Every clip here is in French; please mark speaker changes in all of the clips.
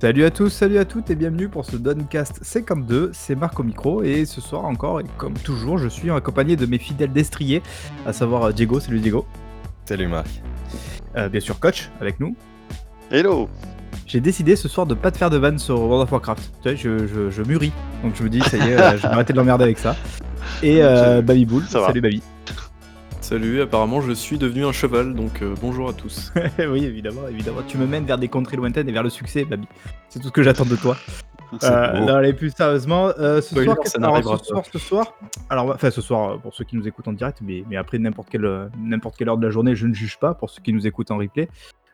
Speaker 1: Salut à tous, salut à toutes et bienvenue pour ce Doncast 52. C'est Marc au micro et ce soir encore, et comme toujours, je suis accompagné de mes fidèles destriers, à savoir euh, Diego. Salut Diego.
Speaker 2: Salut Marc.
Speaker 1: Euh, bien sûr, Coach avec nous.
Speaker 3: Hello
Speaker 1: J'ai décidé ce soir de pas te faire de vannes sur World of Warcraft. Tu vois, je, je, je mûris. Donc je me dis, ça y est, euh, je vais arrêter de l'emmerder avec ça. Et euh, Baby Bull.
Speaker 3: Ça va.
Speaker 1: Salut Baby.
Speaker 4: Salut, apparemment je suis devenu un cheval, donc euh, bonjour à tous.
Speaker 1: oui, évidemment, évidemment. Tu me mènes vers des contrées lointaines et vers le succès, Baby. C'est tout ce que j'attends de toi. Euh, non, allez, plus sérieusement, euh, ce,
Speaker 4: Spoiler,
Speaker 1: soir,
Speaker 4: ça
Speaker 1: qu'est-ce-
Speaker 4: n'arrivera
Speaker 1: alors, ce
Speaker 4: pas.
Speaker 1: soir, ce soir, alors enfin ce soir euh, pour ceux qui nous écoutent en direct, mais, mais après n'importe quelle, euh, n'importe quelle heure de la journée, je ne juge pas pour ceux qui nous écoutent en replay.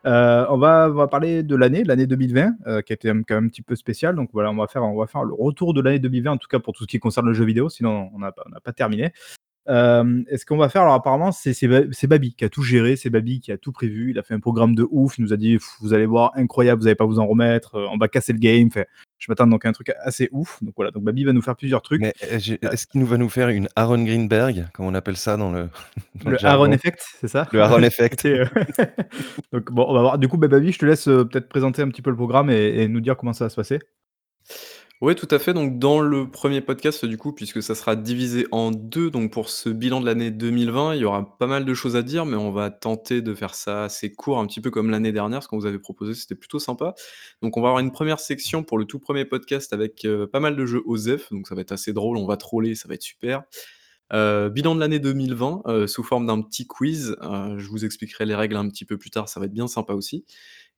Speaker 1: Euh, on, va, on va parler de l'année, de l'année 2020, euh, qui a été quand même un petit peu spéciale. Donc voilà, on va faire, on va faire le retour de l'année 2020, en tout cas pour tout ce qui concerne le jeu vidéo, sinon on n'a pas, on n'a pas terminé. Euh, et ce qu'on va faire, alors apparemment, c'est, c'est, Ba- c'est Babi qui a tout géré, c'est Babi qui a tout prévu. Il a fait un programme de ouf, il nous a dit Vous allez voir, incroyable, vous n'allez pas vous en remettre, euh, on va casser le game. Enfin, je m'attends donc à un truc assez ouf. Donc voilà, donc Babi va nous faire plusieurs trucs.
Speaker 2: Mais euh, j'ai- est-ce qu'il nous va nous faire une Aaron Greenberg, comme on appelle ça dans le. dans
Speaker 1: le
Speaker 2: jargon
Speaker 1: Aaron Effect, c'est ça
Speaker 2: Le Aaron Effect.
Speaker 1: C'est, euh, donc bon, on va voir. Du coup, bah, Babi, je te laisse euh, peut-être présenter un petit peu le programme et, et nous dire comment ça va se passer.
Speaker 4: Ouais, tout à fait. Donc, dans le premier podcast, du coup, puisque ça sera divisé en deux, donc pour ce bilan de l'année 2020, il y aura pas mal de choses à dire, mais on va tenter de faire ça assez court, un petit peu comme l'année dernière. Ce qu'on vous avait proposé, c'était plutôt sympa. Donc, on va avoir une première section pour le tout premier podcast avec euh, pas mal de jeux OZEF. Donc, ça va être assez drôle. On va troller, ça va être super. Euh, bilan de l'année 2020 euh, sous forme d'un petit quiz. Euh, je vous expliquerai les règles un petit peu plus tard. Ça va être bien sympa aussi.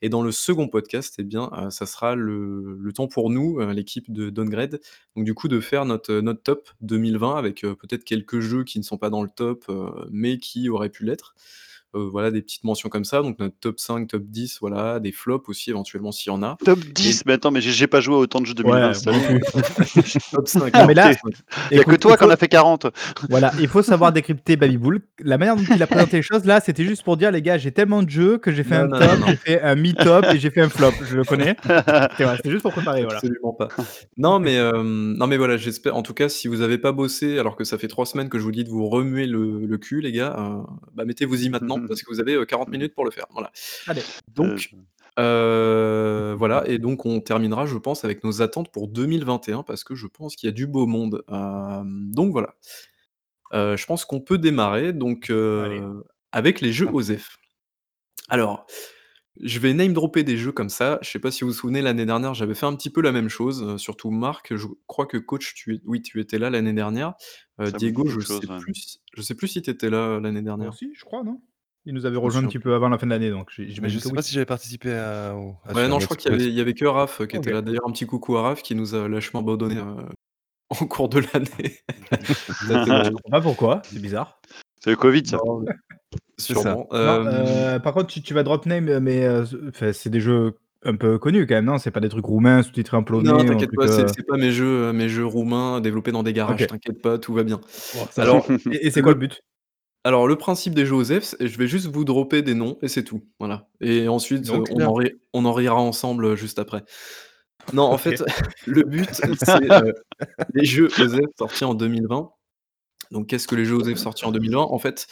Speaker 4: Et dans le second podcast, eh bien, euh, ça sera le, le temps pour nous, euh, l'équipe de Downgrade, donc du coup de faire notre, euh, notre top 2020 avec euh, peut-être quelques jeux qui ne sont pas dans le top, euh, mais qui auraient pu l'être. Euh, voilà, des petites mentions comme ça, donc notre top 5, top 10, voilà, des flops aussi éventuellement s'il y en a.
Speaker 3: Top 10 Mais attends, mais j'ai- j'ai pas joué à autant de jeux 2020. cette année.
Speaker 4: Top 5,
Speaker 1: Non, mais là,
Speaker 3: Ah, Il y a que
Speaker 1: écoute,
Speaker 3: toi
Speaker 1: il faut-
Speaker 3: qu'on a fait 40
Speaker 1: Voilà, il faut savoir décrypter Babyboul. La manière dont il a présenté les choses, là, c'était juste pour dire, les gars, j'ai tellement de jeux que j'ai fait
Speaker 4: Non, non,
Speaker 1: un top,
Speaker 4: non, non.
Speaker 1: j'ai fait un mi-top et j'ai fait un flop. Je le connais. C'est vrai, c'est juste pour préparer, voilà.
Speaker 4: Absolument pas. Non, mais, euh, non, mais voilà, j'espère. En tout cas, si vous n'avez pas bossé, alors que ça fait trois semaines que je vous dis de vous remuer le, le cul, les gars, euh, bah, mettez-vous-y maintenant
Speaker 3: Mhm.
Speaker 4: parce que vous avez euh, 40 minutes pour le faire. Voilà.
Speaker 1: Allez.
Speaker 4: Donc, euh, voilà, et donc on terminera, je pense, avec nos attentes pour 2021 parce que je pense qu'il y a du beau monde. Euh, donc voilà. Euh, je pense qu'on peut démarrer donc euh,
Speaker 1: Allez.
Speaker 4: avec les jeux OZEF. Alors, je vais name dropper des jeux comme ça. Je sais pas si vous vous souvenez, l'année dernière, j'avais fait un petit peu la même chose. euh, surtout Marc, je crois que coach, tu, es- oui, tu étais là l'année dernière. Euh,
Speaker 3: Ça me dit
Speaker 4: Diego, je
Speaker 3: quelque
Speaker 4: sais,
Speaker 3: chose, ouais.
Speaker 4: plus, si- je sais plus si tu étais là euh, l'année
Speaker 1: Moi
Speaker 4: dernière.
Speaker 1: aussi, je crois, non Il nous avait rejoint un
Speaker 4: sûr.
Speaker 1: petit peu avant la fin de l'année, donc j'ai-
Speaker 2: Mais je
Speaker 1: j'imagine que
Speaker 2: sais
Speaker 1: oui.
Speaker 2: pas si j'avais participé à. au- à
Speaker 4: Ouais,
Speaker 2: ce-
Speaker 4: non, je crois qu'il y avait, il y avait que Raph euh, qui était
Speaker 1: Ok.
Speaker 4: là. D'ailleurs, un petit coucou à Raph qui nous a lâchement abandonné euh, en cours de l'année. Ça, c'est
Speaker 1: Je
Speaker 4: dommage,
Speaker 1: comprends pas pourquoi, c'est bizarre.
Speaker 3: C'est le Covid, ça.
Speaker 4: non, mais-
Speaker 2: C'est ça.
Speaker 4: Sûrement.
Speaker 1: Non,
Speaker 4: Euh,
Speaker 1: euh, par contre, tu, tu vas drop name, mais euh, enfin, c'est des jeux un peu connus quand même, non C'est pas des trucs roumains sous-titrés en polonais
Speaker 4: Non,
Speaker 1: ou un
Speaker 4: t'inquiète
Speaker 1: truc,
Speaker 4: pas,
Speaker 1: euh,
Speaker 4: c'est c'est pas mes jeux, euh, mes jeux roumains développés dans des garages.
Speaker 1: Ok.
Speaker 4: T'inquiète pas, tout va bien.
Speaker 1: bon, ça
Speaker 4: Alors,
Speaker 3: Mhm.
Speaker 1: va. et, et c'est quoi le but
Speaker 4: Alors, le principe des jeux OZEF, c'est- je vais juste vous dropper des noms et c'est tout. Voilà. Et ensuite,
Speaker 2: Donc,
Speaker 4: euh, on, en ri- on en rira ensemble euh, juste après. Non, en fait, le but, c'est euh, les jeux OZEF sortis en 2020. Donc, qu'est-ce que les jeux OZEF sortis en 2020 En fait,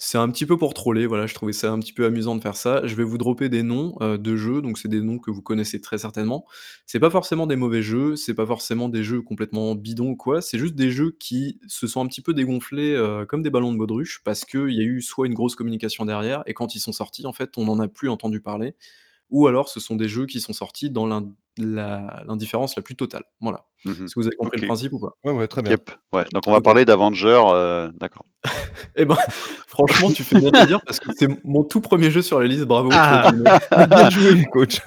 Speaker 4: c'est un petit peu pour troller. Voilà, je trouvais ça un petit peu amusant de faire ça. Je vais vous dropper des noms euh, de jeux. Donc, c'est des noms que vous connaissez très certainement. C'est pas forcément des mauvais jeux. C'est pas forcément des jeux complètement bidons ou quoi. C'est juste des jeux qui se sont un petit peu dégonflés euh, comme des ballons de baudruche parce qu'il y a eu soit une grosse communication derrière et quand ils sont sortis, en fait, on n'en a plus entendu parler. Ou alors, ce sont des jeux qui sont sortis dans l'in- la- l'indifférence la plus totale. Voilà.
Speaker 3: Mhm.
Speaker 4: Est-ce que vous avez compris
Speaker 3: Ok.
Speaker 4: le principe ou pas
Speaker 2: Ouais, ouais, très bien.
Speaker 3: Yep. Ouais. Donc on va
Speaker 4: Ok.
Speaker 3: parler d'Avenger. euh, D'accord.
Speaker 4: Eh ben, franchement, tu fais bien de le dire parce que c'est mon tout premier jeu sur la liste. Bravo.
Speaker 1: Ah.
Speaker 2: bien joué, coach.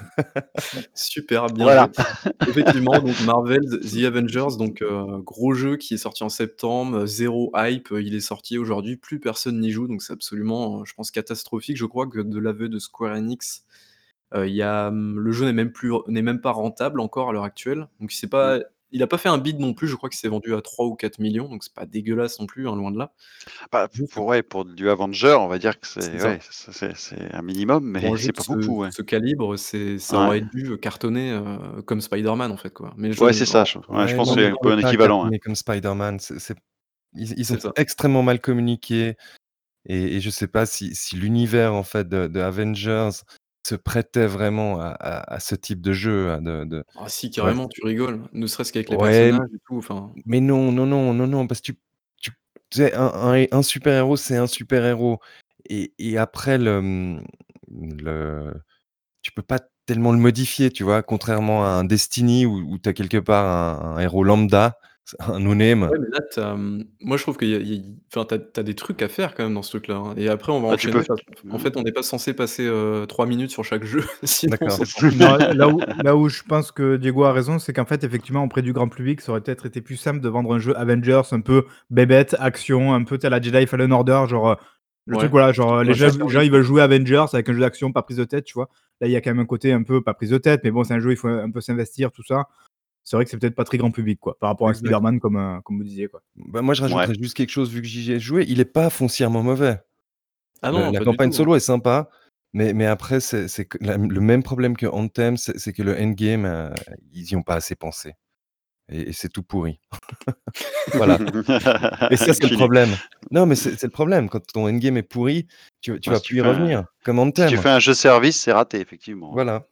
Speaker 4: Super bien.
Speaker 3: Voilà.
Speaker 4: joué. Effectivement, donc Marvel The Avengers, donc euh, gros jeu qui est sorti en septembre, euh, zéro hype, euh, il est sorti aujourd'hui, plus personne n'y joue, donc c'est absolument, euh, je pense, catastrophique. Je crois que de l'aveu de Square Enix, euh, il y a, hum, le jeu n'est même, plus, n'est même pas rentable encore à l'heure actuelle. Donc c'est pas,
Speaker 3: Mm.
Speaker 4: il n'a pas fait un bid non plus, je crois qu'il s'est vendu à 3 ou 4 millions, donc c'est pas dégueulasse non plus, hein, loin de là.
Speaker 3: Bah, pour, ouais, pour du Avenger, on va dire que
Speaker 4: C'est
Speaker 3: c'est
Speaker 4: ça.
Speaker 3: ouais, c'est- c'est- c'est un minimum, mais
Speaker 4: Pour un jeu
Speaker 3: c'est
Speaker 4: de
Speaker 3: pas
Speaker 4: ce,
Speaker 3: beaucoup. Ouais,
Speaker 4: ce calibre, c'est, ça
Speaker 3: Ouais.
Speaker 4: aurait dû cartonner euh, comme Spider-Man en fait. Quoi. Mais je-
Speaker 3: Ouais, c'est ça. Je, ouais, je
Speaker 2: Ouais,
Speaker 3: pense
Speaker 2: non,
Speaker 3: que c'est
Speaker 2: mais
Speaker 3: un peu
Speaker 2: on
Speaker 3: un
Speaker 2: est pas
Speaker 3: équivalent.
Speaker 2: cartonné Comme Spider-Man, c'est- c'est- ils, ils
Speaker 4: C'est
Speaker 2: ont
Speaker 4: ça.
Speaker 2: extrêmement mal communiqué. Et, et je sais pas si, si l'univers en fait de, de Avengers se prêtait vraiment à, à- à ce type de jeu. à de- de-
Speaker 4: Ah si, carrément, tu rigoles, ne serait-ce qu'avec les
Speaker 2: Ouais,
Speaker 4: personnages et tout. Enfin,
Speaker 2: Mais non, non, non, non, non, parce que tu, tu, tu sais, un, un- un super-héros, c'est un super-héros. Et, et après, le, mmh, le, tu peux pas tellement le modifier, tu vois, contrairement à un Destiny où, où tu as quelque part un, un héros lambda, un no-name.
Speaker 4: Ouais, mais là, t'as, hum, moi je trouve qu'il y a, il y a- enfin, t'as, t'as des trucs à faire quand même dans ce truc-là. hein. Et après, on va
Speaker 3: Ah, tu
Speaker 4: enchaîner.
Speaker 3: peux.
Speaker 4: parce que, En fait, on n'est pas censé passer 3 minutes sur chaque jeu. sinon,
Speaker 2: D'accord.
Speaker 4: c'est-
Speaker 1: Non, là, où, là où je pense que Diego a raison, c'est qu'en fait, effectivement, auprès du grand public, ça aurait peut-être été plus simple de vendre un jeu Avengers un peu bébête, action, un peu tel la Jedi Fallen Order, genre euh, le
Speaker 4: Ouais.
Speaker 1: truc, voilà, genre euh, les
Speaker 4: Ouais,
Speaker 1: gens,
Speaker 4: ça
Speaker 1: les gens, ils veulent jouer Avengers avec un jeu d'action, pas prise de tête, tu vois. Là, il y a quand même un côté un peu pas prise de tête, mais bon, c'est un jeu, il faut un peu s'investir, tout ça. C'est vrai que c'est peut-être pas très grand public, quoi, par rapport à
Speaker 2: Exact.
Speaker 1: Spider-Man, comme, euh, comme vous disiez, quoi.
Speaker 2: Bah, moi, je rajouterais juste quelque chose, vu que j'y ai joué, il est pas foncièrement mauvais.
Speaker 4: Ah
Speaker 2: Le-
Speaker 4: non,
Speaker 2: la
Speaker 4: pas du
Speaker 2: campagne
Speaker 4: tout. hein.
Speaker 2: solo est sympa, mais, mais après, c'est c'est que la- le même problème que Anthem, c'est c'est que le endgame, euh, ils y ont pas assez pensé. Et, et c'est tout pourri. voilà. Et ça, c'est le
Speaker 3: Fini.
Speaker 2: problème. Non, mais c'est c'est le problème. Quand ton endgame est pourri, tu, tu
Speaker 3: Ouais,
Speaker 2: vas
Speaker 3: si tu
Speaker 2: plus y
Speaker 3: fais un-
Speaker 2: revenir. Comme
Speaker 3: Si
Speaker 2: Anthem.
Speaker 3: tu fais un jeu service, c'est raté, effectivement.
Speaker 2: Voilà.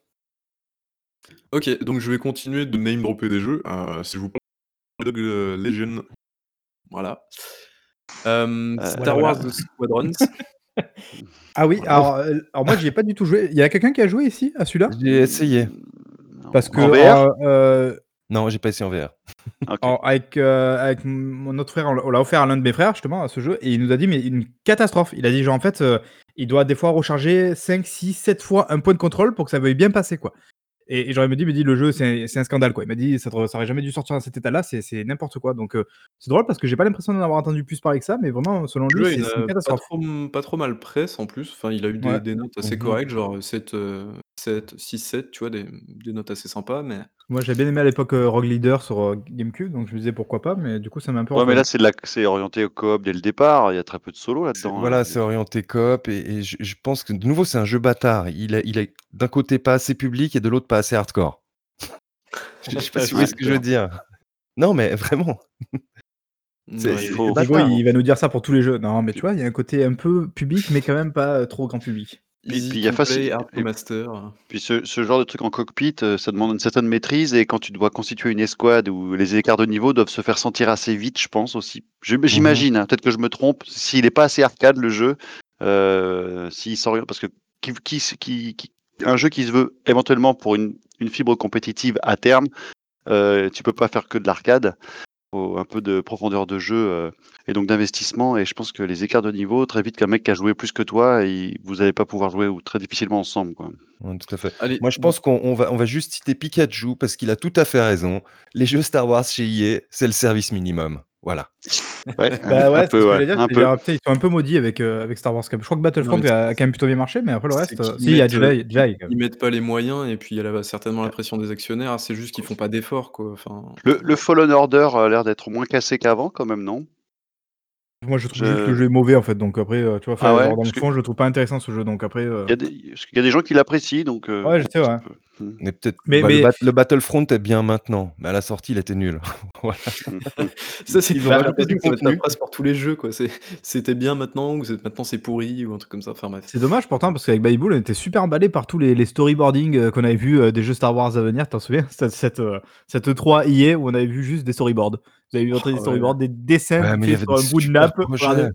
Speaker 4: Ok, donc je vais continuer de name dropper des jeux. Euh, si je vous parle de Dog euh, Legion. Voilà. Euh,
Speaker 3: Euh,
Speaker 1: voilà.
Speaker 4: Star Wars The Squadrons.
Speaker 1: Ah oui, alors, euh, alors moi, j'y ai pas du tout joué. Il y a quelqu'un qui a joué ici, à celui-là
Speaker 2: J'ai essayé.
Speaker 3: Non.
Speaker 1: Parce que
Speaker 3: En VR
Speaker 1: euh, euh,
Speaker 2: Non, j'ai pas essayé en VR.
Speaker 3: Ok.
Speaker 1: Alors, avec, euh, avec mon autre frère, on l'a- on l'a offert à l'un de mes frères, justement, à ce jeu, et il nous a dit, mais une catastrophe. Il a dit, genre, en fait, euh, il doit des fois recharger 5, 6, 7 fois un point de contrôle pour que ça veuille bien passer, quoi. Et, et genre, il me dit, il me dit, le jeu, c'est un, c'est un scandale, quoi. Il m'a dit, ça aurait- ça aurait jamais dû sortir dans cet état-là, c'est c'est n'importe quoi. Donc, euh, c'est drôle parce que j'ai pas l'impression d'en avoir entendu plus parler que ça, mais vraiment, selon
Speaker 4: Le jeu
Speaker 1: lui,
Speaker 4: a une,
Speaker 1: c'est c'est une
Speaker 4: euh, pas,
Speaker 1: catastrophe.
Speaker 4: trop, m- pas trop mal presse en plus. Enfin, il a eu des,
Speaker 1: Ouais. Mmh
Speaker 4: des notes assez
Speaker 2: Mhm.
Speaker 4: correctes, genre 7, euh, 7 6, 7, tu vois, des, des notes assez sympas. Mais
Speaker 1: Moi, j'ai bien aimé à l'époque euh, Rogue Leader sur euh, GameCube, donc je me disais pourquoi pas, mais du coup, ça m'a un peu
Speaker 3: Ouais, mais
Speaker 1: refroidi.
Speaker 3: là, c'est de la... c'est orienté au coop dès le départ. Il y a très peu de solo
Speaker 2: C'est-
Speaker 3: là-dedans.
Speaker 2: Voilà,
Speaker 3: hein.
Speaker 2: c'est orienté coop et, et je, je pense que de nouveau c'est un jeu bâtard. Il est, il est d'un côté pas assez public et de l'autre pas assez hardcore. je, je sais pas si vous voyez ce que je veux dire. Non, mais vraiment. C'est-
Speaker 4: Ouais,
Speaker 3: il
Speaker 2: c'est
Speaker 3: faut-
Speaker 1: Diego,
Speaker 2: bâtard.
Speaker 1: il, il va nous dire ça pour tous les jeux. Non, mais tu vois, il y a un côté un peu public, mais quand même pas euh, trop grand public.
Speaker 3: Et
Speaker 4: easy
Speaker 3: puis, il y a
Speaker 4: to
Speaker 3: facile-
Speaker 4: play, hard to
Speaker 3: et-
Speaker 4: master.
Speaker 3: Puis ce, ce genre de truc en cockpit, euh, ça demande une certaine maîtrise et quand tu dois constituer une escouade où les écarts de niveau doivent se faire sentir assez vite, je pense aussi. Je- J'imagine, hein, peut-être que je me trompe, s'il n'est pas assez arcade le jeu, euh, s'il s'oriente, parce que qui, qui, s- qui- qui- un jeu qui se veut éventuellement pour une, une fibre compétitive à terme, euh, tu peux pas faire que de l'arcade. Faut un peu de profondeur de jeu euh, et donc d'investissement. Et je pense que les écarts de niveau, très vite qu'un mec qui a joué plus que toi, il- vous n'allez pas pouvoir jouer ou très difficilement ensemble. Quoi.
Speaker 2: Ouais, tout à fait.
Speaker 4: Allez,
Speaker 2: Moi, je pense qu'on on va, on va juste citer Pikachu parce qu'il a tout à fait raison. Les jeux Star Wars chez EA, c'est le service minimum. Voilà.
Speaker 3: Ouais,
Speaker 1: Bah ouais,
Speaker 3: un
Speaker 1: c'est ce
Speaker 3: peu,
Speaker 1: que
Speaker 3: ouais,
Speaker 1: j'allais dire,
Speaker 3: un
Speaker 1: c'est
Speaker 3: peu.
Speaker 1: genre, putain, ils sont un peu maudits avec, euh, avec Star Wars. quand même. Je crois que Battlefront
Speaker 4: Non, mais
Speaker 1: a, a quand même plutôt bien marché, mais après le
Speaker 4: c'est
Speaker 1: reste. euh,
Speaker 4: qu'ils
Speaker 1: Si, il y a
Speaker 4: mettent, euh,
Speaker 1: Jedi. Jedi quand même.
Speaker 4: ils mettent pas les moyens et puis il y a la- certainement la pression des actionnaires. C'est juste qu'ils font pas d'efforts, quoi. Enfin,
Speaker 3: Le, le Fallen Order a l'air d'être moins cassé qu'avant, quand même, non
Speaker 1: Moi, je trouve
Speaker 3: Je-
Speaker 1: juste que le jeu est mauvais en fait. Donc après, euh, tu vois,
Speaker 3: Ah ouais,
Speaker 1: genre, dans
Speaker 3: parce
Speaker 1: le
Speaker 3: que-
Speaker 1: fond, je le trouve pas intéressant ce jeu. Donc après. euh,
Speaker 3: Il y, a des- parce qu'il y a des gens qui l'apprécient, donc. euh,
Speaker 1: Ouais, je sais, ouais.
Speaker 2: Mais peut-être.
Speaker 1: Mais-
Speaker 2: bah,
Speaker 1: mais-
Speaker 2: Le, bat- le Battlefront est bien maintenant, mais à la sortie, il était nul. Voilà.
Speaker 4: ça, c'est
Speaker 2: Ils ont
Speaker 4: Bah,
Speaker 2: rajouté
Speaker 4: après,
Speaker 2: du
Speaker 4: ça va être la
Speaker 2: contenu.
Speaker 4: phrase pour tous les jeux, quoi. C'est- C'était bien maintenant ou c'est- maintenant c'est pourri ou un truc comme ça. Enfin, bref.
Speaker 1: C'est dommage pourtant parce qu'avec Bible, on était super emballé par tous les, les storyboardings euh, qu'on avait vu des jeux Star Wars à venir. T'en souviens cette, cette, euh, cette 3 IA où on avait vu juste des storyboards. Vous avez vu entrer
Speaker 4: Oh,
Speaker 1: des
Speaker 4: ouais.
Speaker 1: storyboards, des dessins
Speaker 2: Ouais, mais il y
Speaker 1: faits
Speaker 2: avait
Speaker 1: sur
Speaker 2: des
Speaker 1: un bout de
Speaker 2: super
Speaker 1: nappe.
Speaker 2: projets.
Speaker 1: Regardez,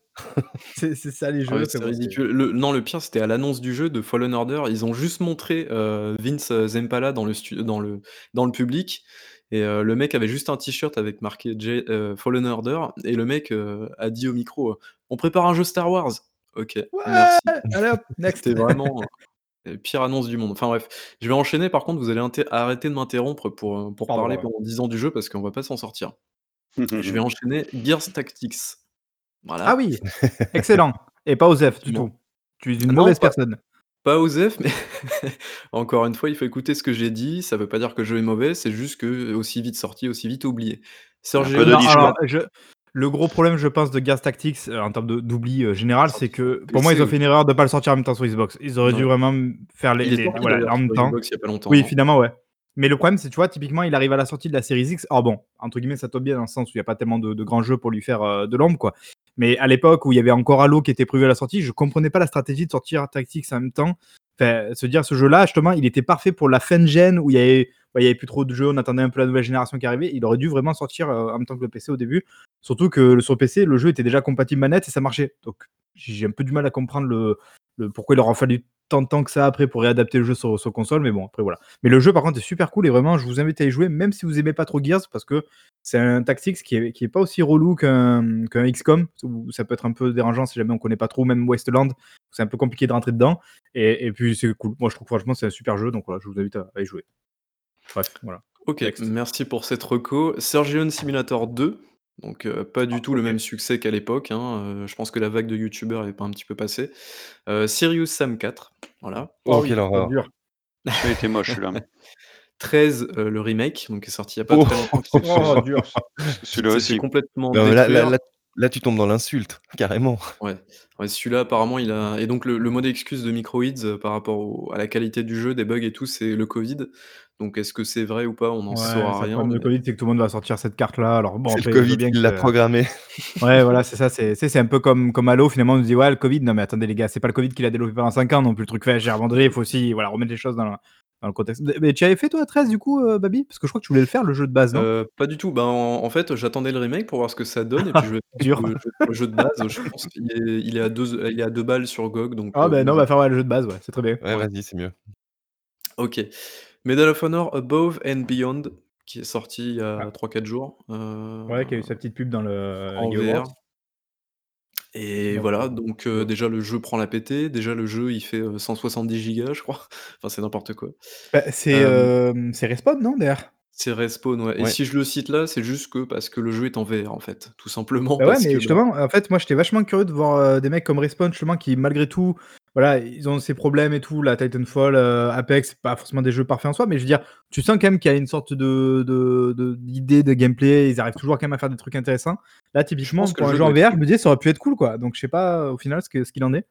Speaker 1: C'est c'est ça les
Speaker 4: Ah
Speaker 1: jeux.
Speaker 4: ouais,
Speaker 1: c'est
Speaker 4: c'est
Speaker 1: bon, c'est-
Speaker 4: ridicule. Le- non, le pire, c'était à l'annonce du jeu de Fallen Order. Ils ont juste montré euh, Vince Zempala dans le, stu- dans le, dans le public. Et euh, le mec avait juste un t-shirt avec marqué J- euh, Fallen Order. Et le mec euh, a dit au micro euh, On prépare un jeu Star Wars. Ok,
Speaker 1: Ouais,
Speaker 4: merci.
Speaker 1: allez hop, next.
Speaker 4: C'était vraiment euh, la pire annonce du monde. Enfin bref, je vais enchaîner. Par contre, vous allez inté- arrêter de m'interrompre pour, euh, pour
Speaker 1: Pardon,
Speaker 4: parler
Speaker 1: ouais. Mhm.
Speaker 4: pendant 10 ans du jeu parce qu'on va pas s'en sortir. Je vais
Speaker 3: Je
Speaker 4: enchaîner Gears Tactics. Voilà.
Speaker 1: Ah oui, excellent. Et pas Osef du
Speaker 4: Non.
Speaker 1: tout. Tu es une
Speaker 4: Non,
Speaker 1: mauvaise
Speaker 4: pas-
Speaker 1: personne.
Speaker 4: Pas Osef, mais encore une fois, il faut écouter ce que j'ai dit. Ça veut pas dire que le jeu est mauvais, c'est juste que euh, aussi vite sorti, aussi vite oublié. Serge
Speaker 3: Un peu de
Speaker 1: Non,
Speaker 4: Gainsbourg-
Speaker 3: niche,
Speaker 1: alors, je- le gros problème, je pense, de Gas Tactics euh, en termes de- d'oubli euh,
Speaker 4: Ah,
Speaker 1: général, c'est que pour moi, ils ont fait une erreur de ne pas le sortir en même temps sur Xbox. Ils auraient dû
Speaker 4: Ouais.
Speaker 1: vraiment faire les,
Speaker 4: il est
Speaker 1: les-
Speaker 4: sorti
Speaker 1: voilà,
Speaker 4: d'ailleurs
Speaker 1: en même
Speaker 4: sur
Speaker 1: temps.
Speaker 4: Xbox il y a pas longtemps.
Speaker 1: Oui,
Speaker 4: hein.
Speaker 1: finalement, ouais. Mais le problème, c'est, tu vois, typiquement, il arrive à la sortie de la série X. Or, bon, entre guillemets, ça tombe bien dans le sens où il n'y a pas tellement de, de grands jeux pour lui faire euh, de l'ombre, quoi. Mais à l'époque où il y avait encore Halo qui était prévu à la sortie, je comprenais pas la stratégie de sortir Tactics en même temps. Enfin, se dire ce jeu-là, justement, il était parfait pour la fin de gen où il y avait, bah, il y avait plus trop de jeux, on attendait un peu la nouvelle génération qui arrivait. Il aurait dû vraiment sortir euh, en même temps que le PC au début. Surtout que le- sur PC, le jeu était déjà compatible manette et ça marchait. Donc j'ai un peu du mal à comprendre le, le- pourquoi il leur a fallu tant de temps que ça après pour réadapter le jeu sur, sur console. Mais bon, après voilà. Mais le jeu par contre est super cool et vraiment je vous invite à y jouer, même si vous aimez pas trop Gears, parce que c'est un tactics qui est, qui est pas aussi relou qu'un qu'un XCOM, où ça peut être un peu dérangeant si jamais on connaît pas trop, même Westland, où c'est un peu compliqué de rentrer dedans. Et, et puis c'est cool. Moi je trouve franchement c'est un super jeu, donc voilà, je vous invite à, à y jouer. Bref, voilà.
Speaker 4: Ok,
Speaker 1: Next.
Speaker 4: merci pour cette reco. Sergion Simulator 2, donc euh, pas du tout le même succès qu'à l'époque. hein, euh, je pense que la vague de YouTubers est pas un petit peu passée. Euh, Sirius Sam 4, voilà.
Speaker 2: Oh,
Speaker 1: oui,
Speaker 2: quelle horreur.
Speaker 1: dur.
Speaker 3: Il était moche celui-là.
Speaker 4: 13, euh, le remake, donc qui est sorti il y a pas
Speaker 2: Oh.
Speaker 4: très longtemps.
Speaker 1: Oh, dur.
Speaker 3: Celui-là
Speaker 4: C'est-
Speaker 3: aussi.
Speaker 4: c'est complètement
Speaker 2: Non, mais là,
Speaker 4: découvert.
Speaker 2: là- là- là, tu tombes dans l'insulte, carrément.
Speaker 4: Ouais, Ouais, celui-là apparemment il a et donc le, le mot d'excuse de Microids euh, par rapport au- à la qualité du jeu, des bugs et tout, c'est le Covid. Donc est-ce que c'est vrai ou pas, on n'en
Speaker 1: Ouais, c'est
Speaker 4: saura
Speaker 1: le
Speaker 4: rien.
Speaker 1: problème de
Speaker 4: mais-
Speaker 1: Covid, c'est que tout le monde va sortir cette carte-là. Alors bon,
Speaker 2: c'est
Speaker 1: après,
Speaker 2: le
Speaker 1: je veux
Speaker 2: Covid
Speaker 1: bien
Speaker 2: qui
Speaker 1: que-
Speaker 2: l'a programmé.
Speaker 1: Ouais, voilà, c'est ça. C'est, c'est, c'est un peu comme, comme Halo, finalement, on nous dit, ouais, le Covid, non, mais attendez, les gars, c'est pas le Covid qui l'a développé pendant 5 ans non plus, le truc fait, j'ai abandonné, il faut aussi voilà, remettre les choses dans le, dans le contexte. Mais tu avais fait, toi, 13, du coup, euh, Babi Parce que je crois que tu voulais le faire, le jeu de base, non
Speaker 4: Euh, pas du tout. Ben, en, en fait, j'attendais le remake pour voir ce que ça donne. Et puis, je vais faire
Speaker 1: Dur.
Speaker 4: le, jeu- le jeu de base. Je pense qu'il est, il est à deux, il est à deux balles sur GOG. Donc,
Speaker 1: Ah,
Speaker 4: euh,
Speaker 1: ben
Speaker 4: bon,
Speaker 1: non, on va faire ouais, le jeu de base, ouais, c'est très bien.
Speaker 2: Ouais, vas-y, c'est mieux.
Speaker 4: Ok. Medal of Honor Above and Beyond, qui est sorti il y a
Speaker 1: Ah.
Speaker 4: 3-4 jours. euh,
Speaker 1: Ouais, qui a eu sa petite pub dans le
Speaker 4: en
Speaker 1: Game
Speaker 4: VR.
Speaker 1: Awards.
Speaker 4: Et
Speaker 1: Ouais.
Speaker 4: voilà, donc euh, déjà le jeu prend la pété, déjà le jeu il fait euh, 170 gigas je crois, enfin c'est n'importe quoi.
Speaker 1: Bah, c'est, euh, c'est Respawn, non, derrière
Speaker 4: C'est Respawn, ouais. Et
Speaker 2: Ouais.
Speaker 4: si je le cite là, c'est juste que parce que le jeu est en VR en fait, tout simplement.
Speaker 1: Bah ouais,
Speaker 4: parce
Speaker 1: mais
Speaker 4: que,
Speaker 1: justement, en fait, moi, j'étais vachement curieux de voir euh, des mecs comme Respawn, justement, qui, malgré tout, voilà, ils ont ces problèmes et tout, la Titanfall, euh, Apex, c'est pas forcément des jeux parfaits en soi, mais je veux dire, tu sens quand même qu'il y a une sorte de, de, de- d'idée de gameplay, ils arrivent toujours quand même à faire des trucs intéressants. Là, typiquement,
Speaker 4: pense que
Speaker 1: pour
Speaker 4: le
Speaker 1: un
Speaker 4: jeu
Speaker 1: jeu en
Speaker 4: doit être
Speaker 1: VR, je me disais, ça aurait pu être cool, quoi. Donc, je sais pas, au final, ce, que, ce qu'il en est.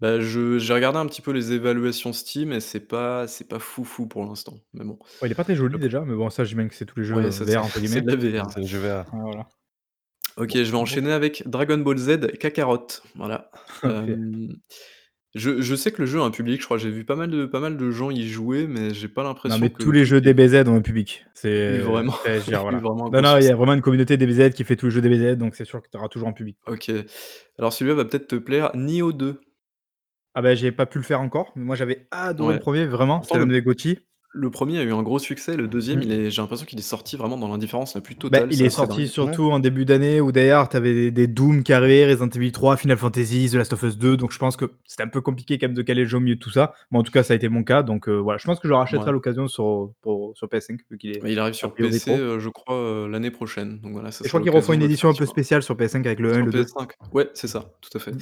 Speaker 4: Bah, je, j'ai regardé un petit peu les évaluations Steam et c'est pas, c'est pas fou fou pour l'instant. Mais bon,
Speaker 1: Ouais, il est pas très joli
Speaker 4: Le-
Speaker 1: déjà, mais bon, ça, j'imagine que c'est tous les jeux
Speaker 4: Ouais,
Speaker 1: euh,
Speaker 4: ça,
Speaker 1: VR, entre
Speaker 4: c'est, c'est
Speaker 1: guillemets.
Speaker 4: de la VR.
Speaker 2: C'est le jeu VR.
Speaker 1: Ah, voilà.
Speaker 4: Ok, je vais enchaîner avec Dragon Ball Z Kakarot. Voilà. Euh, je, je sais que le jeu a un public, je crois. J'ai vu pas mal de, pas mal de gens y jouer, mais j'ai pas l'impression
Speaker 1: Non, mais
Speaker 4: que.
Speaker 1: tous les jeux DBZ ont un public. C'est
Speaker 4: Oui, vraiment.
Speaker 1: c'est- je veux dire,
Speaker 4: Oui,
Speaker 1: voilà.
Speaker 4: vraiment
Speaker 1: Non,
Speaker 4: un gros
Speaker 1: non, il y
Speaker 4: succès.
Speaker 1: a vraiment une communauté DBZ qui fait tous les jeux DBZ, donc c'est sûr que tu auras toujours un public.
Speaker 4: Ok. Alors celui-là va peut-être te plaire. Nioh 2.
Speaker 1: Ah ben j'ai pas pu le faire encore, mais moi j'avais adoré
Speaker 4: Ouais.
Speaker 1: le premier, vraiment,
Speaker 4: Pourtant,
Speaker 1: c'était l'un
Speaker 4: le-
Speaker 1: des GOTY.
Speaker 4: Le premier a eu un gros succès. Le deuxième,
Speaker 1: Mm.
Speaker 4: il est, j'ai l'impression qu'il est sorti vraiment dans l'indifférence la plus
Speaker 1: Ben,
Speaker 4: totale.
Speaker 1: il
Speaker 4: c'est
Speaker 1: est
Speaker 4: assez
Speaker 1: sorti
Speaker 4: dingue.
Speaker 1: surtout en début d'année où d'ailleurs t'avais des, des Doom qui arrivaient, Resident Evil 3, Final Fantasy, The Last of Us 2, donc je pense que c'était un peu compliqué quand même de caler le jeu au milieu de tout ça. Mais en tout cas ça a été mon cas, donc euh, voilà, je pense que je le rachèterai
Speaker 4: Ouais.
Speaker 1: à l'occasion sur, pour- sur PS5 vu qu'il est.
Speaker 4: Ouais, Il arrive
Speaker 1: a
Speaker 4: sur
Speaker 1: priori
Speaker 4: PC,
Speaker 1: pro.
Speaker 4: euh, je crois, euh, l'année prochaine. Donc voilà, ça
Speaker 1: Et je
Speaker 4: sera
Speaker 1: crois qu'ils refont
Speaker 4: l'occasion
Speaker 1: une
Speaker 4: de le
Speaker 1: édition
Speaker 4: faire
Speaker 1: un peu
Speaker 4: sur-
Speaker 1: spéciale sur PS5 avec le 1 et
Speaker 4: Sur
Speaker 1: le 2.
Speaker 4: PS5. Ouais, c'est ça, tout à fait.
Speaker 1: Mm.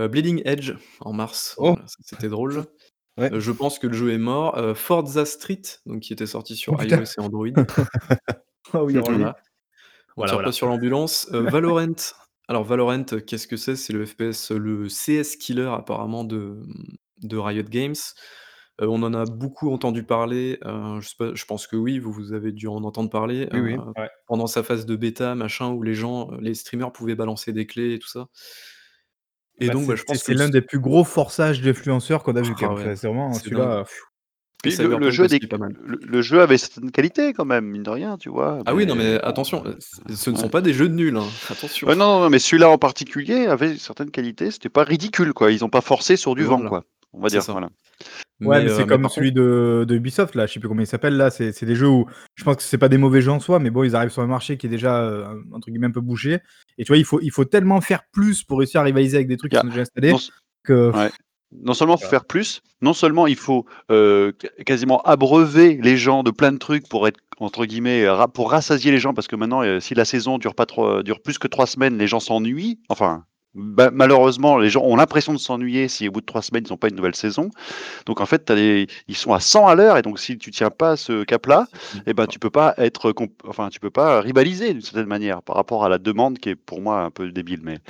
Speaker 4: Euh, Bleeding Edge en mars,
Speaker 2: Oh.
Speaker 4: voilà, ça, c'était drôle.
Speaker 2: Ouais.
Speaker 4: Euh, je pense que le jeu est mort. Euh, Forza Street, donc qui était sorti sur
Speaker 1: Oh, putain.
Speaker 4: iOS et Android.
Speaker 1: Ah oui, alors lui.
Speaker 4: Voilà. On
Speaker 1: Voilà,
Speaker 4: tire
Speaker 1: voilà.
Speaker 4: pas sur l'ambulance. Euh, Valorant. Alors Valorant, euh, qu'est-ce que c'est C'est le FPS, euh, le CS killer apparemment de, de Riot Games. Euh, on en a beaucoup entendu parler. euh, je, sais pas- je pense que oui, vous, vous avez dû en entendre parler.
Speaker 2: Oui, oui.
Speaker 4: euh,
Speaker 1: Ouais.
Speaker 4: Pendant sa phase de bêta, machin, où les gens, euh, les streamers pouvaient balancer des clés et tout ça. Et
Speaker 1: Bah,
Speaker 4: donc, bah,
Speaker 1: c'est-
Speaker 4: je pense
Speaker 1: c'est
Speaker 4: que
Speaker 1: l'un
Speaker 4: le-
Speaker 1: des plus gros forçages d'influenceurs qu'on a vu
Speaker 4: Ah
Speaker 1: quand même.
Speaker 4: ouais,
Speaker 1: Enfin, C'est vraiment
Speaker 4: c'est dingue.
Speaker 1: celui-là. pfiou.
Speaker 3: Puis le,
Speaker 4: Cyberpunk
Speaker 3: le jeu
Speaker 4: aussi
Speaker 3: des-
Speaker 4: est pas mal.
Speaker 3: le, le jeu avait certaines qualités quand même, mine de rien, tu vois.
Speaker 4: Ah oui, non, mais
Speaker 3: bon.
Speaker 4: attention, euh, c- ce ne sont
Speaker 3: Ouais.
Speaker 4: pas des jeux de nuls. hein, Attention.
Speaker 3: Ouais, non, non, non, mais celui-là en particulier avait certaines qualités. C'était pas ridicule, quoi. Ils ont pas forcé sur du vent,
Speaker 4: Voilà.
Speaker 3: quoi. On va
Speaker 4: C'est
Speaker 3: dire.
Speaker 4: ça.
Speaker 3: Voilà.
Speaker 1: Ouais, mais,
Speaker 4: euh,
Speaker 1: c'est comme
Speaker 4: par contre-
Speaker 1: celui de, de Ubisoft, là, je sais plus comment il s'appelle, là, c'est c'est des jeux où je pense que c'est pas des mauvais jeux en soi, mais bon, ils arrivent sur un marché qui est déjà, euh, entre guillemets, un peu bouché. Et tu vois, il faut, il faut tellement faire plus pour réussir à rivaliser avec des trucs qui
Speaker 3: Yeah.
Speaker 1: sont déjà installés
Speaker 3: Non, s-
Speaker 1: que...
Speaker 3: Ouais. non seulement faut
Speaker 1: Voilà.
Speaker 3: faire plus, non seulement il faut euh, qu- quasiment abreuver les gens de plein de trucs pour être entre guillemets ra- pour rassasier les gens parce que maintenant euh, si la saison dure pas trop, euh, dure plus que trois semaines, les gens s'ennuient. Enfin. ba- malheureusement, les gens ont l'impression de s'ennuyer si au bout de trois semaines ils n'ont pas une nouvelle saison. Donc en fait, t'as les- ils sont à 100 à l'heure et donc si tu tiens pas ce cap-là, eh ben, tu peux pas être, comp- enfin, tu peux pas rivaliser d'une certaine manière par rapport à la demande qui est pour moi un peu débile, mais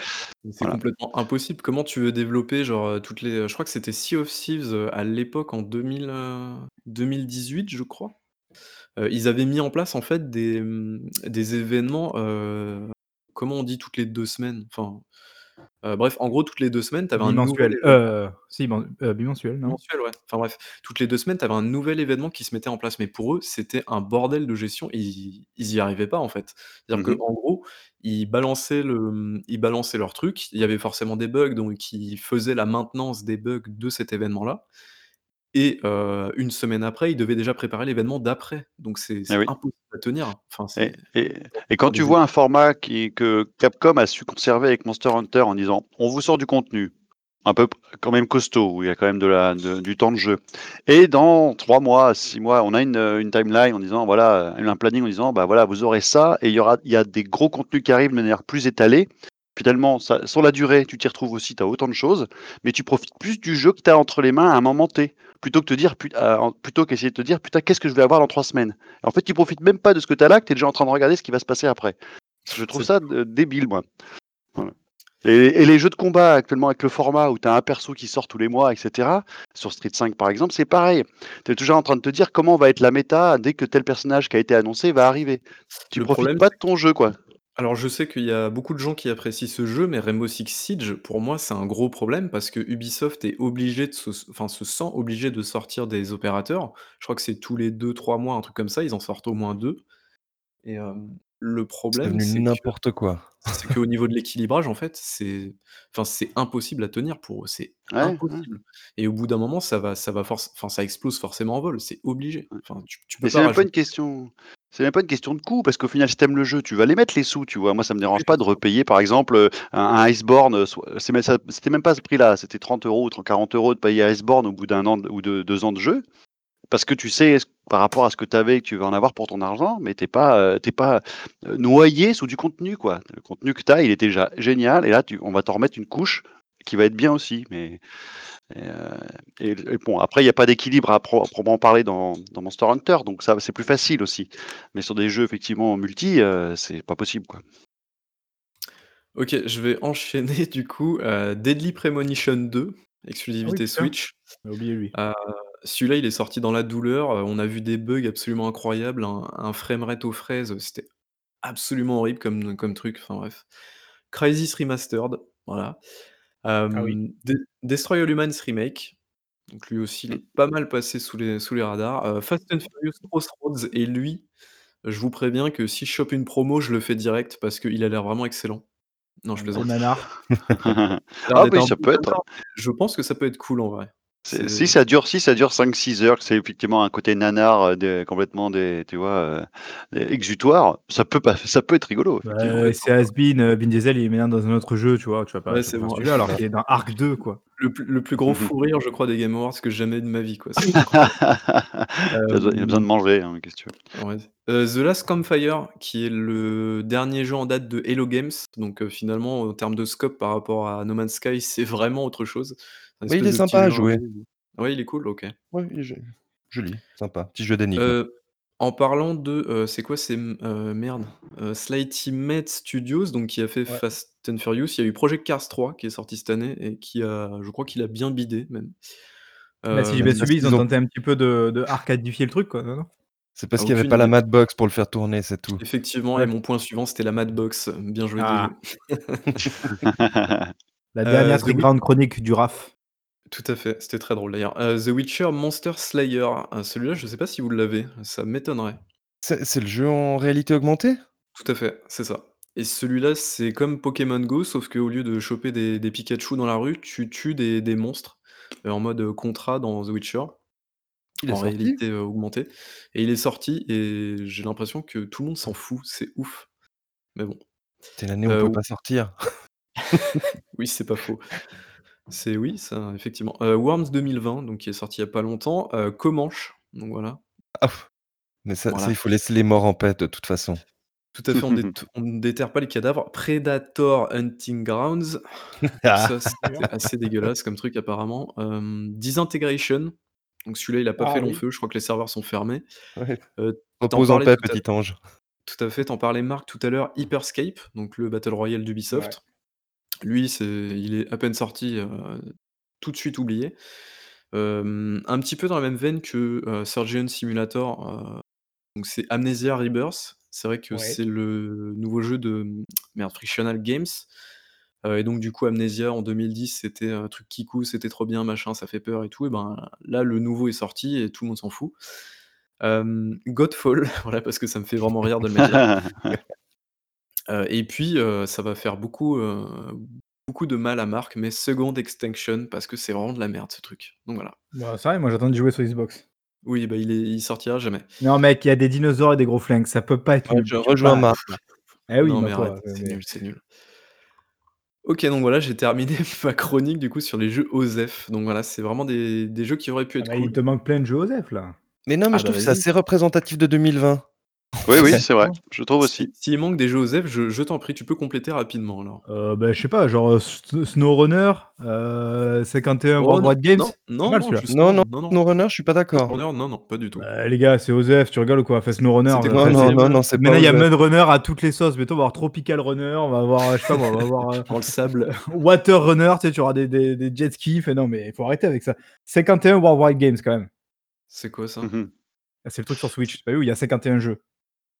Speaker 4: Mais C'est
Speaker 3: Voilà.
Speaker 4: complètement impossible. Comment tu veux développer genre euh, toutes les. Je crois que c'était Sea of Thieves euh, à l'époque en 2000, euh, 2018, je crois. Euh, ils avaient mis en place en fait des, hum, des événements. euh, comment on dit toutes les deux semaines Enfin, Euh, bref, en gros, toutes les deux semaines, tu avais un
Speaker 1: Bimensuel.
Speaker 4: nouvel-
Speaker 1: Euh, si, ben- euh, bimensuel,
Speaker 3: hein.
Speaker 1: non
Speaker 4: mensuel, ouais. Enfin bref, toutes les deux semaines, tu avais un nouvel événement qui se mettait en place. Mais pour eux, c'était un bordel de gestion. Ils, ils y arrivaient pas, en fait. C'est-à-dire
Speaker 3: Mhm.
Speaker 4: qu'en gros, ils balançaient, le, mmh, ils balançaient leur truc. Il y avait forcément des bugs, donc ils faisaient la maintenance des bugs de cet événement-là. Et euh, une semaine après, ils devaient déjà préparer l'événement d'après. Donc c'est c'est
Speaker 3: Ah oui.
Speaker 4: impossible à tenir. Enfin, c'est-
Speaker 3: Et, et quand tu vois un format qui, que Capcom a su conserver avec Monster Hunter en disant on vous sort du contenu, un peu quand même costaud, où il y a quand même de la, de- du temps de jeu, et dans trois mois, six mois, on a une, euh, une timeline en disant voilà, un planning en disant bah voilà, vous aurez ça, et il y aura il y a des gros contenus qui arrivent de manière plus étalée. Finalement, ça, sur la durée, tu t'y retrouves aussi, tu as autant de choses, mais tu profites plus du jeu que tu as entre les mains à un moment T, plutôt que te dire, put- euh, en- plutôt qu'essayer de te dire, putain, qu'est-ce que je vais avoir dans trois semaines en fait, tu profites même pas de ce que tu as là, que tu es déjà en train de regarder ce qui va se passer après. Je trouve ça euh, débile, moi. Voilà. Et, et les jeux de combat actuellement avec le format où tu as un perso qui sort tous les mois, etc., sur Street 5 par exemple, c'est pareil. Tu es toujours en train de te dire comment va être la méta dès que tel personnage qui a été annoncé va arriver. Tu
Speaker 4: Le
Speaker 3: profites
Speaker 4: problème,
Speaker 3: pas de ton jeu, quoi.
Speaker 4: Alors je sais qu'il y a beaucoup de gens qui apprécient ce jeu, mais Rainbow Six Siege, pour moi, c'est un gros problème parce que Ubisoft est obligé de se, enfin, se sent obligé de sortir des opérateurs. Je crois que c'est tous les 2-3 mois, un truc comme ça, ils en sortent au moins deux. Et euh, le
Speaker 2: C'est
Speaker 4: problème,
Speaker 2: devenu
Speaker 4: c'est que-
Speaker 2: n'importe quoi.
Speaker 4: c'est qu'au niveau de l'équilibrage, en fait, c'est enfin, c'est impossible à tenir pour eux. C'est
Speaker 3: Ouais,
Speaker 4: impossible. Et au bout d'un moment, ça va, ça va force, enfin, ça explose forcément en vol. C'est obligé. Enfin, tu, tu peux
Speaker 3: Mais c'est
Speaker 4: pas
Speaker 3: même pas une
Speaker 4: rajouter.
Speaker 3: question. C'est même pas une question de coût, parce qu'au final, si t'aimes le jeu, tu vas les mettre les sous, tu vois. Moi, ça me dérange pas de repayer, par exemple, euh, un, un Iceborne. euh, soit- c'est même- ça- C'était même pas ce prix-là, c'était 30 euros ou 30, 40 euros de payer Iceborne au bout d'un an de- ou de deux ans de jeu, parce que tu sais, ce- par rapport à ce que tu avais, que tu vas en avoir pour ton argent, mais t'es pas, euh, t'es pas euh, noyé sous du contenu, quoi. Le contenu que t'as, il est déjà génial, et là, tu, on va t'en remettre une couche qui va être bien aussi, mais et, euh, et- et bon, après, il n'y a pas d'équilibre à, pro- à proprement parler dans, dans Monster Hunter, donc ça, c'est plus facile aussi. Mais sur des jeux effectivement multi, euh, c'est pas possible. Quoi.
Speaker 4: Ok, je vais enchaîner du coup. euh, Deadly Premonition 2,
Speaker 1: Ah
Speaker 4: exclusivité
Speaker 1: putain.
Speaker 4: Switch.
Speaker 1: J'ai oublié lui.
Speaker 4: Celui-là, il est sorti dans la douleur. euh, On a vu des bugs absolument incroyables, un, un framerate aux fraises. C'était absolument horrible comme, comme truc. Enfin bref. Crisis Remastered, voilà. Euh,
Speaker 1: Ah oui.
Speaker 4: De- Destroy All Humans Remake. Donc lui aussi, il est pas mal passé sous les, sous les radars. Euh, Fast and Furious Crossroads et lui, je vous préviens que si je chope une promo, je le fais direct parce qu'il a l'air vraiment excellent. Non, je
Speaker 1: Gros
Speaker 4: plaisante.
Speaker 1: nanar.
Speaker 3: ah
Speaker 4: Il a l'air d'être
Speaker 3: oui,
Speaker 4: un
Speaker 3: ça
Speaker 4: bon
Speaker 3: peut être.
Speaker 4: nanar, mais Je pense que ça peut être cool en vrai.
Speaker 3: C'est-
Speaker 4: C'est-
Speaker 3: Si ça dure, si ça dure 5-6 heures, que c'est effectivement un côté nanar euh, des- complètement des, tu vois, euh, des- exutoire, ça peut, pas, ça peut être rigolo. effectivement.
Speaker 1: Euh, c'est Asbin, euh, Vin Diesel, il est maintenant dans un autre jeu, tu vois. Tu vas pas. tu
Speaker 4: Ouais,
Speaker 1: vas
Speaker 4: c'est
Speaker 1: pas
Speaker 4: bon.
Speaker 1: celui-là, alors qu'il est dans Arc 2, quoi.
Speaker 4: le, plus- le plus gros
Speaker 3: Mhm.
Speaker 4: fou rire, je crois, des Game Awards que j'ai jamais eu de ma vie. Quoi. C'est
Speaker 3: il, a besoin, il a besoin de manger, hein, qu'est-ce que tu veux.
Speaker 4: Ouais. Euh, The Last Campfire, qui est le dernier jeu en date de Hello Games. Donc euh, finalement, en termes de scope par rapport à No Man's Sky, c'est vraiment autre chose. Un
Speaker 2: Oui, il est
Speaker 4: espèce de petit
Speaker 2: sympa à
Speaker 4: jeu
Speaker 2: jouer.
Speaker 4: indé. Ouais, il est cool, ok.
Speaker 2: Ouais, il est joli. joli, sympa. Petit jeu d'énigme.
Speaker 4: Euh, en parlant de, euh, c'est quoi ces euh, merde, euh, Slighty Met Studios, donc qui a fait
Speaker 2: Ouais.
Speaker 4: Fast and Furious, il y a eu Project Cars 3 qui est sorti cette année et qui a, je crois qu'il a bien bidé même.
Speaker 1: Là, Bah, si j'ai
Speaker 4: Euh,
Speaker 1: bien
Speaker 2: parce
Speaker 1: suivi, ils ont
Speaker 2: qu'ils ont-
Speaker 1: tenté un petit peu de, de arcadifier le truc, quoi. non, non
Speaker 2: C'est parce
Speaker 4: Ah,
Speaker 2: qu'il n'y avait
Speaker 4: aucune
Speaker 2: pas la
Speaker 4: idée.
Speaker 2: Madbox pour le faire tourner, c'est tout.
Speaker 4: Effectivement, et
Speaker 1: Ouais.
Speaker 4: mon point suivant, c'était la Madbox. Bien joué,
Speaker 1: Ah.
Speaker 4: Diego.
Speaker 1: La
Speaker 4: Euh,
Speaker 1: dernière
Speaker 4: The
Speaker 1: très
Speaker 4: Wit-
Speaker 1: grande chronique du RAF.
Speaker 4: Tout à fait, c'était très drôle d'ailleurs. Euh, The Witcher Monster Slayer, Euh, celui-là, je sais pas si vous l'avez, ça m'étonnerait.
Speaker 2: C'est c'est le jeu en réalité augmentée
Speaker 4: Tout à fait, c'est ça. Et celui-là, c'est comme Pokémon Go, sauf qu'au lieu de choper des, des Pikachu dans la rue, tu tues des, des monstres euh, en mode euh, contrat dans The Witcher,
Speaker 2: Il est
Speaker 4: en
Speaker 2: sorti
Speaker 4: réalité euh, augmentée. Et il est sorti, et j'ai l'impression que tout le monde s'en fout, c'est ouf. Mais bon,
Speaker 2: C'est l'année où on
Speaker 4: Euh,
Speaker 2: peut
Speaker 4: ou-
Speaker 2: pas sortir.
Speaker 4: oui, c'est pas faux. C'est oui, ça, effectivement. Euh, Worms 2020, donc qui est sorti il y a pas longtemps. Euh, Comanche, donc voilà.
Speaker 2: Ah, pff. mais ça,
Speaker 4: Voilà.
Speaker 2: ça, il faut laisser les morts en paix de toute façon.
Speaker 4: Tout à fait, on, dét- on ne déterre pas les cadavres. Predator Hunting Grounds,
Speaker 2: Ah,
Speaker 4: ça c'est assez dégueulasse comme truc apparemment. Euh, Disintegration, donc celui-là il a pas
Speaker 1: Ah
Speaker 4: fait long
Speaker 1: oui.
Speaker 4: feu, je crois que les serveurs sont fermés.
Speaker 2: ouais.
Speaker 4: Euh,
Speaker 2: Repose
Speaker 4: t'en
Speaker 2: en
Speaker 4: parlais
Speaker 2: paix,
Speaker 4: tout à-
Speaker 2: petit ange.
Speaker 4: Tout à fait, t'en parlais Marc tout à l'heure, Hyperscape, donc le Battle Royale d'Ubisoft. Lui, c'est, il est à peine sorti, euh, tout de suite oublié. Euh, un petit peu dans la même veine que euh, Surgeon Simulator, euh, donc c'est Amnesia Rebirth. C'est vrai que
Speaker 1: Ouais.
Speaker 4: c'est le nouveau jeu de merde, Frictional Games. Euh, et donc, du coup, Amnesia en 2010, c'était un truc qui coûte, c'était trop bien, machin, ça fait peur et tout. Et ben là, le nouveau est sorti et tout le monde s'en fout. Euh, Godfall, voilà, parce que ça me fait vraiment rire de le mettre là. Euh, et puis, euh, ça va faire beaucoup, euh, beaucoup de mal à Marc, mais Second Extinction, parce que c'est vraiment de la merde ce truc. Donc voilà.
Speaker 1: Bah, c'est vrai, moi j'attends de jouer sur Xbox.
Speaker 4: Oui, bah, il, est, il sortira jamais.
Speaker 1: Non, mec, il y a des dinosaures et des gros flingues, ça peut pas être.
Speaker 2: Ouais,
Speaker 1: nul.
Speaker 2: je
Speaker 1: Tu peux
Speaker 2: rejoins
Speaker 1: pas-
Speaker 2: Marc.
Speaker 1: Eh oui,
Speaker 4: non,
Speaker 1: bah,
Speaker 4: mais
Speaker 1: toi,
Speaker 4: arrête,
Speaker 1: euh,
Speaker 4: c'est
Speaker 1: mais-
Speaker 4: nul, c'est nul. Ok, donc voilà, j'ai terminé ma chronique du coup sur les jeux OZEF. Donc voilà, c'est vraiment des, des jeux qui auraient pu
Speaker 1: Ah
Speaker 4: être
Speaker 1: bah,
Speaker 4: cool.
Speaker 1: Il te manque plein de jeux Joseph là.
Speaker 2: Mais non, mais
Speaker 4: Ah
Speaker 2: je
Speaker 4: bah,
Speaker 2: trouve ça
Speaker 4: vas-y.
Speaker 2: assez représentatif de 2020.
Speaker 3: Oui, oui, c'est vrai. Je trouve aussi.
Speaker 4: Si- S'il manque des jeux OZEF, je, je t'en prie, tu peux compléter rapidement alors.
Speaker 1: Euh, bah, je sais pas, genre euh, S- SnowRunner, euh, 51 World
Speaker 3: Oh,
Speaker 1: Wide Games.
Speaker 4: Non, non,
Speaker 1: mal,
Speaker 4: non,
Speaker 1: celui-là.
Speaker 4: justement,
Speaker 2: Non,
Speaker 4: non, non.
Speaker 2: No Runner, je suis pas d'accord.
Speaker 4: Non, non, non, pas du tout.
Speaker 1: Bah, les gars, c'est Osef, tu rigoles ou quoi Enfin, SnowRunner.
Speaker 4: C'était
Speaker 1: euh,
Speaker 4: quoi,
Speaker 2: Non,
Speaker 1: enfin,
Speaker 2: non,
Speaker 1: c'est-
Speaker 2: non, non, c'est pas.
Speaker 1: Maintenant, il y a
Speaker 2: Joseph.
Speaker 1: Mudrunner à toutes les sauces. Bientôt, on va avoir Tropical Runner, on va avoir, euh, je sais pas, moi, on va avoir euh,
Speaker 4: Dans le sable.
Speaker 1: Water Runner, tu sais, tu auras des, des, des jet skis. Fait, non, mais il faut arrêter avec ça. 51 World Wide Games quand même.
Speaker 4: C'est quoi ça
Speaker 3: Mhm.
Speaker 1: Ah, C'est le truc sur Switch, c'est pas où il y a 51 jeux.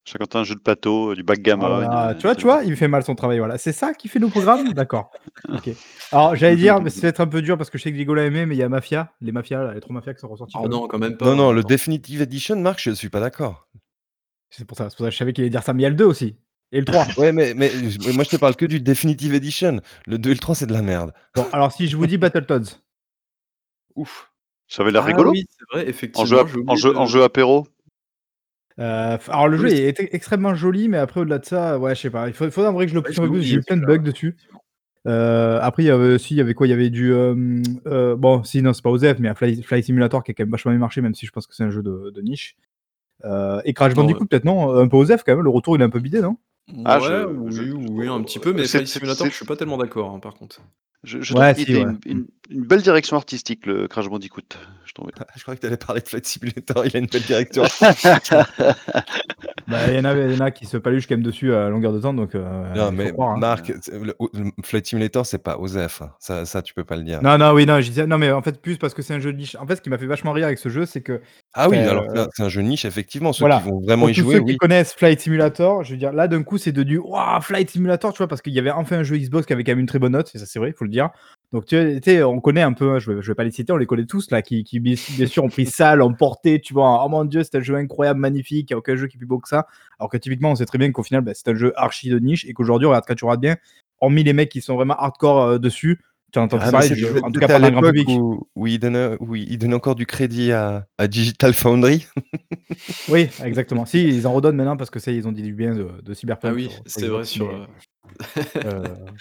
Speaker 3: Chacun a un jeu de plateau, du
Speaker 4: Oh
Speaker 3: backgammon.
Speaker 1: Voilà,
Speaker 4: Ah,
Speaker 3: euh,
Speaker 1: tu vois, tu vois, il fait mal son travail. Voilà, c'est ça qui fait nos programmes, d'accord. Ok. Alors, j'allais dire, mais c'est peut-être un peu dur parce que je sais que Ligola aimé, mais il y a Mafia, les mafias, là, les trois mafias qui sont ressortis.
Speaker 4: Oh non, quand même pas.
Speaker 2: Non, non, le Definitive Edition, Marc, je suis pas d'accord.
Speaker 1: C'est pour ça, c'est pour ça que je savais qu'il allait dire ça. Mais il y a le 2 aussi et le 3.
Speaker 2: Ouais, mais, mais mais moi, je te parle que du Definitive Edition. Le 2 et le 3, c'est de la merde.
Speaker 1: Bon, alors si je vous dis Battletoads.
Speaker 2: Ouf.
Speaker 3: Ça avait l'air
Speaker 4: Ah
Speaker 3: rigolo.
Speaker 4: oui, c'est vrai, effectivement.
Speaker 3: en, jeu,
Speaker 4: j'ai oublié
Speaker 3: en, jeu,
Speaker 4: de-
Speaker 3: en jeu apéro.
Speaker 1: Euh, f- alors le jeu
Speaker 4: Oui,
Speaker 1: est e- extrêmement joli, mais après au-delà de ça, ouais, je sais pas. Il faut- faudra en vrai que je le pousse
Speaker 4: je
Speaker 1: un peu
Speaker 4: l'ai
Speaker 1: plus. J'ai eu
Speaker 4: oublié,
Speaker 1: plein de bugs
Speaker 4: celui-là.
Speaker 1: dessus. Euh, après, il y avait, si, il y avait quoi Il y avait du. euh, euh, bon, si, non, c'est pas OZEF, mais un Fly, Fly Simulator qui a quand même vachement bien marché, même si je pense que c'est un jeu de, de niche. Euh, et Crash
Speaker 4: Non,
Speaker 1: Bandicoot, peut-être, non Un peu OZEF quand même. Le retour, il est un peu bidé, non
Speaker 3: Ah,
Speaker 4: ouais,
Speaker 3: je-
Speaker 4: oui,
Speaker 3: je-
Speaker 4: oui, un petit peu, mais
Speaker 3: C'est-
Speaker 4: Flight
Speaker 3: c'est-
Speaker 4: Simulator,
Speaker 3: c'est-
Speaker 4: je suis pas tellement d'accord, hein, par contre.
Speaker 3: Je, je
Speaker 1: Ouais,
Speaker 3: trouve
Speaker 1: si,
Speaker 3: qu'il était
Speaker 1: ouais.
Speaker 3: une, une- une belle direction artistique, le Crash Bandicoot. Je trouvais.
Speaker 2: Je crois que tu allais parler de Flight Simulator. Il a une belle direction.
Speaker 1: Bah, Il y, en a- il y en a qui se paluchent quand même dessus à longueur de temps, donc. euh, il
Speaker 2: non,
Speaker 1: faut
Speaker 2: mais
Speaker 1: croire, hein.
Speaker 2: Marc, c'est- le, le Flight Simulator, c'est pas OZEF. hein. Ça, ça, tu peux pas le dire.
Speaker 1: Non, non, oui, non, je disais, non, mais en fait, plus parce que c'est un jeu de niche. En fait, ce qui m'a fait vachement rire avec ce jeu, c'est que
Speaker 2: Ah oui,
Speaker 1: Euh,
Speaker 2: alors que là, c'est un jeu niche, effectivement. Ceux
Speaker 1: voilà.
Speaker 2: qui vont vraiment
Speaker 1: Pour
Speaker 2: y
Speaker 1: tous
Speaker 2: jouer,
Speaker 1: ceux
Speaker 2: oui.
Speaker 1: qui connaissent Flight Simulator, je veux dire, là d'un coup, c'est devenu Waouh, Flight Simulator, tu vois, parce qu'il y avait enfin un jeu Xbox qui avait quand même une très bonne note, et ça c'est vrai, il faut le dire. Donc tu sais, tu sais, on connaît un peu, hein, je vais, je vais pas les citer, on les connaît tous là, qui, qui bien bien sûr ont pris ça, l'ont porté, tu vois, oh mon dieu, c'est un jeu incroyable, magnifique, il n'y a aucun jeu qui est plus beau que ça. Alors que typiquement, on sait très bien qu'au final, bah, c'est un jeu archi de niche, et qu'aujourd'hui, regarde, quand tu regardes bien, hormis les mecs qui sont vraiment hardcore euh, dessus, tu en entends
Speaker 2: Ah, mais
Speaker 1: parler,
Speaker 2: c'est-
Speaker 1: du jeu,
Speaker 2: c'était
Speaker 1: en tout cas
Speaker 2: à
Speaker 1: pas dans le grand
Speaker 2: l'époque
Speaker 1: public.
Speaker 2: où, où il donnait, où il donnait encore du crédit à, à Digital Foundry.
Speaker 1: Oui, exactement. si, ils en redonnent maintenant parce que ça, ils ont dit du bien de, de Cyberpunk.
Speaker 4: Ah oui,
Speaker 1: sur- sur
Speaker 4: c'est
Speaker 1: Xbox,
Speaker 4: vrai, sur.
Speaker 1: mais-
Speaker 4: euh,
Speaker 1: Euh,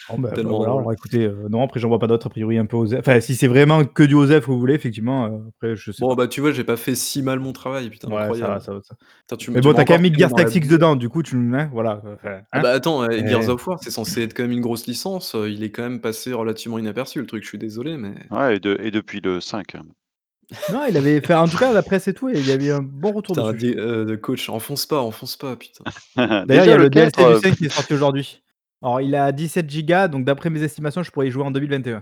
Speaker 1: bon, bah, bah,
Speaker 4: Tellement
Speaker 1: voilà,
Speaker 4: drôle.
Speaker 1: alors, écoutez, euh, non, après j'en vois pas d'autres, a priori un peu Osef. Enfin, si c'est vraiment que du Osef que vous voulez, effectivement, euh, après je sais
Speaker 4: Bon,
Speaker 1: pas.
Speaker 4: bah, tu vois, j'ai pas fait si mal mon travail, putain,
Speaker 1: Ouais, ça va,
Speaker 4: incroyable.
Speaker 1: ça va, ça va.
Speaker 4: Putain, tu,
Speaker 1: Mais
Speaker 4: tu
Speaker 1: bon,
Speaker 4: m'as
Speaker 1: t'as quand même
Speaker 4: encore
Speaker 1: mis
Speaker 4: pris
Speaker 1: Gears
Speaker 4: dans la
Speaker 1: Tactics
Speaker 4: boue.
Speaker 1: dedans, du coup, tu hein, voilà. enfin,
Speaker 4: Ah
Speaker 1: hein.
Speaker 4: bah attends, euh,
Speaker 2: Eh.
Speaker 4: Gears of War, c'est censé être quand même une grosse licence. euh, Il est quand même passé relativement inaperçu, le truc, je suis désolé, mais.
Speaker 3: Ouais, et, de- et depuis le 5. hein.
Speaker 1: Non, il avait fait, en tout cas, la presse et tout, et il y avait un bon retour
Speaker 4: Putain,
Speaker 1: dessus.
Speaker 4: des- euh, de coach, enfonce pas, enfonce pas, putain.
Speaker 1: D'ailleurs, il y
Speaker 3: Déjà, euh,
Speaker 1: a le DLC
Speaker 3: quatre,
Speaker 1: du 5 qui est sorti aujourd'hui. Alors, il a 17 gigas, donc d'après mes estimations, je pourrais y jouer en 2021.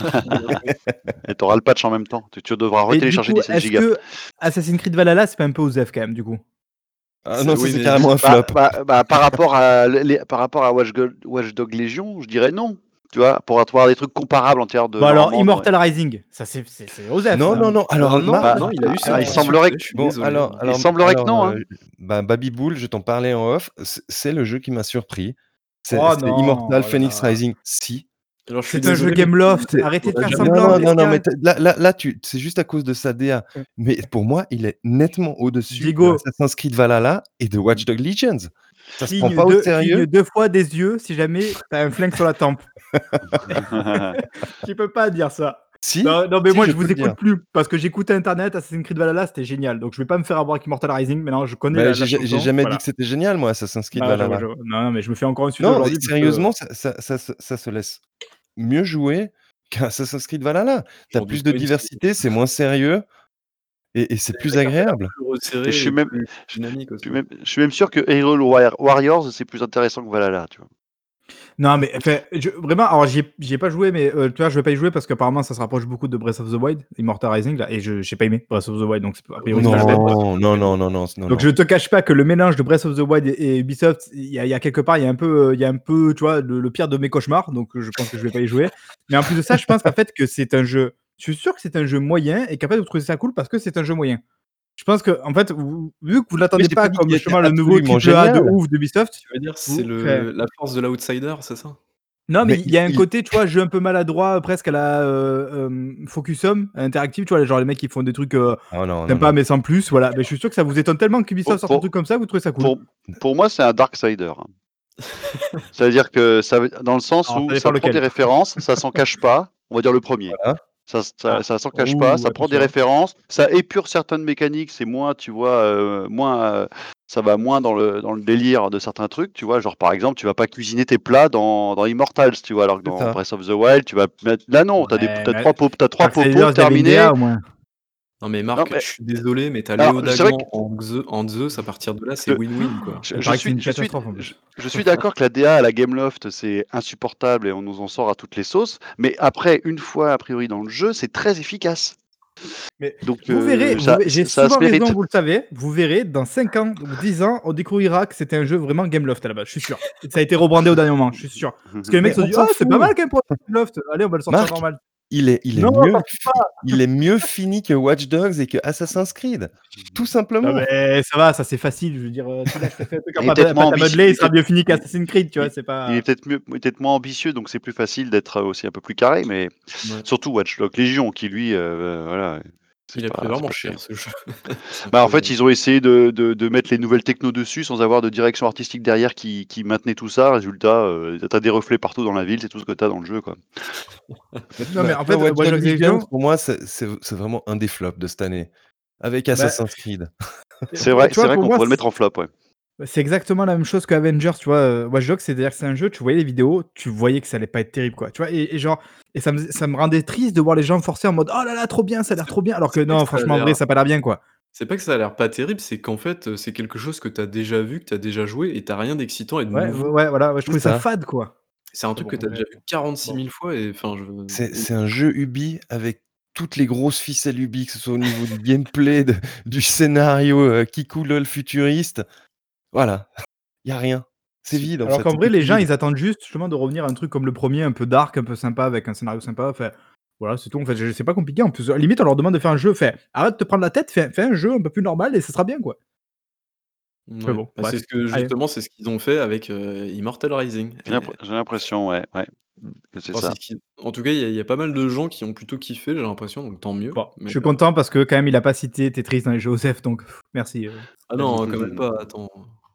Speaker 4: Ah
Speaker 3: Et t'auras le patch en même temps. Tu, tu devras
Speaker 1: Et du
Speaker 3: retélécharger
Speaker 1: coup,
Speaker 3: 17
Speaker 1: est-ce
Speaker 3: gigas.
Speaker 1: que Assassin's Creed Valhalla, c'est pas un peu Osef quand même, du coup
Speaker 2: Ah
Speaker 4: C'est-
Speaker 2: non,
Speaker 4: oui,
Speaker 2: ça, c'est
Speaker 4: mais-
Speaker 2: carrément un
Speaker 3: Bah,
Speaker 2: flop.
Speaker 3: bah- bah, par rapport à, les- par rapport à Watch, Go- Watch Dog Legion, je dirais non. Tu vois, pour avoir des trucs comparables en termes de.
Speaker 1: Bon, Bah, alors,
Speaker 3: normande,
Speaker 1: Immortal Rising, ça c'est Osef.
Speaker 2: non, non, non. Alors,
Speaker 4: Ah non,
Speaker 2: Marc-
Speaker 4: non, il a eu ça.
Speaker 3: ah, il
Speaker 4: je suis
Speaker 3: semblerait
Speaker 4: désolé, je suis
Speaker 2: Bon,
Speaker 4: désolé.
Speaker 2: alors, alors,
Speaker 3: semblerait que
Speaker 2: alors,
Speaker 3: non, hein.
Speaker 2: euh, bah, Baby Bull, je t'en parlais en off, c'est- c'est le jeu qui m'a surpris. C'est
Speaker 1: Oh
Speaker 2: c'est
Speaker 1: non,
Speaker 2: Immortal
Speaker 1: oh là
Speaker 2: Phoenix
Speaker 1: là.
Speaker 2: Rising. Si.
Speaker 4: Alors, je suis
Speaker 1: C'est un jeu
Speaker 4: désolé, mais-
Speaker 1: Gameloft,
Speaker 2: c'est-
Speaker 1: arrêtez de
Speaker 4: Non,
Speaker 1: faire
Speaker 4: non,
Speaker 2: Non,
Speaker 1: semblant.
Speaker 2: non,
Speaker 1: les
Speaker 2: non, non,
Speaker 1: gars.
Speaker 2: mais t'as- là, là, là, tu, c'est juste à cause de sa DA.
Speaker 1: Ouais.
Speaker 2: Mais pour moi, il est nettement au-dessus
Speaker 1: Digo.
Speaker 2: d'Assassin's Creed Valhalla et de Watch Dogs Legions. Ça se prend
Speaker 1: Cligne
Speaker 2: pas au
Speaker 1: deux,
Speaker 2: sérieux.
Speaker 1: cligne deux fois des yeux si jamais t'as un flingue sur la tempe. Tu peux pas dire ça.
Speaker 2: Si,
Speaker 1: Non, non, mais
Speaker 2: si,
Speaker 1: moi je,
Speaker 2: je
Speaker 1: vous
Speaker 2: peux le
Speaker 1: écoute
Speaker 2: dire.
Speaker 1: plus parce que j'écoutais Internet, Assassin's Creed Valhalla, c'était génial. Donc je vais pas me faire avoir avec Immortal Rising. Maintenant, je connais.
Speaker 2: Bah,
Speaker 1: la- la
Speaker 2: j'ai j'ai- j'ai
Speaker 1: chanson,
Speaker 2: jamais
Speaker 1: voilà.
Speaker 2: dit que c'était génial, moi, Assassin's Creed
Speaker 1: Non, Bah, je-
Speaker 2: Valhalla.
Speaker 1: je- non, non, mais je me fais encore insulter
Speaker 2: Non,
Speaker 1: aujourd'hui. parce que-
Speaker 2: sérieusement, ça, ça- ça se- ça se laisse mieux jouer qu'un Assassin's Creed Valhalla. T'as
Speaker 4: Aujourd'hui,
Speaker 2: plus de
Speaker 4: oui, c'est-
Speaker 2: diversité, c'est moins sérieux et, et c'est plus
Speaker 4: la carte est la
Speaker 2: agréable.
Speaker 4: plus resserré
Speaker 3: Et je suis
Speaker 4: et
Speaker 3: même-
Speaker 4: plus dynamique aussi.
Speaker 3: Puis même- je suis même sûr que Hero Warriors, c'est plus intéressant que Valhalla. Tu vois.
Speaker 1: Non, mais enfin, je- vraiment, alors j'y ai- j'y ai pas joué, mais euh, tu vois, je vais pas y jouer parce qu'apparemment ça se rapproche beaucoup de Breath of the Wild, Immortal Rising, là, et je j'ai pas aimé Breath of the Wild, donc c'est a priori c'est pas le même.
Speaker 2: Non, non, non, non, non. non.
Speaker 1: Donc je te cache pas que le mélange de Breath of the Wild et, et Ubisoft, il y, a- il y a quelque part, il y a un peu, euh, il y a un peu, tu vois, le, le pire de mes cauchemars. Donc euh, je pense que je vais pas y jouer. Mais en plus de ça, je pense qu'en fait que c'est un jeu. Je suis sûr que c'est un jeu moyen et capable de trouver ça cool parce que c'est un jeu moyen. Je pense que en fait, vous- vu que vous l'attendez
Speaker 2: j'ai
Speaker 1: pas
Speaker 2: pas dit
Speaker 1: comme
Speaker 2: qu'il était
Speaker 1: justement le nouveau
Speaker 2: absolument
Speaker 1: triple A de
Speaker 2: génial.
Speaker 1: ouf d'Ubisoft,
Speaker 4: Tu veux dire, c'est
Speaker 1: Ouh,
Speaker 4: le-
Speaker 1: frère.
Speaker 4: la force de l'outsider, c'est ça
Speaker 1: non, mais
Speaker 2: Mais
Speaker 1: il y a un
Speaker 2: il-
Speaker 1: côté, tu vois, jeu un peu maladroit, presque à la euh, euh, Focusum, interactive, tu vois, genre les mecs qui font des trucs euh,
Speaker 2: Ah, non, non,
Speaker 1: sympas
Speaker 2: non.
Speaker 1: mais sans plus, voilà. Mais je suis sûr que ça vous étonne tellement qu'Ubisoft
Speaker 3: Oh Pour-
Speaker 1: sorte un
Speaker 3: pour-
Speaker 1: truc comme ça, vous trouvez ça cool.
Speaker 3: Pour, pour moi, c'est un Darksider. hein. C'est-à-dire que ça, veut- dans le sens
Speaker 1: Alors, ça
Speaker 3: où
Speaker 1: dépend
Speaker 3: ça prend
Speaker 1: lequel.
Speaker 3: des références, ça s'en cache pas. On va dire le premier.
Speaker 2: Voilà.
Speaker 3: Ça, ça, ça s'en cache
Speaker 1: Ah. Ouh,
Speaker 3: pas, ça prend des
Speaker 1: attention.
Speaker 3: références, ça épure certaines mécaniques, c'est moins, tu vois, euh, moins, euh, ça va moins dans le, dans le délire de certains trucs, tu vois. Genre, par exemple, tu vas pas cuisiner tes plats dans, dans Immortals, tu vois, alors que
Speaker 2: C'est
Speaker 3: dans
Speaker 2: ça.
Speaker 3: Breath of the Wild, tu vas mettre. Là, non, t'as des-
Speaker 1: Ouais,
Speaker 3: t'as
Speaker 1: mais-
Speaker 3: trois, pop- t'as trois
Speaker 1: Darksiders,
Speaker 3: popos
Speaker 1: il y avait une
Speaker 3: terminés.
Speaker 1: DA, au moins.
Speaker 4: Non, mais Marc,
Speaker 3: Non, mais-
Speaker 4: je suis désolé, mais t'as
Speaker 3: Alors,
Speaker 4: Léo
Speaker 3: c'est vrai
Speaker 4: Dagan en Xe- en Zeus, à partir de là, c'est
Speaker 3: Le-
Speaker 4: win-win, quoi.
Speaker 3: Je,
Speaker 1: Il
Speaker 3: je
Speaker 1: paraît que c'est
Speaker 3: suis,
Speaker 1: une
Speaker 3: je suis,
Speaker 1: catastrophe, en plus.
Speaker 3: je- je suis d'accord que la DA à la Gameloft, c'est insupportable et on nous en sort à toutes les sauces. Mais après, une fois, a priori, dans le jeu, c'est très efficace.
Speaker 1: Mais
Speaker 3: Donc,
Speaker 1: Vous
Speaker 3: euh,
Speaker 1: verrez, vous
Speaker 3: ça,
Speaker 1: ve- j'ai
Speaker 3: ça
Speaker 1: souvent
Speaker 3: se mérite.
Speaker 1: raison, vous le savez. Vous verrez, dans 5 ans ou 10 ans, on découvrira que c'était un jeu vraiment Gameloft à la base, je suis sûr. Et Ça a été rebrandé au dernier moment, je suis sûr. Parce que les mecs se
Speaker 2: Mais
Speaker 1: sont dit,
Speaker 2: on
Speaker 1: oh,
Speaker 2: s'en
Speaker 1: c'est
Speaker 2: fout.
Speaker 1: pas mal quand même pour Gameloft, allez, on va le sortir
Speaker 2: Marc,
Speaker 1: normal.
Speaker 3: Oh.
Speaker 2: Il est, il est
Speaker 1: Non,
Speaker 2: mieux,
Speaker 1: surtout pas.
Speaker 2: il est mieux fini que Watch Dogs et que Assassin's Creed. Tout simplement.
Speaker 1: Non, mais Ah, ben, ça va, ça c'est facile, je veux dire. euh, tu lâches, tu fais un truc en
Speaker 3: Il est
Speaker 1: pat-
Speaker 3: peut-être moins
Speaker 1: patte à modeler,
Speaker 3: ambitieux,
Speaker 1: il sera mieux fini qu'Assassin's Creed, tu vois, c'est pas.
Speaker 3: Il est peut-être mieux- peut-être moins ambitieux, donc c'est plus facile d'être euh, aussi un peu plus carré. Mais
Speaker 4: Ouais.
Speaker 3: surtout Watch Dogs Legion, qui lui, euh, voilà. c'est
Speaker 4: Il a
Speaker 3: pas-
Speaker 4: pris
Speaker 3: c'est
Speaker 4: vraiment
Speaker 3: pas
Speaker 4: cher,
Speaker 3: terrible.
Speaker 4: ce jeu. C'est un
Speaker 3: Bah, en
Speaker 4: peu-
Speaker 3: fait, ils ont essayé de, de- de mettre les nouvelles techno dessus sans avoir de direction artistique derrière qui, qui maintenait tout ça. Résultat, euh, t'as des reflets partout dans la ville, c'est tout ce que t'as dans le jeu. Quoi.
Speaker 1: Non, mais
Speaker 2: Bah,
Speaker 1: en
Speaker 2: tu
Speaker 1: fait,
Speaker 2: vois,
Speaker 1: euh, Watch
Speaker 2: Watch
Speaker 1: Dogs
Speaker 2: Dogs
Speaker 1: Legion,
Speaker 2: Legion, pour moi, c'est c'est- c'est vraiment un des flops de cette année.
Speaker 1: Bah,
Speaker 2: Avec Assassin's Creed.
Speaker 3: C'est vrai,
Speaker 1: euh, tu
Speaker 3: c'est
Speaker 1: vois,
Speaker 3: vrai
Speaker 1: pour
Speaker 3: qu'on
Speaker 1: moi,
Speaker 3: pourrait le mettre en flop. Ouais.
Speaker 1: C'est exactement la même chose que Avengers, tu vois. euh, Watch Dogs, c'est-à-dire que c'est un jeu, tu voyais les vidéos, tu voyais que ça allait pas être terrible, quoi. Tu vois, et, et genre, et ça me, ça me rendait triste de voir les gens forcer en mode, oh là là, trop bien, ça a l'air trop bien, alors que
Speaker 4: C'est
Speaker 1: non,
Speaker 4: extra
Speaker 1: franchement, en vrai,
Speaker 4: l'air.
Speaker 1: ça a pas l'air bien, quoi.
Speaker 4: C'est pas que ça a l'air pas terrible, c'est qu'en fait, euh, c'est quelque chose que t'as déjà vu, que t'as déjà joué, et t'as rien d'excitant et de
Speaker 1: Ouais,
Speaker 4: nouveau.
Speaker 1: ouais, voilà, ouais, je trouvais ça.
Speaker 2: ça.
Speaker 1: fade, quoi.
Speaker 4: C'est un truc que
Speaker 1: Bon,
Speaker 4: t'as
Speaker 1: mais-
Speaker 4: déjà vu 46 000 fois, et enfin, je...
Speaker 2: C'est c'est un jeu Ubi avec toutes les grosses ficelles Ubi, que ce soit au niveau du gameplay, de- du scénario euh, qui coule le futuriste. Voilà. Il n'y a rien. C'est vide. en
Speaker 1: alors
Speaker 2: fait,
Speaker 1: qu'en
Speaker 2: c'est
Speaker 1: vrai,
Speaker 2: tout
Speaker 1: les gens,
Speaker 2: vide.
Speaker 1: ils attendent juste, justement, de revenir à un truc comme le premier, un peu dark, un peu sympa, avec un scénario sympa. Enfin, voilà, c'est tout. En fait, je- c'est pas compliqué. En plus, à la limite, on leur demande de faire un jeu. Fait, arrête de te prendre la tête, fais, fais un jeu un peu plus normal et ça sera bien, quoi.
Speaker 4: Ouais.
Speaker 1: Mais bon,
Speaker 4: Bah,
Speaker 1: bref.
Speaker 4: c'est ce que
Speaker 1: Allez.
Speaker 4: justement, c'est ce qu'ils ont fait avec euh, Immortal Rising.
Speaker 3: J'ai
Speaker 4: Et-
Speaker 3: l'impr- j'ai l'impression, ouais, ouais, que c'est
Speaker 4: enfin,
Speaker 3: ça.
Speaker 4: c'est ce qui- En tout cas, il y, a- il y a pas mal de gens qui ont plutôt kiffé, j'ai l'impression, donc tant mieux.
Speaker 1: Bon, Bah, je
Speaker 4: mais,
Speaker 1: suis
Speaker 4: euh,
Speaker 1: content parce que, quand même, il a pas cité Tetris dans les jeux OSEF, donc pff, merci. euh.
Speaker 4: Ah non, quand même pas, attends.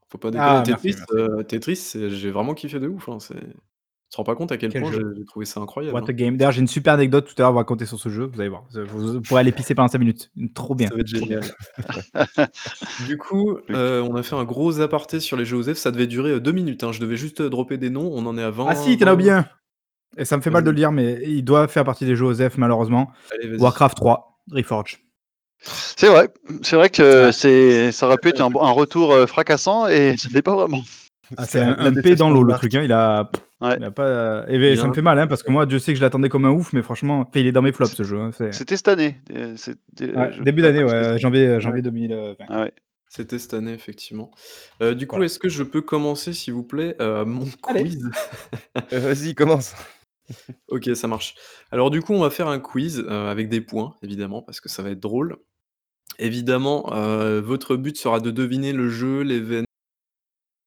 Speaker 4: Faut pas déconner.
Speaker 1: Ah, merci,
Speaker 4: Tetris, euh, Tetris, c'est- j'ai vraiment kiffé de ouf. hein, c'est- Tu te rends pas compte à quel,
Speaker 1: Quel
Speaker 4: point
Speaker 1: jeu.
Speaker 4: j'ai j'ai trouvé ça incroyable.
Speaker 1: What a
Speaker 4: hein.
Speaker 1: game. D'ailleurs, j'ai une super anecdote tout à l'heure à vous raconter sur ce jeu. Vous allez voir. Vous- Vous pourrez aller pisser pendant 5 minutes. Trop bien.
Speaker 4: Ça va être génial. du coup, euh, on a fait un gros aparté sur les jeux OSEF. Ça devait durer euh, deux minutes. hein, Je devais juste euh, dropper des noms. On en est à 20.
Speaker 1: Ah si, t'en as
Speaker 4: 20.
Speaker 1: bien. Et ça me fait mal de le dire, mais il doit faire partie des jeux OSEF, malheureusement.
Speaker 4: Allez, vas-y.
Speaker 1: Warcraft 3, Reforge.
Speaker 3: C'est vrai, c'est vrai que c'est, ça aurait pu être un, un retour euh, fracassant et ce n'est pas vraiment.
Speaker 1: Ah, c'est
Speaker 2: C'est
Speaker 1: un,
Speaker 2: la
Speaker 1: un P dans l'eau, le
Speaker 2: détestation
Speaker 1: truc. hein, Il a.
Speaker 3: Ouais.
Speaker 1: il a pas... Et ben, ça me
Speaker 4: Bien.
Speaker 1: fait mal, hein, parce que moi, Dieu sait que je l'attendais comme un ouf, mais franchement, il est dans mes flops ce jeu. hein, c'est-
Speaker 3: C'était cette année. euh, c'était-
Speaker 1: Ouais,
Speaker 3: je-
Speaker 1: début d'année, ouais, janvier, euh, janvier 2020.
Speaker 3: Ah ouais.
Speaker 4: C'était cette année, effectivement. Euh, du coup,
Speaker 1: Voilà.
Speaker 4: est-ce que je peux commencer, s'il vous plaît, euh, mon
Speaker 1: Allez.
Speaker 4: quiz
Speaker 2: Euh, Vas-y, commence.
Speaker 4: Ok, ça marche. Alors du coup, on va faire un quiz euh, avec des points, évidemment, parce que ça va être drôle. Évidemment, euh, votre but sera de deviner le jeu, l'événement,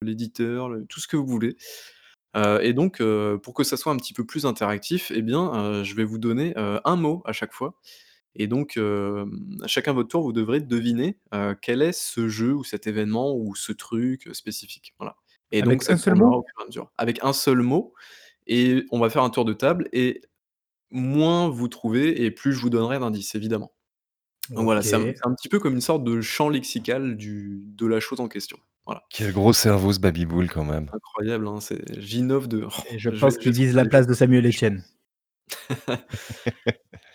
Speaker 4: l'éditeur, le- tout ce que vous voulez. Euh, et donc, euh, pour que ça soit un petit peu plus interactif, eh bien, euh, je vais vous donner euh, un mot à chaque fois. Et donc, euh, à chacun votre tour, vous devrez deviner euh, quel est ce jeu ou cet événement ou ce truc euh, spécifique. Voilà. Et
Speaker 1: Avec
Speaker 4: donc, ça
Speaker 1: un seul
Speaker 4: tournera
Speaker 1: mot
Speaker 4: au fur et à mesure. Avec un seul mot. Et on va faire un tour de table. Et moins vous trouvez et plus je vous donnerai d'indices, évidemment. Donc voilà, c'est un,
Speaker 1: Ok.
Speaker 4: c'est un petit peu comme une sorte de champ lexical du, de la chose en question. Voilà,
Speaker 2: Quel gros cerveau ce Babyboule quand même.
Speaker 4: incroyable, hein, c'est j'innove de. Oh,
Speaker 1: Et je
Speaker 4: vais-
Speaker 1: pense
Speaker 4: vais
Speaker 1: qu'ils disent la
Speaker 4: trouver.
Speaker 1: place de Samuel Etienne.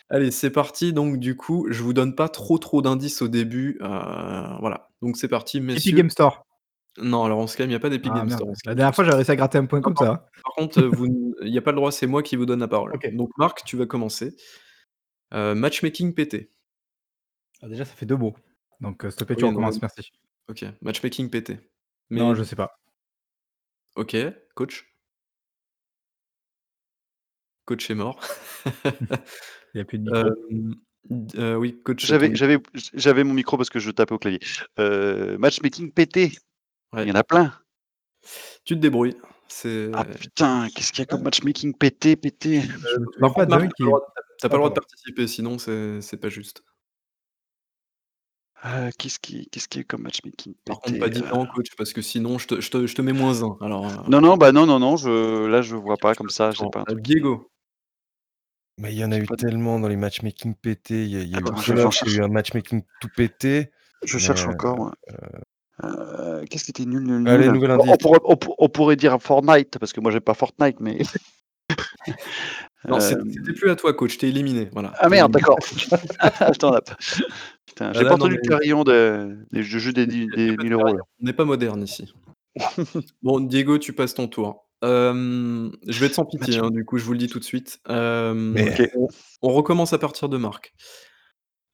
Speaker 4: Allez, c'est parti. Donc du coup, je vous donne pas trop trop d'indices au début. euh, voilà, donc c'est parti,
Speaker 1: Epic
Speaker 4: messieurs.
Speaker 1: Game Store.
Speaker 4: Non, alors on se calme, il n'y a pas d'Epic
Speaker 1: Ah,
Speaker 4: Game
Speaker 1: merde.
Speaker 4: Store. on se
Speaker 1: La
Speaker 4: calme.
Speaker 1: dernière fois, j'ai réussi à gratter un point comme ça.
Speaker 4: Par contre, euh, vous n- il n'y a pas le droit, c'est moi qui vous donne la parole.
Speaker 1: Ok.
Speaker 4: Donc Marc, tu vas commencer. Euh, matchmaking PT.
Speaker 1: Ah, déjà, ça fait deux mots. Donc, euh, s'il te plaît, tu
Speaker 4: Oui,
Speaker 1: recommences,
Speaker 4: non.
Speaker 1: merci.
Speaker 4: Ok, matchmaking PT. Mais
Speaker 1: Non, je sais pas.
Speaker 4: ok, coach. Coach est mort.
Speaker 1: Il n'y a plus de micro.
Speaker 4: Euh, euh, oui, coach.
Speaker 3: J'avais,
Speaker 4: ton-
Speaker 3: j'avais, j'avais mon micro parce que je tapais au clavier. Euh, matchmaking pété.
Speaker 4: Ouais.
Speaker 3: Il y en a plein.
Speaker 4: Tu te débrouilles. C'est. euh,
Speaker 3: Ah putain, qu'est-ce qu'il y a comme matchmaking pété, pété
Speaker 1: Je
Speaker 4: Par
Speaker 1: pas
Speaker 4: contre, Marc,
Speaker 1: dingue
Speaker 4: t'as
Speaker 1: qui-
Speaker 4: pas le droit de- t'as pas
Speaker 1: Ah,
Speaker 4: le droit de
Speaker 1: pardon.
Speaker 4: participer, sinon c'est c'est pas juste.
Speaker 3: Euh, Qu'est-ce qui, qu'est-ce qu'il y a eu comme matchmaking pété
Speaker 4: Par contre, pas
Speaker 3: euh
Speaker 4: différent, coach, parce que sinon je te, je te- je te mets moins un. Alors. euh,
Speaker 3: Non, non, bah non, non, non. Je, là, je vois pas comme ça. Je sais
Speaker 4: attends,
Speaker 3: pas. un
Speaker 4: euh,
Speaker 3: truc.
Speaker 4: Diego.
Speaker 2: Mais il y en a eu
Speaker 3: pas de-
Speaker 2: tellement dans les matchmaking pétés. Il y a, il y a eu
Speaker 3: Attends, je-
Speaker 2: Call of,
Speaker 3: j'en
Speaker 2: il y a eu un matchmatching tout pété.
Speaker 3: Je
Speaker 2: Mais,
Speaker 3: cherche
Speaker 2: euh,
Speaker 3: encore. moi. Euh, qu'est-ce qui était nul, nul,
Speaker 2: Allez,
Speaker 3: nul
Speaker 2: nouvel
Speaker 3: On- on,
Speaker 2: indice.
Speaker 3: pourrait, on pour- on pourrait dire Fortnite parce que moi, j'aime pas Fortnite, mais.
Speaker 4: Non, c'est-
Speaker 3: Euh,
Speaker 4: c'était plus à toi, coach. T'es éliminé. Voilà.
Speaker 3: Ah
Speaker 4: T'es
Speaker 3: merde,
Speaker 4: éliminé.
Speaker 3: d'accord. Ah, je t'en tape. Putain, j'ai
Speaker 4: là,
Speaker 3: pas
Speaker 4: Ah, non,
Speaker 3: entendu
Speaker 4: mais-
Speaker 3: le carillon de, des jeux jeux des, dix-
Speaker 4: Il y a
Speaker 3: des
Speaker 4: pas de
Speaker 3: 1000 euros. là.
Speaker 4: On n'est pas moderne ici. bon, Diego, tu passes ton tour. Euh, je vais être sans pitié, hein, du coup, je vous le dis tout de suite. Euh,
Speaker 2: Mais-
Speaker 3: Ok.
Speaker 4: On recommence à partir de Marc.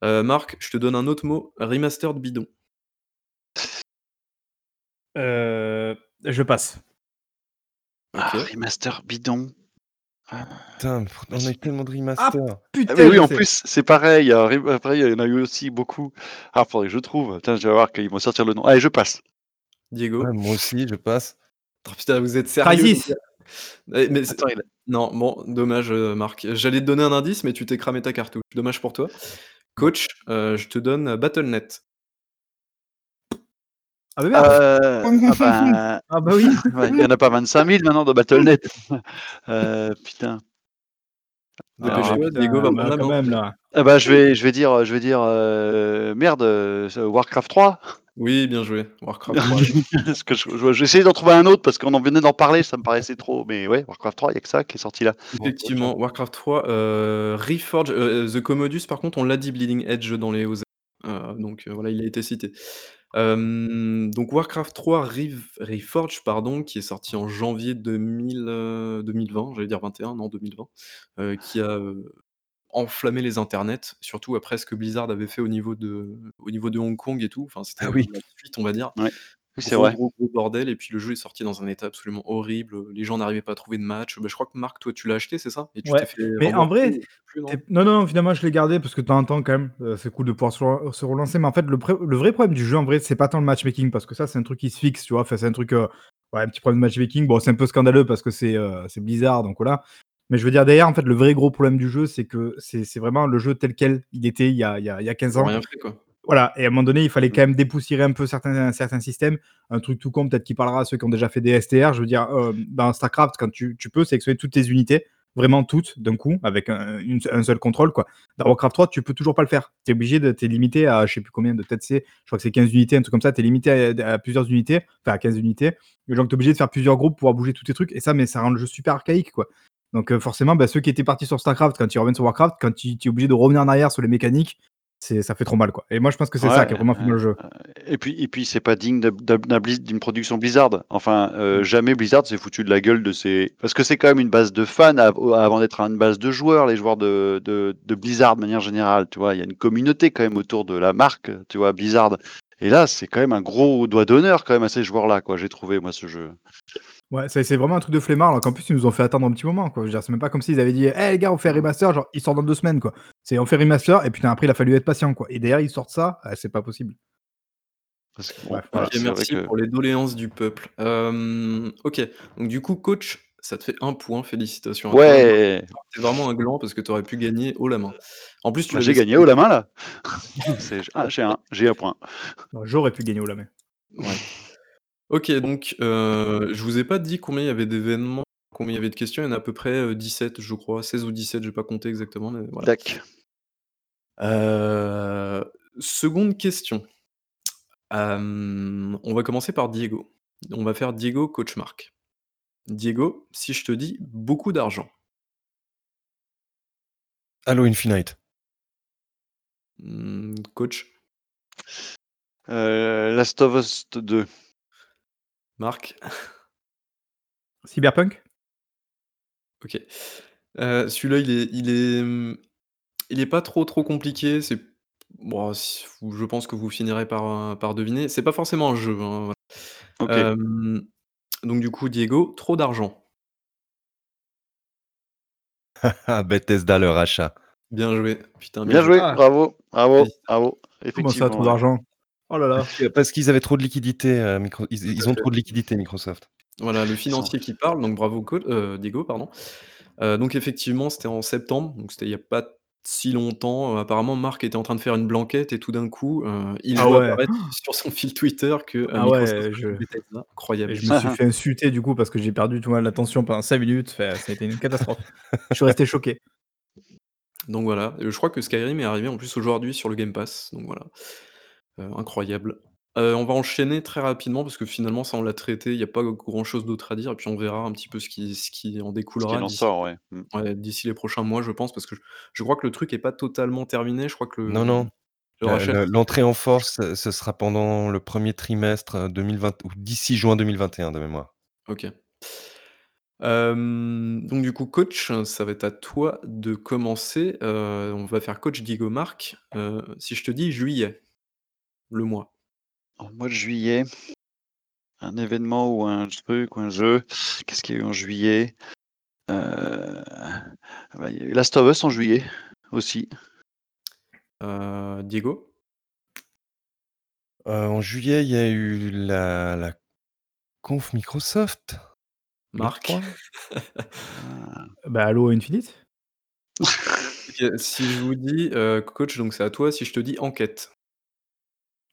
Speaker 4: Euh, Marc, je te donne un autre mot. Remaster de bidon.
Speaker 1: Euh, je passe.
Speaker 4: Ok.
Speaker 3: Ah, remaster bidon.
Speaker 2: Putain, mais pourtant, on a eu tellement de remasters.
Speaker 1: Putain,
Speaker 3: Ah, mais oui,
Speaker 1: je
Speaker 3: en
Speaker 1: sais.
Speaker 3: plus, c'est pareil. euh, rem- Après, il y en a eu aussi beaucoup. Ah, faudrait que je trouve. Putain, je vais voir qu'ils vont sortir le nom. Allez, je passe.
Speaker 4: Diego.
Speaker 2: Ouais, moi aussi, je passe.
Speaker 4: Oh, putain, vous êtes sérieux.
Speaker 1: Crisis.
Speaker 4: les gars. Eh, mais c'est-
Speaker 3: Attends, il-
Speaker 4: Non, bon, dommage, euh, Marc. J'allais te donner un indice, mais tu t'es cramé ta cartouche. Dommage pour toi. Coach, euh, je te donne euh, BattleNet.
Speaker 1: Ah, bah merde.
Speaker 3: Euh, ah bah,
Speaker 1: Ah, bah oui.
Speaker 3: ouais, il y en a pas 25 000 maintenant dans BattleNet. Euh, putain.
Speaker 1: Ah,
Speaker 4: Dépêche-toi,
Speaker 1: putain,
Speaker 4: Diego va
Speaker 1: bah,
Speaker 4: prendre la
Speaker 1: quand
Speaker 4: main.
Speaker 1: même, là.
Speaker 3: Ah bah, je vais, je vais dire, je vais dire, euh, merde, euh, Warcraft 3.
Speaker 4: Oui, bien joué. Warcraft 3.
Speaker 3: Parce que je, je- je vais essayer d'en trouver un autre parce qu'on en venait d'en parler, ça me paraissait trop. Mais ouais, Warcraft 3, il y a que ça qui est sorti là.
Speaker 4: Effectivement, Warcraft 3, euh, Reforge, euh, The Commodus, par contre, on l'a dit, Bleeding Edge dans les OZ. Euh, donc euh, voilà, il a été cité. Euh, donc Warcraft 3 Riv- Reforge, pardon, qui est sorti en janvier 2000, euh, 2020, j'allais dire 21, non 2020, euh, qui a euh, enflammé les internets, surtout après ce que Blizzard avait fait au niveau de, au niveau de Hong Kong et tout. Enfin, c'était
Speaker 2: Ah oui.
Speaker 4: la suite, on va dire.
Speaker 3: Oui, c'est
Speaker 4: Gros,
Speaker 3: vrai.
Speaker 4: Gros, gros bordel. Et puis le jeu est sorti dans un état absolument horrible. Les gens n'arrivaient pas à trouver de match. Bah, je crois que Marc, toi, tu l'as acheté, c'est ça Et tu
Speaker 1: Ouais.
Speaker 4: t'es fait
Speaker 1: Mais en
Speaker 4: rembourser
Speaker 1: vrai,
Speaker 4: ou plus, non
Speaker 1: Et- Non, non, finalement, je l'ai gardé parce que de temps en temps, quand même, euh, c'est cool de pouvoir se relan- se relancer. Mais en fait, le, pré- le vrai problème du jeu, en vrai, c'est pas tant le matchmaking parce que ça, c'est un truc qui se fixe, tu vois. Enfin, c'est un truc, euh, ouais, un petit problème de matchmaking. Bon, c'est un peu scandaleux parce que c'est euh, c'est Blizzard, donc voilà. Mais je veux dire, derrière, en fait, le vrai gros problème du jeu, c'est que c'est c'est vraiment le jeu tel quel il était il y a, il y a, il y a 15
Speaker 4: Ils ont
Speaker 1: ans.
Speaker 4: rien fait, quoi.
Speaker 1: Voilà, et à un moment donné, il fallait quand même dépoussiérer un peu certains, certains systèmes. Un truc tout con, peut-être qui parlera à ceux qui ont déjà fait des STR. Je veux dire, euh, dans StarCraft, quand tu, tu peux sélectionner toutes tes unités, vraiment toutes, d'un coup, avec un, une- un seul contrôle. quoi. Dans Warcraft 3, tu peux toujours pas le faire. Tu es obligé de. T'es limité à, je sais plus combien de têtes c'est, je crois que c'est 15 unités, un truc comme ça. Tu es limité à, à plusieurs unités, enfin à 15 unités. Et donc, tu es obligé de faire plusieurs groupes pour pouvoir bouger tous tes trucs. Et ça, mais ça rend le jeu super archaïque, quoi. Donc, euh, forcément, bah, ceux qui étaient partis sur StarCraft, quand ils reviennent sur Warcraft, quand tu es obligé de revenir en arrière sur les mécaniques, c'est- ça fait trop mal quoi. Et moi je pense que c'est
Speaker 3: Ouais,
Speaker 1: ça qui a vraiment fait mal au jeu.
Speaker 3: Et puis, et puis c'est pas digne d'un- d'un- d'un Blizz- d'une production Blizzard. Enfin,
Speaker 4: Mm.
Speaker 3: euh, jamais Blizzard s'est foutu de la gueule de ses. Parce que c'est quand même une base de fans av- avant d'être une base de joueurs, les joueurs de, de, de Blizzard de manière générale. Tu vois, il y a une communauté quand même autour de la marque, tu vois, Blizzard. Et là, c'est quand même un gros doigt d'honneur quand même à ces joueurs-là, quoi. J'ai trouvé moi ce jeu.
Speaker 1: Ouais, c'est c'est vraiment un truc de flemmard alors qu'en plus ils nous ont fait attendre un petit moment quoi. Je veux dire, c'est même pas comme s'ils avaient dit "Eh les gars, on fait un remaster", genre ils sortent dans deux semaines quoi. C'est on fait remaster et putain après il a fallu être patient quoi. Et derrière ils sortent ça, ah, c'est pas possible.
Speaker 3: Parce que,
Speaker 1: Bref,
Speaker 3: voilà,
Speaker 4: Ok,
Speaker 3: c'est vrai
Speaker 4: merci
Speaker 3: que-
Speaker 4: pour les doléances du peuple. Euh, ok, donc du coup, coach, ça te fait un point. Félicitations. à toi.
Speaker 3: Ouais,
Speaker 4: T'es vraiment un gland parce que t'aurais pu gagner haut la main. En plus, tu
Speaker 3: Bah,
Speaker 4: l'avais
Speaker 3: j'ai gagné haut la main là. C'est- ah, j'ai un, j'ai un point.
Speaker 1: Non, J'aurais pu gagner au la main.
Speaker 4: Ok, donc euh, je vous ai pas dit combien il y avait d'événements, combien il y avait de questions. Il y en a à peu près euh, 17, je crois, 16 ou 17, je vais pas compter exactement, mais voilà.
Speaker 3: Tac.
Speaker 4: Euh, seconde question. Euh, on va commencer par Diego. On va faire Diego coach Marc. Diego, si je te dis beaucoup d'argent.
Speaker 2: Halo Infinite.
Speaker 4: Hmm, coach,
Speaker 3: Euh, Last of Us 2.
Speaker 4: Marc
Speaker 1: Cyberpunk
Speaker 4: Ok. Euh, Celui-là, il est, il est, hum, il est pas trop trop compliqué. C'est, bon, si- je pense que vous finirez par, euh, par deviner. C'est pas forcément un jeu. hein, voilà.
Speaker 3: Ok.
Speaker 4: Euh, donc du coup, Diego, trop d'argent.
Speaker 2: Ah, Bethesda, le rachat.
Speaker 4: Bien joué. Putain,
Speaker 3: Bien joué,
Speaker 1: Ah.
Speaker 3: bravo, bravo,
Speaker 4: Oui.
Speaker 3: bravo.
Speaker 1: Comment ça,
Speaker 3: Effectivement. hein,
Speaker 1: trop d'argent Oh là là.
Speaker 2: Euh, Parce qu'ils avaient trop de liquidité, euh, Micro- ils, ils ont trop de liquidité, Microsoft.
Speaker 4: Voilà, le financier qui parle, donc bravo Col- euh, Diego, pardon. Euh, donc effectivement, c'était en septembre, donc c'était il n'y a pas si longtemps. Euh, apparemment, Marc était en train de faire une blanquette et tout d'un coup, euh, il
Speaker 1: Ah
Speaker 4: voit
Speaker 1: ouais.
Speaker 4: apparaître sur son fil Twitter que euh,
Speaker 1: Ah ouais,
Speaker 4: Microsoft
Speaker 1: je-
Speaker 4: Bethesda. incroyable.
Speaker 1: Et je me suis fait insulter du coup parce que j'ai perdu tu vois, l'attention pendant 5 minutes. Enfin, ça a été une catastrophe. je suis resté choqué.
Speaker 4: Donc voilà, Et je crois que Skyrim est arrivé en plus aujourd'hui sur le Game Pass, donc voilà, Euh, incroyable. Euh, on va enchaîner très rapidement parce que finalement ça on l'a traité, il n'y a pas grand chose d'autre à dire et puis on verra un petit peu ce qui, ce qui en
Speaker 3: Ce
Speaker 4: découlera
Speaker 3: qu'il en
Speaker 4: d'ici
Speaker 3: sort, ouais. Mm.
Speaker 4: Ouais, d'ici les prochains mois, je pense, parce que je, je crois que le truc est pas totalement terminé. Je crois que le,
Speaker 2: Non, non.
Speaker 4: le
Speaker 2: Euh,
Speaker 4: rachat.
Speaker 2: le- L'entrée en force, euh, ce sera pendant le premier trimestre euh, 2020 ou d'ici juin 2021 de mémoire.
Speaker 4: Ok. Euh, donc, du coup, coach, ça va être à toi de commencer. Euh, on va faire coach Diego Marc. Euh, si je te dis juillet, le mois.
Speaker 3: Au mois de juillet, un événement ou un truc ou un jeu. Qu'est-ce qu'il y a eu en juillet Euh, ah bah, il y a eu Last of Us en juillet aussi.
Speaker 4: Euh, Diego
Speaker 2: Euh, en juillet, il y a eu la, la conf Microsoft. le
Speaker 4: Marc
Speaker 2: 3.
Speaker 1: Bah, Halo Infinite
Speaker 4: Ok, Si je vous dis euh, coach, donc c'est à toi. Si je te dis enquête.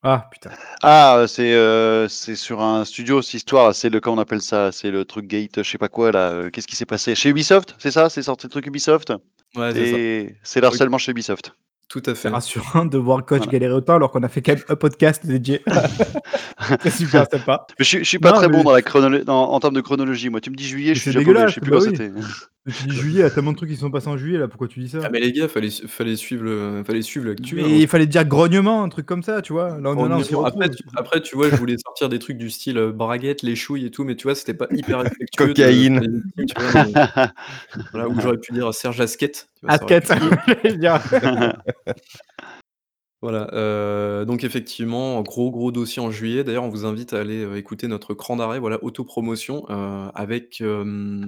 Speaker 1: Ah putain.
Speaker 3: Ah, euh, c'est euh, c'est sur un studio, cette histoire. là, C'est le comment on appelle ça C'est le truc Gate, je sais pas quoi là. euh, Qu'est-ce qui s'est passé Chez Ubisoft, c'est ça C'est sorti le truc Ubisoft
Speaker 4: Ouais, c'est ça.
Speaker 3: Et c'est le harcèlement chez Ubisoft.
Speaker 4: Tout à
Speaker 1: C'est
Speaker 4: fait.
Speaker 1: rassurant de voir coach
Speaker 3: Voilà.
Speaker 1: galérer autant alors qu'on a fait quand même un podcast dédié. C'est super sympa.
Speaker 3: Mais je, suis- je suis pas
Speaker 1: Non,
Speaker 3: très bon
Speaker 1: mais-
Speaker 3: dans la chronologie, en termes de chronologie. Moi, tu me dis juillet,
Speaker 1: Mais
Speaker 3: je suis
Speaker 1: c'est
Speaker 3: japonais, je sais
Speaker 1: dégueulasse,
Speaker 3: plus
Speaker 1: bah
Speaker 3: quoi
Speaker 1: oui.
Speaker 3: c'était.
Speaker 1: Mais Tu dis juillet, il y a tellement de trucs qui sont passés en juillet là, pourquoi tu dis ça
Speaker 4: Ah, mais les gars, fallait, fallait suivre le- fallait suivre l'actu. hein,
Speaker 1: Mais il fallait dire grognement, un truc comme ça, tu vois. Là, on,
Speaker 4: Oh,
Speaker 1: est là, on
Speaker 4: non,
Speaker 1: s'y
Speaker 4: après,
Speaker 1: retrouve.
Speaker 4: tu, après, tu vois, je voulais sortir des trucs du style euh, braguette, les chouilles et tout, mais tu vois, c'était pas hyper respectueux. de-
Speaker 2: Cocaïne.
Speaker 4: de- tu vois, mais- voilà, ou j'aurais pu dire Serge Asquette. tu vois, ça aurait-
Speaker 1: Athlète, ça voulait dire.
Speaker 4: Voilà. euh, donc, effectivement, gros, gros dossier en juillet. D'ailleurs, on vous invite à aller euh, écouter notre cran d'arrêt, voilà, autopromotion, euh, avec euh,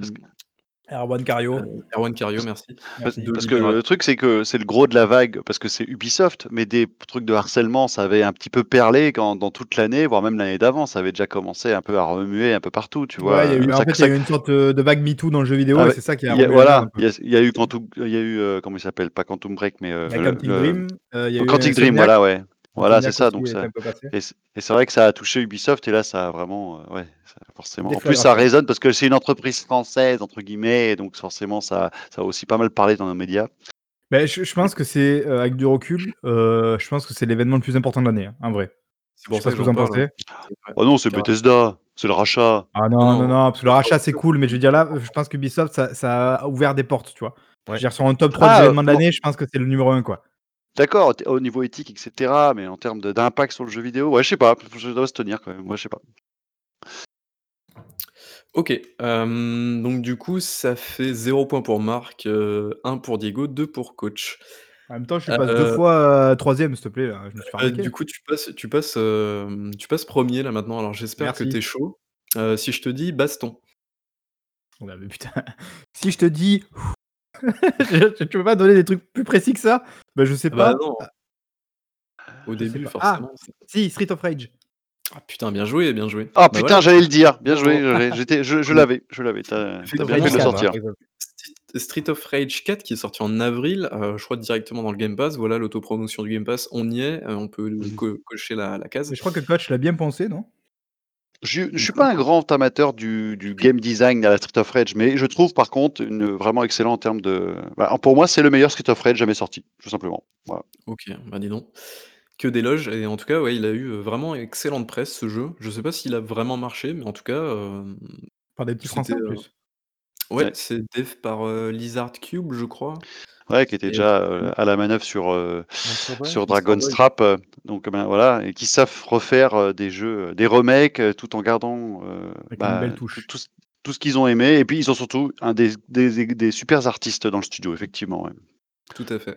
Speaker 1: Erwan Cario.
Speaker 3: Euh,
Speaker 4: Erwan Cario, merci.
Speaker 3: Parce,
Speaker 1: merci.
Speaker 4: de
Speaker 3: parce que
Speaker 4: libération.
Speaker 3: le truc, c'est que c'est le gros de la vague, parce que c'est Ubisoft, mais des trucs de harcèlement, ça avait un petit peu perlé quand, dans toute l'année, voire même l'année d'avant, ça avait déjà commencé un peu à remuer un peu partout, tu vois.
Speaker 1: Ouais, il y a eu, en
Speaker 3: Ça-
Speaker 1: fait, il y
Speaker 3: ça-
Speaker 1: a eu une sorte euh, de vague MeToo dans le jeu vidéo,
Speaker 3: Ah
Speaker 1: et
Speaker 3: ouais,
Speaker 1: c'est ça qui a.
Speaker 3: il y a-
Speaker 1: remué la merde
Speaker 3: voilà,
Speaker 1: un peu.
Speaker 3: il y, a- il y a eu Quantum, il y a eu euh, comment il s'appelle, pas Quantum Break, mais euh,
Speaker 1: Il y a
Speaker 3: le-
Speaker 1: Quantic
Speaker 3: le-
Speaker 1: Dream. euh, il y a eu
Speaker 3: Quantic
Speaker 1: Insomniac,
Speaker 3: Dream, voilà, ouais, voilà, c'est
Speaker 1: Insomniac
Speaker 3: ça,
Speaker 1: aussi
Speaker 3: donc
Speaker 1: est
Speaker 3: ça.
Speaker 1: un peu passé.
Speaker 3: Et c'est et c'est vrai que ça a touché Ubisoft et là ça a vraiment euh, ouais ça- forcément. En plus ça
Speaker 1: Déflagration.
Speaker 3: résonne parce que c'est une entreprise française entre guillemets et donc forcément ça ça a aussi pas mal parlé dans nos médias.
Speaker 1: Ben, je, je pense que c'est, euh, avec du recul, euh, je pense que c'est l'événement le plus important de l'année, hein, en vrai.
Speaker 4: C'est
Speaker 1: Je
Speaker 4: pour
Speaker 1: sais pas
Speaker 4: ça
Speaker 1: ce
Speaker 4: que
Speaker 1: que vous
Speaker 4: j'en
Speaker 1: en
Speaker 4: parle.
Speaker 1: pensez.
Speaker 3: Oh non c'est
Speaker 4: Car-
Speaker 3: Bethesda, c'est le rachat.
Speaker 1: Ah non, non,
Speaker 4: Non.
Speaker 1: non, parce que le rachat c'est cool, mais je veux dire là, je pense que Ubisoft ça, ça a ouvert des portes, tu vois. Je veux
Speaker 2: Ouais.
Speaker 1: dire, sur un top 3
Speaker 3: Ah,
Speaker 1: des événements de
Speaker 3: bon.
Speaker 1: l'année, je pense que c'est le numéro 1, quoi.
Speaker 3: D'accord t- au niveau éthique etc. Mais en termes de- d'impact sur le jeu vidéo ouais je sais pas je dois se tenir quand même moi je sais pas.
Speaker 4: Ok, euh, donc du coup, ça fait 0 point pour Marc, 1 pour Diego, 2 pour coach.
Speaker 1: En même temps, je suis passé
Speaker 4: Euh,
Speaker 1: deux fois euh, troisième, s'il te plaît, là. je me suis fait
Speaker 4: Euh,
Speaker 1: arnaquer.
Speaker 4: du coup, tu passes, tu passes, euh, tu passes premier là maintenant. Alors, j'espère que
Speaker 1: Merci.
Speaker 4: t'es chaud. Euh, si je te dis baston,
Speaker 1: Oh là, mais putain. Si je te dis. je- tu peux pas donner des trucs plus précis que ça Ben, je sais
Speaker 4: bah
Speaker 1: pas.
Speaker 4: non. Au
Speaker 1: je sais
Speaker 4: début,
Speaker 1: pas. Ah.
Speaker 4: forcément. c'est-
Speaker 1: Si, Street of Rage.
Speaker 4: Ah. putain, bien joué, bien
Speaker 1: Oh,
Speaker 4: joué.
Speaker 3: Ah
Speaker 4: Bah
Speaker 3: putain
Speaker 4: voilà,
Speaker 3: j'allais le dire bien joué j'avais- j'étais je, je l'avais je l'avais t'as t'as
Speaker 4: Effectivement,
Speaker 3: bien fait de le
Speaker 4: ça
Speaker 3: sortir.
Speaker 1: par exemple.
Speaker 4: St- Street of Rage 4 qui est sorti en avril, euh, je crois directement dans le Game Pass. Voilà l'autopromotion du Game Pass, on y est, euh, on peut
Speaker 3: Mhm.
Speaker 4: co- cocher la, la case.
Speaker 1: Mais Mmh je crois que Coach l'a bien pensé, non
Speaker 3: Je ne suis pas un grand amateur du, du game design à la Street of Rage, mais je trouve par contre une, vraiment excellent en termes de. Bah, pour moi, c'est le meilleur Street of Rage jamais sorti, tout simplement. Voilà.
Speaker 4: Ok, bah dis donc. Que des loges, et en tout cas, ouais, il a eu euh, vraiment excellente presse ce jeu. Je sais pas s'il a vraiment marché, mais en tout cas, euh,
Speaker 1: Par des petits
Speaker 4: C'était,
Speaker 1: français en
Speaker 4: euh,
Speaker 1: plus.
Speaker 4: Ouais,
Speaker 3: Ouais.
Speaker 4: c'est dev par euh, Lizard Cube, je crois.
Speaker 3: ouais, qui était
Speaker 1: Et-
Speaker 3: déjà euh, à la manœuvre sur, euh,
Speaker 2: Monster
Speaker 3: sur
Speaker 2: Boy
Speaker 3: Dragon
Speaker 1: Boy.
Speaker 3: Strap. euh, Donc ben, voilà, et qui savent refaire euh, des jeux, euh, des remakes, euh, tout en gardant euh,
Speaker 1: Avec
Speaker 3: bah,
Speaker 1: une belle touche.
Speaker 3: tout, tout ce qu'ils ont aimé. Et puis ils ont surtout un des, des, des, des super artistes dans le studio, effectivement. ouais.
Speaker 4: Tout à fait.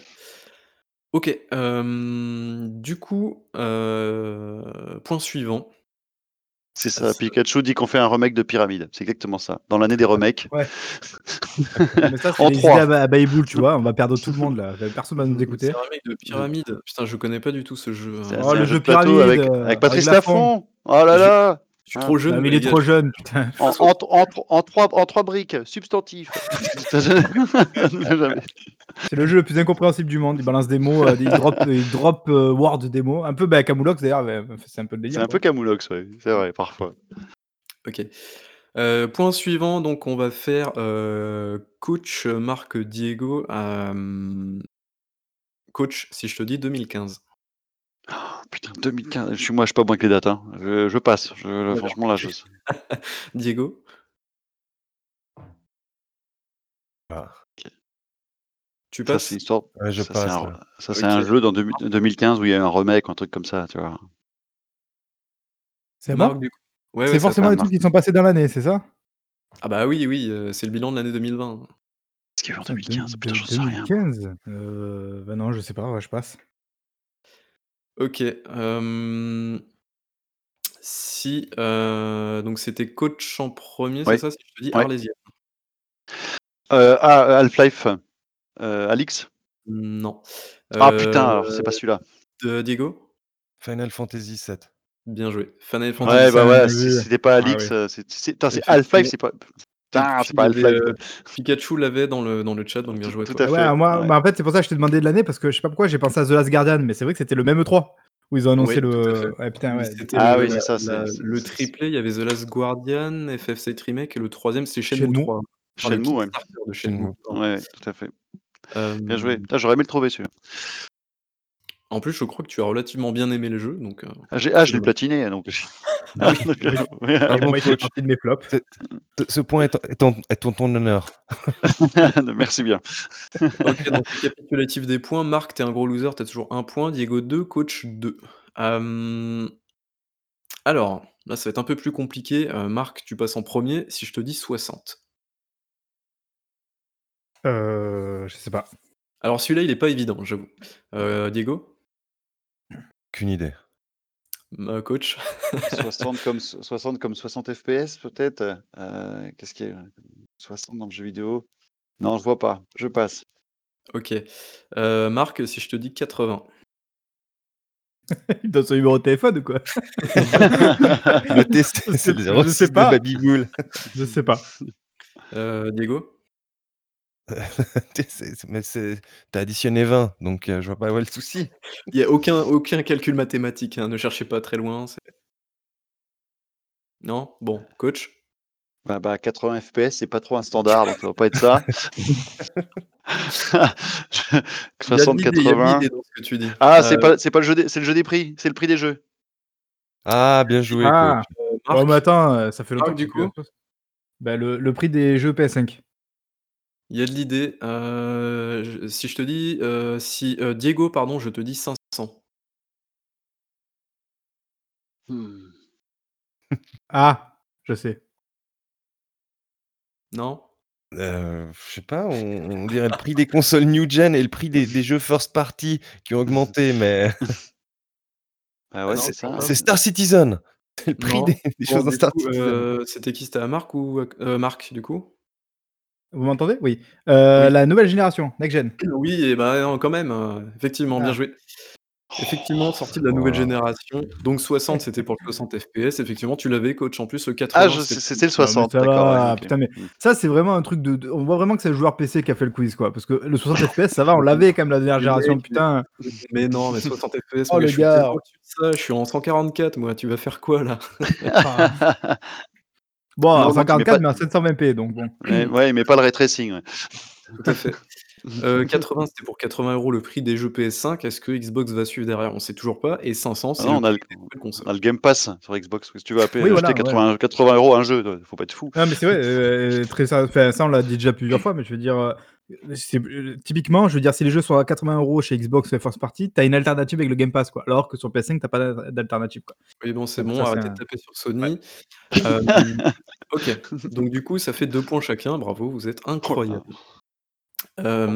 Speaker 4: Ok, euh, du coup, euh, point suivant.
Speaker 3: C'est
Speaker 4: Ah,
Speaker 3: ça,
Speaker 4: ça-
Speaker 3: Pikachu dit qu'on fait un remake de Pyramide. C'est exactement ça. Dans l'année des remakes.
Speaker 1: Ouais. Mais ça,
Speaker 3: En
Speaker 1: c'est les idées
Speaker 3: trois.
Speaker 1: à, à Bayboul, tu vois. On va perdre tout le monde là. Personne va nous écouter.
Speaker 4: C'est un mec de pyramide. Putain, je connais pas du tout ce jeu. hein.
Speaker 3: C'est-
Speaker 1: Oh,
Speaker 3: c'est
Speaker 1: le
Speaker 3: un
Speaker 1: jeu
Speaker 3: de plateau
Speaker 1: Pyramide,
Speaker 3: avec,
Speaker 1: euh,
Speaker 3: avec Patrice
Speaker 1: avec Lafont.
Speaker 3: Lafont. Oh là
Speaker 4: Je-
Speaker 3: là
Speaker 4: Je suis trop jeune.
Speaker 1: Ah, mais il
Speaker 4: les
Speaker 1: est
Speaker 4: gars,
Speaker 1: trop jeune, putain.
Speaker 3: en, en, en, en trois, en trois briques, substantif. Jamais.
Speaker 1: C'est le jeu le plus incompréhensible du monde. Il balance des mots, euh, il drop, il drop euh, Word des mots. Un peu bah, Camoulox d'ailleurs, mais, euh, c'est un peu le
Speaker 3: c'est
Speaker 1: délire.
Speaker 3: un peu Camoulox, ouais. c'est vrai, parfois.
Speaker 4: Ok. Euh, point suivant, donc on va faire euh, coach Marc Diego. euh, coach, si je te dis 2015.
Speaker 3: Oh, putain, 2015, je suis moi, je suis pas bon avec les dates. hein. Je, je passe, je- franchement, là, je.
Speaker 4: Diego
Speaker 2: Ah.
Speaker 4: Tu
Speaker 3: Ça,
Speaker 4: passes
Speaker 3: c'est une histoire-
Speaker 2: Ouais, je
Speaker 3: ça, c'est
Speaker 2: passe.
Speaker 3: un,
Speaker 2: ouais.
Speaker 3: ça, c'est un
Speaker 4: Ok.
Speaker 3: jeu dans 2000 2015 où il y a eu un remake, un truc comme ça, tu vois.
Speaker 1: C'est
Speaker 4: Marc,
Speaker 1: bon
Speaker 4: du coup. Ouais, ouais,
Speaker 1: C'est
Speaker 4: ça
Speaker 1: forcément
Speaker 4: va.
Speaker 1: des trucs qui sont passés dans l'année, c'est ça
Speaker 4: Ah bah oui, oui, euh, c'est le bilan de l'année 2020.
Speaker 3: Qu'est-ce qu'il y a eu en
Speaker 1: Putain,
Speaker 3: 2015
Speaker 1: deux-
Speaker 3: Putain, j'en sais rien.
Speaker 1: 2015 euh, Bah non, je sais pas, ouais, je passe.
Speaker 4: Ok. euh, Si, euh, donc c'était coach en premier,
Speaker 3: Ouais.
Speaker 4: c'est ça Si je te dis
Speaker 3: Ouais.
Speaker 4: Arlésienne.
Speaker 3: Euh, ah, Half-Life, euh, Alix
Speaker 4: Non.
Speaker 3: Ah
Speaker 4: Euh,
Speaker 3: putain, alors c'est pas celui-là.
Speaker 4: de Diego
Speaker 2: Final Fantasy VII.
Speaker 4: Bien joué. Final Fantasy.
Speaker 1: ça,
Speaker 3: Ouais, bah ouais,
Speaker 1: j'ai
Speaker 3: si
Speaker 1: vu.
Speaker 3: c'était pas
Speaker 1: Ah
Speaker 3: Alix.
Speaker 1: ouais.
Speaker 3: euh, c'est- c'est- putain,
Speaker 4: Et
Speaker 3: c'est
Speaker 4: puis,
Speaker 3: Half-Life,
Speaker 4: il-
Speaker 3: c'est pas. Putain, c'est
Speaker 4: puis,
Speaker 3: pas
Speaker 4: il y avait,
Speaker 3: Half-Life.
Speaker 4: euh, Pikachu l'avait dans le, dans le chat, donc bien
Speaker 3: Tout-
Speaker 4: joué. à
Speaker 3: tout
Speaker 4: toi.
Speaker 3: à
Speaker 1: Ouais,
Speaker 3: fait,
Speaker 1: moi,
Speaker 3: ouais.
Speaker 1: bah, en fait, c'est pour ça que je t'ai demandé de l'année parce que je sais pas pourquoi j'ai pensé à The Last Guardian, mais c'est vrai que c'était le même 3 où ils ont annoncé
Speaker 4: Oui, tout à
Speaker 1: le. Ouais, putain,
Speaker 4: Mais
Speaker 1: ouais.
Speaker 4: c'était
Speaker 3: Ah
Speaker 4: le,
Speaker 3: oui, c'est ça,
Speaker 4: la-
Speaker 3: c'est-
Speaker 4: le
Speaker 3: c'est-
Speaker 4: triplé, il y avait The Last Guardian, FF7 Remake, et le troisième, c'est Shenmue
Speaker 1: Shenmue.
Speaker 4: 3. Enfin, le
Speaker 3: Shenmue, ouais.
Speaker 4: Kickstarter de
Speaker 2: Shenmue.
Speaker 4: Shenmue.
Speaker 3: Ouais, ouais, tout à fait.
Speaker 4: Euh,
Speaker 3: Bien joué. Putain, J'aurais aimé le trouver celui-là.
Speaker 4: En plus, je crois que tu as relativement bien aimé les jeux, donc... euh,
Speaker 3: Ah, j'ai- ah, je l'ai
Speaker 4: Ouais.
Speaker 3: platiné donc.
Speaker 1: Ah oui, oui.
Speaker 3: Donc, ouais.
Speaker 1: Et
Speaker 2: Bravo,
Speaker 1: moi, il fait
Speaker 2: coach.
Speaker 1: partie de mes flops.
Speaker 2: T- Ce point est, en- est, en- est en ton honneur.
Speaker 3: Merci bien.
Speaker 4: Ok, donc récapitulatif des points. Marc, t'es un gros loser, t'as toujours un point. Diego 2, coach 2. Euh, Alors, là, ça va être un peu plus compliqué. Euh, Marc, tu passes en premier si je te dis 60.
Speaker 1: Euh, je sais pas.
Speaker 4: Alors, celui-là, il est pas évident, j'avoue. Euh, Diego,
Speaker 2: Aucune idée.
Speaker 4: Euh, coach,
Speaker 3: 60 comme, so- 60 comme 60 FPS peut-être. Euh, Qu'est-ce qu'il y a 60 dans le jeu vidéo Non, je vois pas. Je passe.
Speaker 4: ok. Euh, Marc, si je te dis 80.
Speaker 1: Il donne son numéro de téléphone ou quoi
Speaker 3: Bah, Ah,
Speaker 2: Le test,
Speaker 1: Je
Speaker 2: c'est
Speaker 1: sais-
Speaker 2: le
Speaker 1: je
Speaker 2: 06
Speaker 1: sais
Speaker 2: de
Speaker 1: pas.
Speaker 2: Babyboule.
Speaker 1: Je sais pas.
Speaker 4: Euh, Diego
Speaker 2: C'est- c'est- mais c'est- T'as additionné 20, donc euh, je vois pas où est le souci.
Speaker 4: Il n'y a aucun, aucun calcul mathématique, hein, ne cherchez pas très loin. c'est- Non Bon, coach
Speaker 3: Bah, bah, 80 FPS, c'est pas trop un standard, donc ça va pas être ça.
Speaker 4: Il y a de
Speaker 3: 60,
Speaker 4: l'idée, il y a de
Speaker 3: 80.
Speaker 4: l'idée dans ce que tu dis.
Speaker 3: Ah,
Speaker 4: Euh,
Speaker 3: c'est pas, c'est pas le jeu, des- c'est le jeu des prix, c'est le prix des jeux.
Speaker 2: Ah, bien joué.
Speaker 1: Ah,
Speaker 2: coach.
Speaker 4: Marc,
Speaker 1: oh, mais attends, euh, ça fait longtemps.
Speaker 4: Marc, du
Speaker 1: que-
Speaker 4: coup
Speaker 1: bah, le, le prix des jeux PS5.
Speaker 4: Il y a de l'idée. Euh, je- si je te dis, euh, si euh, Diego, pardon, je te dis 500.
Speaker 1: Ah, je sais.
Speaker 4: Non
Speaker 2: Euh, je sais pas, on, on dirait le prix des consoles new gen et le prix des, des jeux first party qui ont augmenté, mais
Speaker 3: Ah ouais,
Speaker 4: non,
Speaker 3: c'est
Speaker 4: c'est
Speaker 3: ça.
Speaker 4: pas-
Speaker 2: c'est Star Citizen. C'est le prix
Speaker 4: Non.
Speaker 2: des, des
Speaker 4: Bon,
Speaker 2: choses dans
Speaker 4: du
Speaker 2: Star
Speaker 4: coup,
Speaker 2: Citizen.
Speaker 4: euh, C'était qui C'était à Marc ou à- euh, Marc, du coup
Speaker 1: Vous m'entendez oui. Euh,
Speaker 4: Oui.
Speaker 1: La nouvelle génération, Next Gen.
Speaker 4: Oui, et bah, non, quand même. euh, effectivement, bien
Speaker 1: Ah.
Speaker 4: joué. Effectivement, sorti de la nouvelle
Speaker 2: Wow.
Speaker 4: génération. Donc 60, c'était pour le 60 FPS. Effectivement, tu l'avais, coach. En plus, le 80,
Speaker 3: Ah, je-
Speaker 4: c'était-
Speaker 3: c'est- c'était le
Speaker 1: Non, mais
Speaker 3: 60,
Speaker 1: ça
Speaker 3: d'accord.
Speaker 1: va,
Speaker 3: ouais, ok.
Speaker 1: putain, mais ça, c'est vraiment un truc de, de- On voit vraiment que c'est le joueur PC qui a fait le quiz, quoi. Parce que le 60 FPS, ça va, on l'avait quand même la dernière
Speaker 4: Le
Speaker 1: génération,
Speaker 4: mec,
Speaker 1: putain.
Speaker 4: Mais non, mais 60 FPS,
Speaker 1: Oh,
Speaker 4: mais
Speaker 1: le
Speaker 4: je suis
Speaker 1: gars.
Speaker 4: tellement au-dessus de ça, je suis en 144, moi, tu vas faire quoi là
Speaker 1: Ah. Bon,
Speaker 3: Non,
Speaker 1: en
Speaker 3: non, tu mets
Speaker 1: 144,
Speaker 3: pas-
Speaker 1: mais en 720p, donc bon.
Speaker 3: Ouais, ouais, mais pas le ray tracing. ouais.
Speaker 4: Tout à fait. Euh, 80, c'était pour 80 euros le prix des jeux PS5. Est-ce que Xbox va suivre derrière On sait toujours pas. Et 500,
Speaker 3: Ah
Speaker 4: c'est
Speaker 3: non, on
Speaker 4: le
Speaker 3: a le,
Speaker 4: prix des nouvelles consoles.
Speaker 3: on a le Game Pass sur Xbox. Qu'est-ce que tu vas appeler
Speaker 1: Oui, voilà,
Speaker 3: acheter 80, 80 euros un jeu, toi, faut pas être fou.
Speaker 1: Non, mais c'est vrai, euh, très, ça, enfin, ça, on l'a dit déjà plusieurs fois, mais je veux dire, euh, c'est- euh, typiquement, je veux dire, si les jeux sont à 80 euros chez Xbox et First Party, t'as une alternative avec le Game Pass, quoi. Alors que sur PS5, t'as pas d'al- d'alternative, quoi.
Speaker 4: Oui, bon, c'est
Speaker 1: Donc
Speaker 4: bon,
Speaker 1: ça, c'est
Speaker 4: arrêtez
Speaker 1: un-
Speaker 4: de taper sur Sony. Euh, ok, donc du coup, ça fait deux points chacun. Bravo, vous
Speaker 1: Oh
Speaker 4: êtes incroyable. Euh,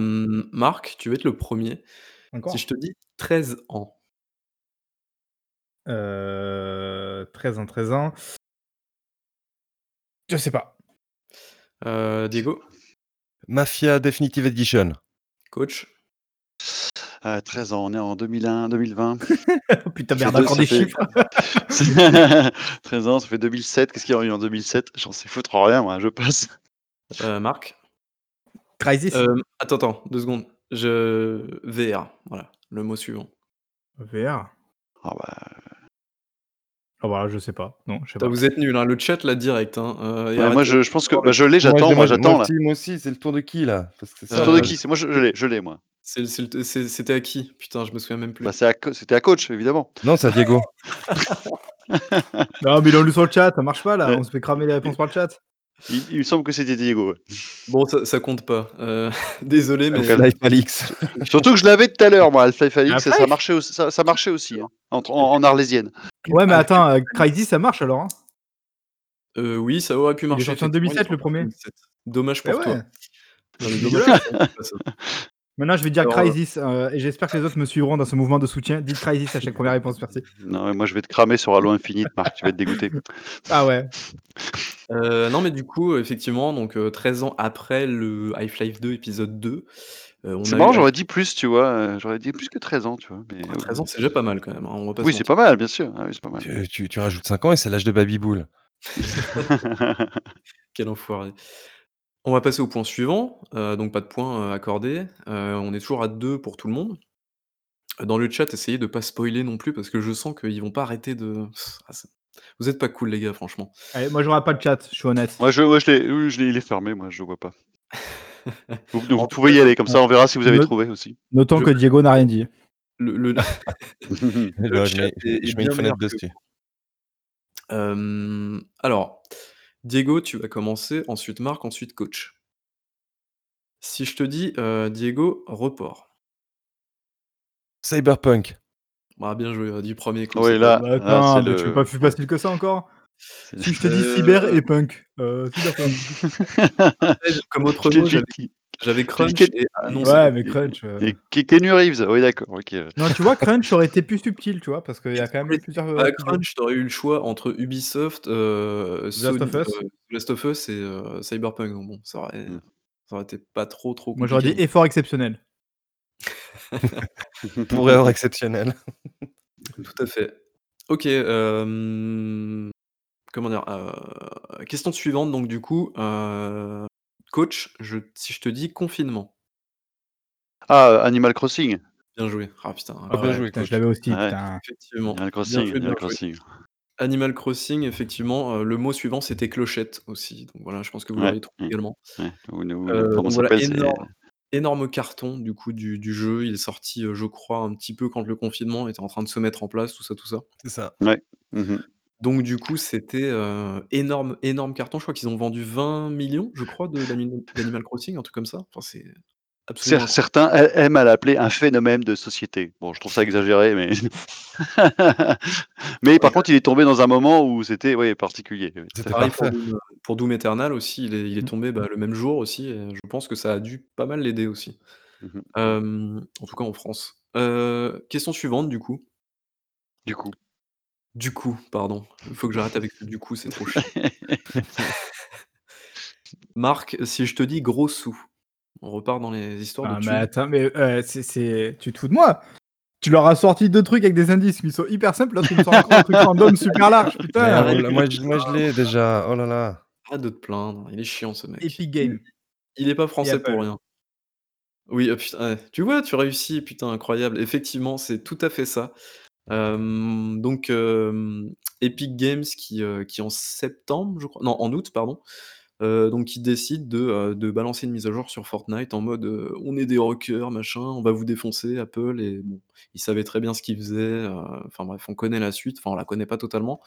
Speaker 4: Marc, tu vas être le premier.
Speaker 1: Encore
Speaker 4: Si je te dis 13 ans,
Speaker 1: Euh, 13 ans, 13 ans. Je sais pas.
Speaker 4: Euh, Diego,
Speaker 2: Mafia Definitive Edition.
Speaker 4: coach,
Speaker 3: Ah, 13 ans, on est en 2001, 2020.
Speaker 1: Putain,
Speaker 3: Je
Speaker 1: merde,
Speaker 3: sais,
Speaker 1: encore
Speaker 3: ça
Speaker 1: des
Speaker 3: fait-
Speaker 1: chiffres.
Speaker 3: 13 ans, ça fait 2007. Qu'est-ce qu'il y aurait eu en 2007 J'en sais foutre rien, moi, je passe.
Speaker 4: Euh, Marc.
Speaker 1: Crisis.
Speaker 4: Euh, attends, attends, deux secondes. Je... VR, voilà, le mot suivant.
Speaker 1: VR.
Speaker 3: Ah bah,
Speaker 1: Ah, voilà, je sais pas. Non, je sais
Speaker 4: Putain,
Speaker 1: pas.
Speaker 4: vous êtes nuls, hein, le chat là direct. hein. Euh, et
Speaker 3: ouais,
Speaker 4: arrêtez-
Speaker 3: moi, je, je pense que bah, je l'ai, j'attends, moi, j'attends là.
Speaker 2: aussi, moi aussi, c'est le tour de qui là Parce que c'est
Speaker 3: C'est le
Speaker 2: ça,
Speaker 3: tour de
Speaker 2: euh,
Speaker 3: qui C'est moi, je je l'ai, je l'ai, moi.
Speaker 4: c'est- c'est le- c'est- C'était à qui Putain, je me souviens même plus.
Speaker 3: Bah, c'est à co- C'était à coach, évidemment.
Speaker 2: Non, c'est à Diego.
Speaker 1: Non, mais il le sur le chat, ça marche pas là.
Speaker 3: Ouais.
Speaker 1: On se fait cramer les réponses par le chat.
Speaker 3: Il, il me semble que c'était Diego. ouais.
Speaker 4: Bon, ça, ça compte pas. Euh, désolé, mais.
Speaker 3: Aucun-
Speaker 2: Life Alix.
Speaker 3: Surtout que je l'avais tout à l'heure, moi, Half-Life Alyx, ça, ça
Speaker 1: Half-Life
Speaker 3: marchait aussi, ça, ça marchait aussi hein, en, en- en arlésienne.
Speaker 1: Ouais, mais attends, euh, Crisis, ça marche alors. hein.
Speaker 4: Euh, oui, ça aurait pu marcher.
Speaker 1: sorti en
Speaker 4: effectivement,
Speaker 1: 2007,
Speaker 4: il est
Speaker 1: le premier.
Speaker 4: 2007. Dommage
Speaker 1: Eh
Speaker 4: pour toi.
Speaker 1: ouais.
Speaker 4: Non, mais
Speaker 1: C'est
Speaker 4: dommage
Speaker 1: dégueulasse.
Speaker 4: pour toi, c'est pas ça.
Speaker 1: Maintenant, je vais dire
Speaker 4: Alors, euh,
Speaker 1: Crisis euh, et j'espère que les autres me suivront dans ce mouvement de soutien. Dites Crisis à chaque première réponse, merci.
Speaker 3: Non, mais moi, je vais te cramer sur Halo Infinite, Marc, tu vas être dégoûté.
Speaker 1: Ah ouais.
Speaker 4: Euh, non, mais du coup, effectivement, donc euh, 13 ans après le Half-Life 2 épisode 2, euh, on
Speaker 3: C'est
Speaker 4: a
Speaker 3: marrant,
Speaker 4: eu-
Speaker 3: j'aurais dit plus, tu vois. euh, J'aurais dit plus que 13 ans, tu vois. mais-
Speaker 4: 13 Ah, ans, c'est déjà pas mal quand même. hein, on va pas
Speaker 3: Oui,
Speaker 4: se
Speaker 3: c'est pas mal, bien sûr. Ah oui, c'est pas mal.
Speaker 2: tu, tu- tu rajoutes 5 ans et c'est l'âge de Babyboul.
Speaker 4: Quel enfoiré. On va passer au point suivant, euh, donc pas de point euh, accordé. Euh, on est toujours à deux pour tout le monde. Euh, Dans le chat, essayez de pas spoiler non plus parce que je sens qu'ils vont pas arrêter de. Ah, ça- Vous êtes pas cool les gars, franchement.
Speaker 1: Allez, moi, j'aurai pas de chat, je suis honnête.
Speaker 3: Moi, je, moi, je l'ai, oui, je l'ai- il est fermé, moi, je le vois pas. Vous, vous
Speaker 4: En tout
Speaker 3: pouvez y aller, comme ça, on verra si vous avez
Speaker 1: me-
Speaker 3: trouvé aussi.
Speaker 1: Notons
Speaker 4: je-
Speaker 1: que Diego n'a rien dit.
Speaker 4: Le, le-
Speaker 2: Alors, je
Speaker 4: chat
Speaker 2: mets,
Speaker 4: est-
Speaker 2: je
Speaker 4: est
Speaker 2: mets une
Speaker 4: bien meilleur
Speaker 2: fenêtre
Speaker 4: que
Speaker 2: dessus.
Speaker 4: Euh, alors, Diego, tu vas commencer, ensuite Marc, ensuite coach. Si je te dis euh, Diego, report.
Speaker 2: Cyberpunk.
Speaker 4: Ah, bien joué, euh, du premier coup.
Speaker 3: Oui,
Speaker 4: c'est
Speaker 3: là,
Speaker 4: pas-
Speaker 1: Bah,
Speaker 3: là,
Speaker 1: attends,
Speaker 3: c'est
Speaker 1: mais tu
Speaker 3: le-
Speaker 1: veux pas plus facile que ça encore Si je te dis
Speaker 4: Euh,
Speaker 1: cyber et punk, euh, cyberpunk.
Speaker 4: Comme autre
Speaker 3: Je
Speaker 4: mot,
Speaker 3: l'ai
Speaker 4: j'avais
Speaker 3: dit.
Speaker 4: j'avais Crunch
Speaker 3: quel-
Speaker 4: et annonce.
Speaker 1: ouais, mais Crunch. euh.
Speaker 3: Et Ke- Keanu Reeves, oui, d'accord. ok.
Speaker 1: Non, tu vois, Crunch aurait été plus subtil, tu vois, parce qu'il y a quand même eu plusieurs. euh,
Speaker 4: À
Speaker 1: plusieurs-
Speaker 4: Ah, Crunch, t'aurais eu le choix entre Ubisoft, euh, Sony,
Speaker 1: of Us.
Speaker 4: euh, Last of Us et euh, Cyberpunk. Donc bon, ça aurait,
Speaker 3: Mm.
Speaker 4: ça aurait été pas trop trop.
Speaker 1: Moi, j'aurais dit
Speaker 4: compliqué.
Speaker 1: effort exceptionnel.
Speaker 2: Pour erreur exceptionnelle.
Speaker 4: Tout à fait. Ok. euh, comment dire euh, Question suivante. Donc du coup, euh, coach, je, si je te dis confinement,
Speaker 3: Ah, Animal Crossing.
Speaker 4: bien joué. Ah putain.
Speaker 1: Ah
Speaker 2: bien
Speaker 1: ouais,
Speaker 2: joué,
Speaker 1: putain,
Speaker 2: coach.
Speaker 1: je l'avais aussi.
Speaker 3: Ouais.
Speaker 1: putain.
Speaker 4: Effectivement.
Speaker 3: Animal
Speaker 4: Bien
Speaker 3: Crossing,
Speaker 4: joué, bien
Speaker 3: Animal
Speaker 4: joué.
Speaker 3: Crossing.
Speaker 4: Animal Crossing, effectivement, euh, le mot suivant c'était clochette aussi. Donc voilà, je pense que vous
Speaker 3: Ouais,
Speaker 4: l'avez trouvé
Speaker 3: ouais.
Speaker 4: également.
Speaker 3: Ouais, ou- ou-
Speaker 4: Euh,
Speaker 3: comment
Speaker 4: donc
Speaker 3: ça
Speaker 4: voilà,
Speaker 3: s'appelle c'est-
Speaker 4: énorme, énorme carton du coup du, du jeu. Il est sorti, euh, je crois, un petit peu quand le confinement était en train de se mettre en place, tout ça, tout ça.
Speaker 2: C'est ça.
Speaker 3: Mhm.
Speaker 4: Donc du coup, c'était euh, énorme, énorme carton. Je crois qu'ils ont vendu 20 millions, je crois, de- d'Ani- d'Animal Crossing, un truc comme ça. Enfin, c'est absolument.
Speaker 3: Cer- Certains a- aiment à l'appeler un phénomène de société. Bon, je trouve ça exagéré, mais. mais par contre, il est tombé dans un moment où c'était ouais, particulier. ouais, tout à
Speaker 2: C'était
Speaker 3: fait.
Speaker 4: Pareil pour
Speaker 2: parfait.
Speaker 4: Doom, pour Doom Eternal aussi, il est, il est tombé bah, le même jour aussi. et je pense que ça a dû pas mal l'aider aussi.
Speaker 3: Mhm.
Speaker 4: Euh, en tout cas en France. Euh, question suivante du coup.
Speaker 3: Du coup.
Speaker 4: Du coup, pardon. Il faut que j'arrête avec ce du coup, c'est trop chiant. Marc, si je te dis gros sous, on repart dans les histoires
Speaker 1: Ah,
Speaker 4: de
Speaker 1: mais
Speaker 4: thunes.
Speaker 1: attends, mais euh, c'est- c'est- tu te fous de moi Tu leur as sorti deux trucs avec des indices, mais ils sont hyper simples. Là, tu me sors encore un truc random super large, putain.
Speaker 2: Mais,
Speaker 4: arrête.
Speaker 2: oh là, moi, je, moi, je l'ai déjà. Oh là là.
Speaker 4: Arrête de te plaindre, il est chiant ce mec.
Speaker 1: Epic Game.
Speaker 4: Il est pas français
Speaker 1: Apple.
Speaker 4: pour rien. Oui, euh, putain, ouais. tu vois, tu réussis, putain, incroyable. Effectivement, c'est tout à fait ça. Euh, donc, euh, Epic Games qui, euh, qui en septembre, je crois, non, en août, pardon, euh, donc qui décide de, euh, de balancer une mise à jour sur Fortnite en mode euh, on est des rockers, machin, on va vous défoncer, Apple, et bon, ils savaient très bien ce qu'ils faisaient. euh, Enfin bref, on connaît la suite, enfin on la connaît pas totalement,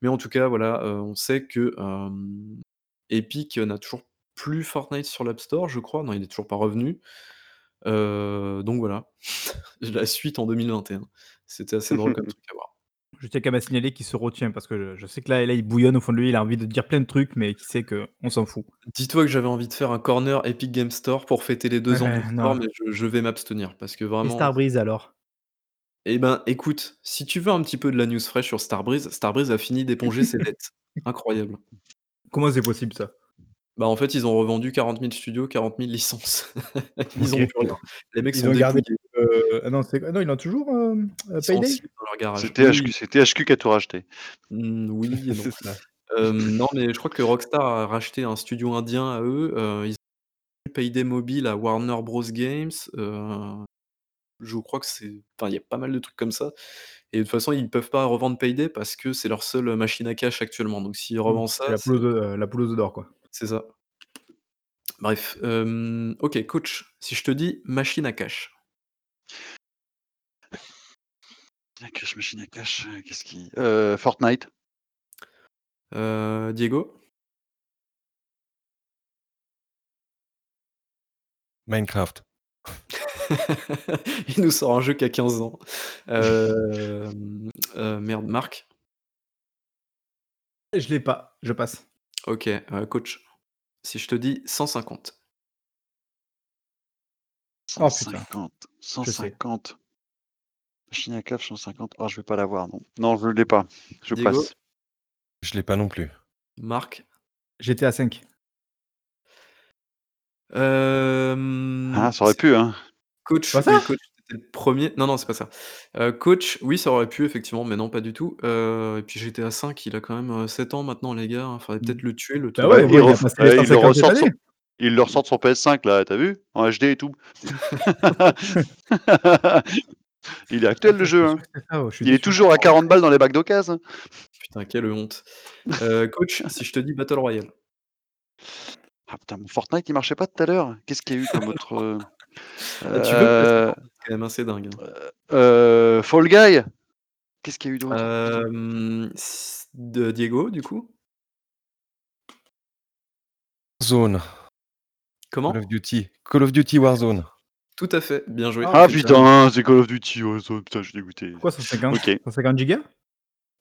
Speaker 4: mais en tout cas, voilà, euh, on sait que euh, Epic n'a toujours plus Fortnite sur l'App Store, je crois. Non, il est toujours pas revenu. Euh, donc voilà, la suite en 2021. C'était assez drôle comme truc à voir.
Speaker 1: Je tiens quand même à signaler qu'il se retient parce que je, je sais que là, là, il bouillonne au fond de lui, il a envie de dire plein de trucs, mais qui sait qu'on s'en fout.
Speaker 4: Dis-toi que j'avais envie de faire un corner Epic Game Store pour fêter les
Speaker 1: Ouais,
Speaker 4: deux ans
Speaker 1: mais
Speaker 4: de
Speaker 1: non.
Speaker 4: Store, mais je, je vais m'abstenir parce que
Speaker 1: Et
Speaker 4: vraiment.
Speaker 1: Starbreeze alors
Speaker 4: Eh ben, écoute, si tu veux un petit peu de la news fraîche sur Starbreeze, Starbreeze a fini d'éponger ses dettes. Incroyable.
Speaker 1: Comment c'est possible ça
Speaker 4: Bah, en fait, ils ont revendu 40 000 studios, 40 000 licences. ils ont
Speaker 1: Ok.
Speaker 4: plus rien. Les mecs
Speaker 1: Ils
Speaker 4: sont
Speaker 1: ont gardé,
Speaker 4: dépouillés,
Speaker 1: Euh, ah non, c'est- ah non, il a toujours euh, euh,
Speaker 4: ils sont
Speaker 1: Payday
Speaker 4: ensuite dans leur garage.
Speaker 3: C'était
Speaker 4: Ah, Oui,
Speaker 3: HQ, c'était HQ qui a tout racheté.
Speaker 4: mm, oui et non.
Speaker 2: C'est ça.
Speaker 4: Euh, non, mais je crois que Rockstar a racheté un studio indien à eux. euh, ils ont payé des mobiles à Warner Bros. Games. euh, je crois que c'est. Enfin, il y a pas mal de trucs comme ça. Et de toute façon, ils peuvent pas revendre Payday parce que c'est leur seule machine à cash actuellement. Donc s'ils revendent
Speaker 1: Mmh, C'est
Speaker 4: ça,
Speaker 1: la
Speaker 4: c'est-
Speaker 1: poule aux- euh, la poule aux d'or, quoi.
Speaker 4: c'est ça. Bref. euh, ok, coach, si je te dis machine à cash.
Speaker 3: La cache machine à cache, euh, qu'est-ce qui. Euh, Fortnite.
Speaker 4: euh, Diego
Speaker 2: Minecraft.
Speaker 4: Il nous sort un jeu qui a 15 ans. Euh, euh, merde, Marc
Speaker 1: Je l'ai pas, je passe.
Speaker 4: Ok, euh, coach. Si je te dis 150.
Speaker 1: Oh, putain.
Speaker 3: 150. 150. Machine à cache, 150. Oh, je vais pas l'avoir, non. Non, je l'ai pas. Je
Speaker 4: Diego
Speaker 3: passe.
Speaker 2: Je l'ai pas non plus.
Speaker 4: Marc
Speaker 1: J'étais à 5.
Speaker 4: Euh,
Speaker 3: Ah, ça aurait pu, hein.
Speaker 4: Coach,
Speaker 1: Pas
Speaker 4: oui,
Speaker 1: ça
Speaker 4: coach, c'était le premier. Non, non, c'est pas ça. Euh, coach, oui, ça aurait pu, effectivement, mais non, pas du tout. Euh, et puis GTA 5, il a quand même 7 ans maintenant, les gars. Faudrait peut-être le tuer, le
Speaker 1: Bah ouais,
Speaker 3: ouais, il
Speaker 1: ouais, il a
Speaker 3: ref-
Speaker 1: passé
Speaker 3: ouais,
Speaker 1: les
Speaker 3: il le
Speaker 1: 150 cette
Speaker 3: ressort sur-
Speaker 1: année.
Speaker 3: Ils le ressortent sur PS5, là, t'as vu En HD et tout. Il est actuel, le jeu, hein. Il est toujours à 40 balles dans les bacs d'occasion.
Speaker 4: Putain, quelle honte. Euh, coach, si je te dis Battle Royale.
Speaker 3: Ah putain, mon Fortnite, il marchait pas tout à l'heure. Qu'est-ce qu'il y a eu comme autre. euh,
Speaker 4: Ah, tu veux placer
Speaker 3: euh,
Speaker 4: C'est quand même assez dingue. hein.
Speaker 3: euh, Fall Guy Qu'est-ce qu'il y a eu d'autre
Speaker 4: Euh, s- de Diego, du coup
Speaker 2: Zone.
Speaker 4: Comment
Speaker 2: Call of Duty. Call of Duty Warzone.
Speaker 4: Tout à fait, bien joué.
Speaker 3: Ah putain, c'est Call of Duty. oh, ça, putain, je suis dégoûté.
Speaker 1: Quoi, 150
Speaker 3: Ok.
Speaker 1: 150 gigas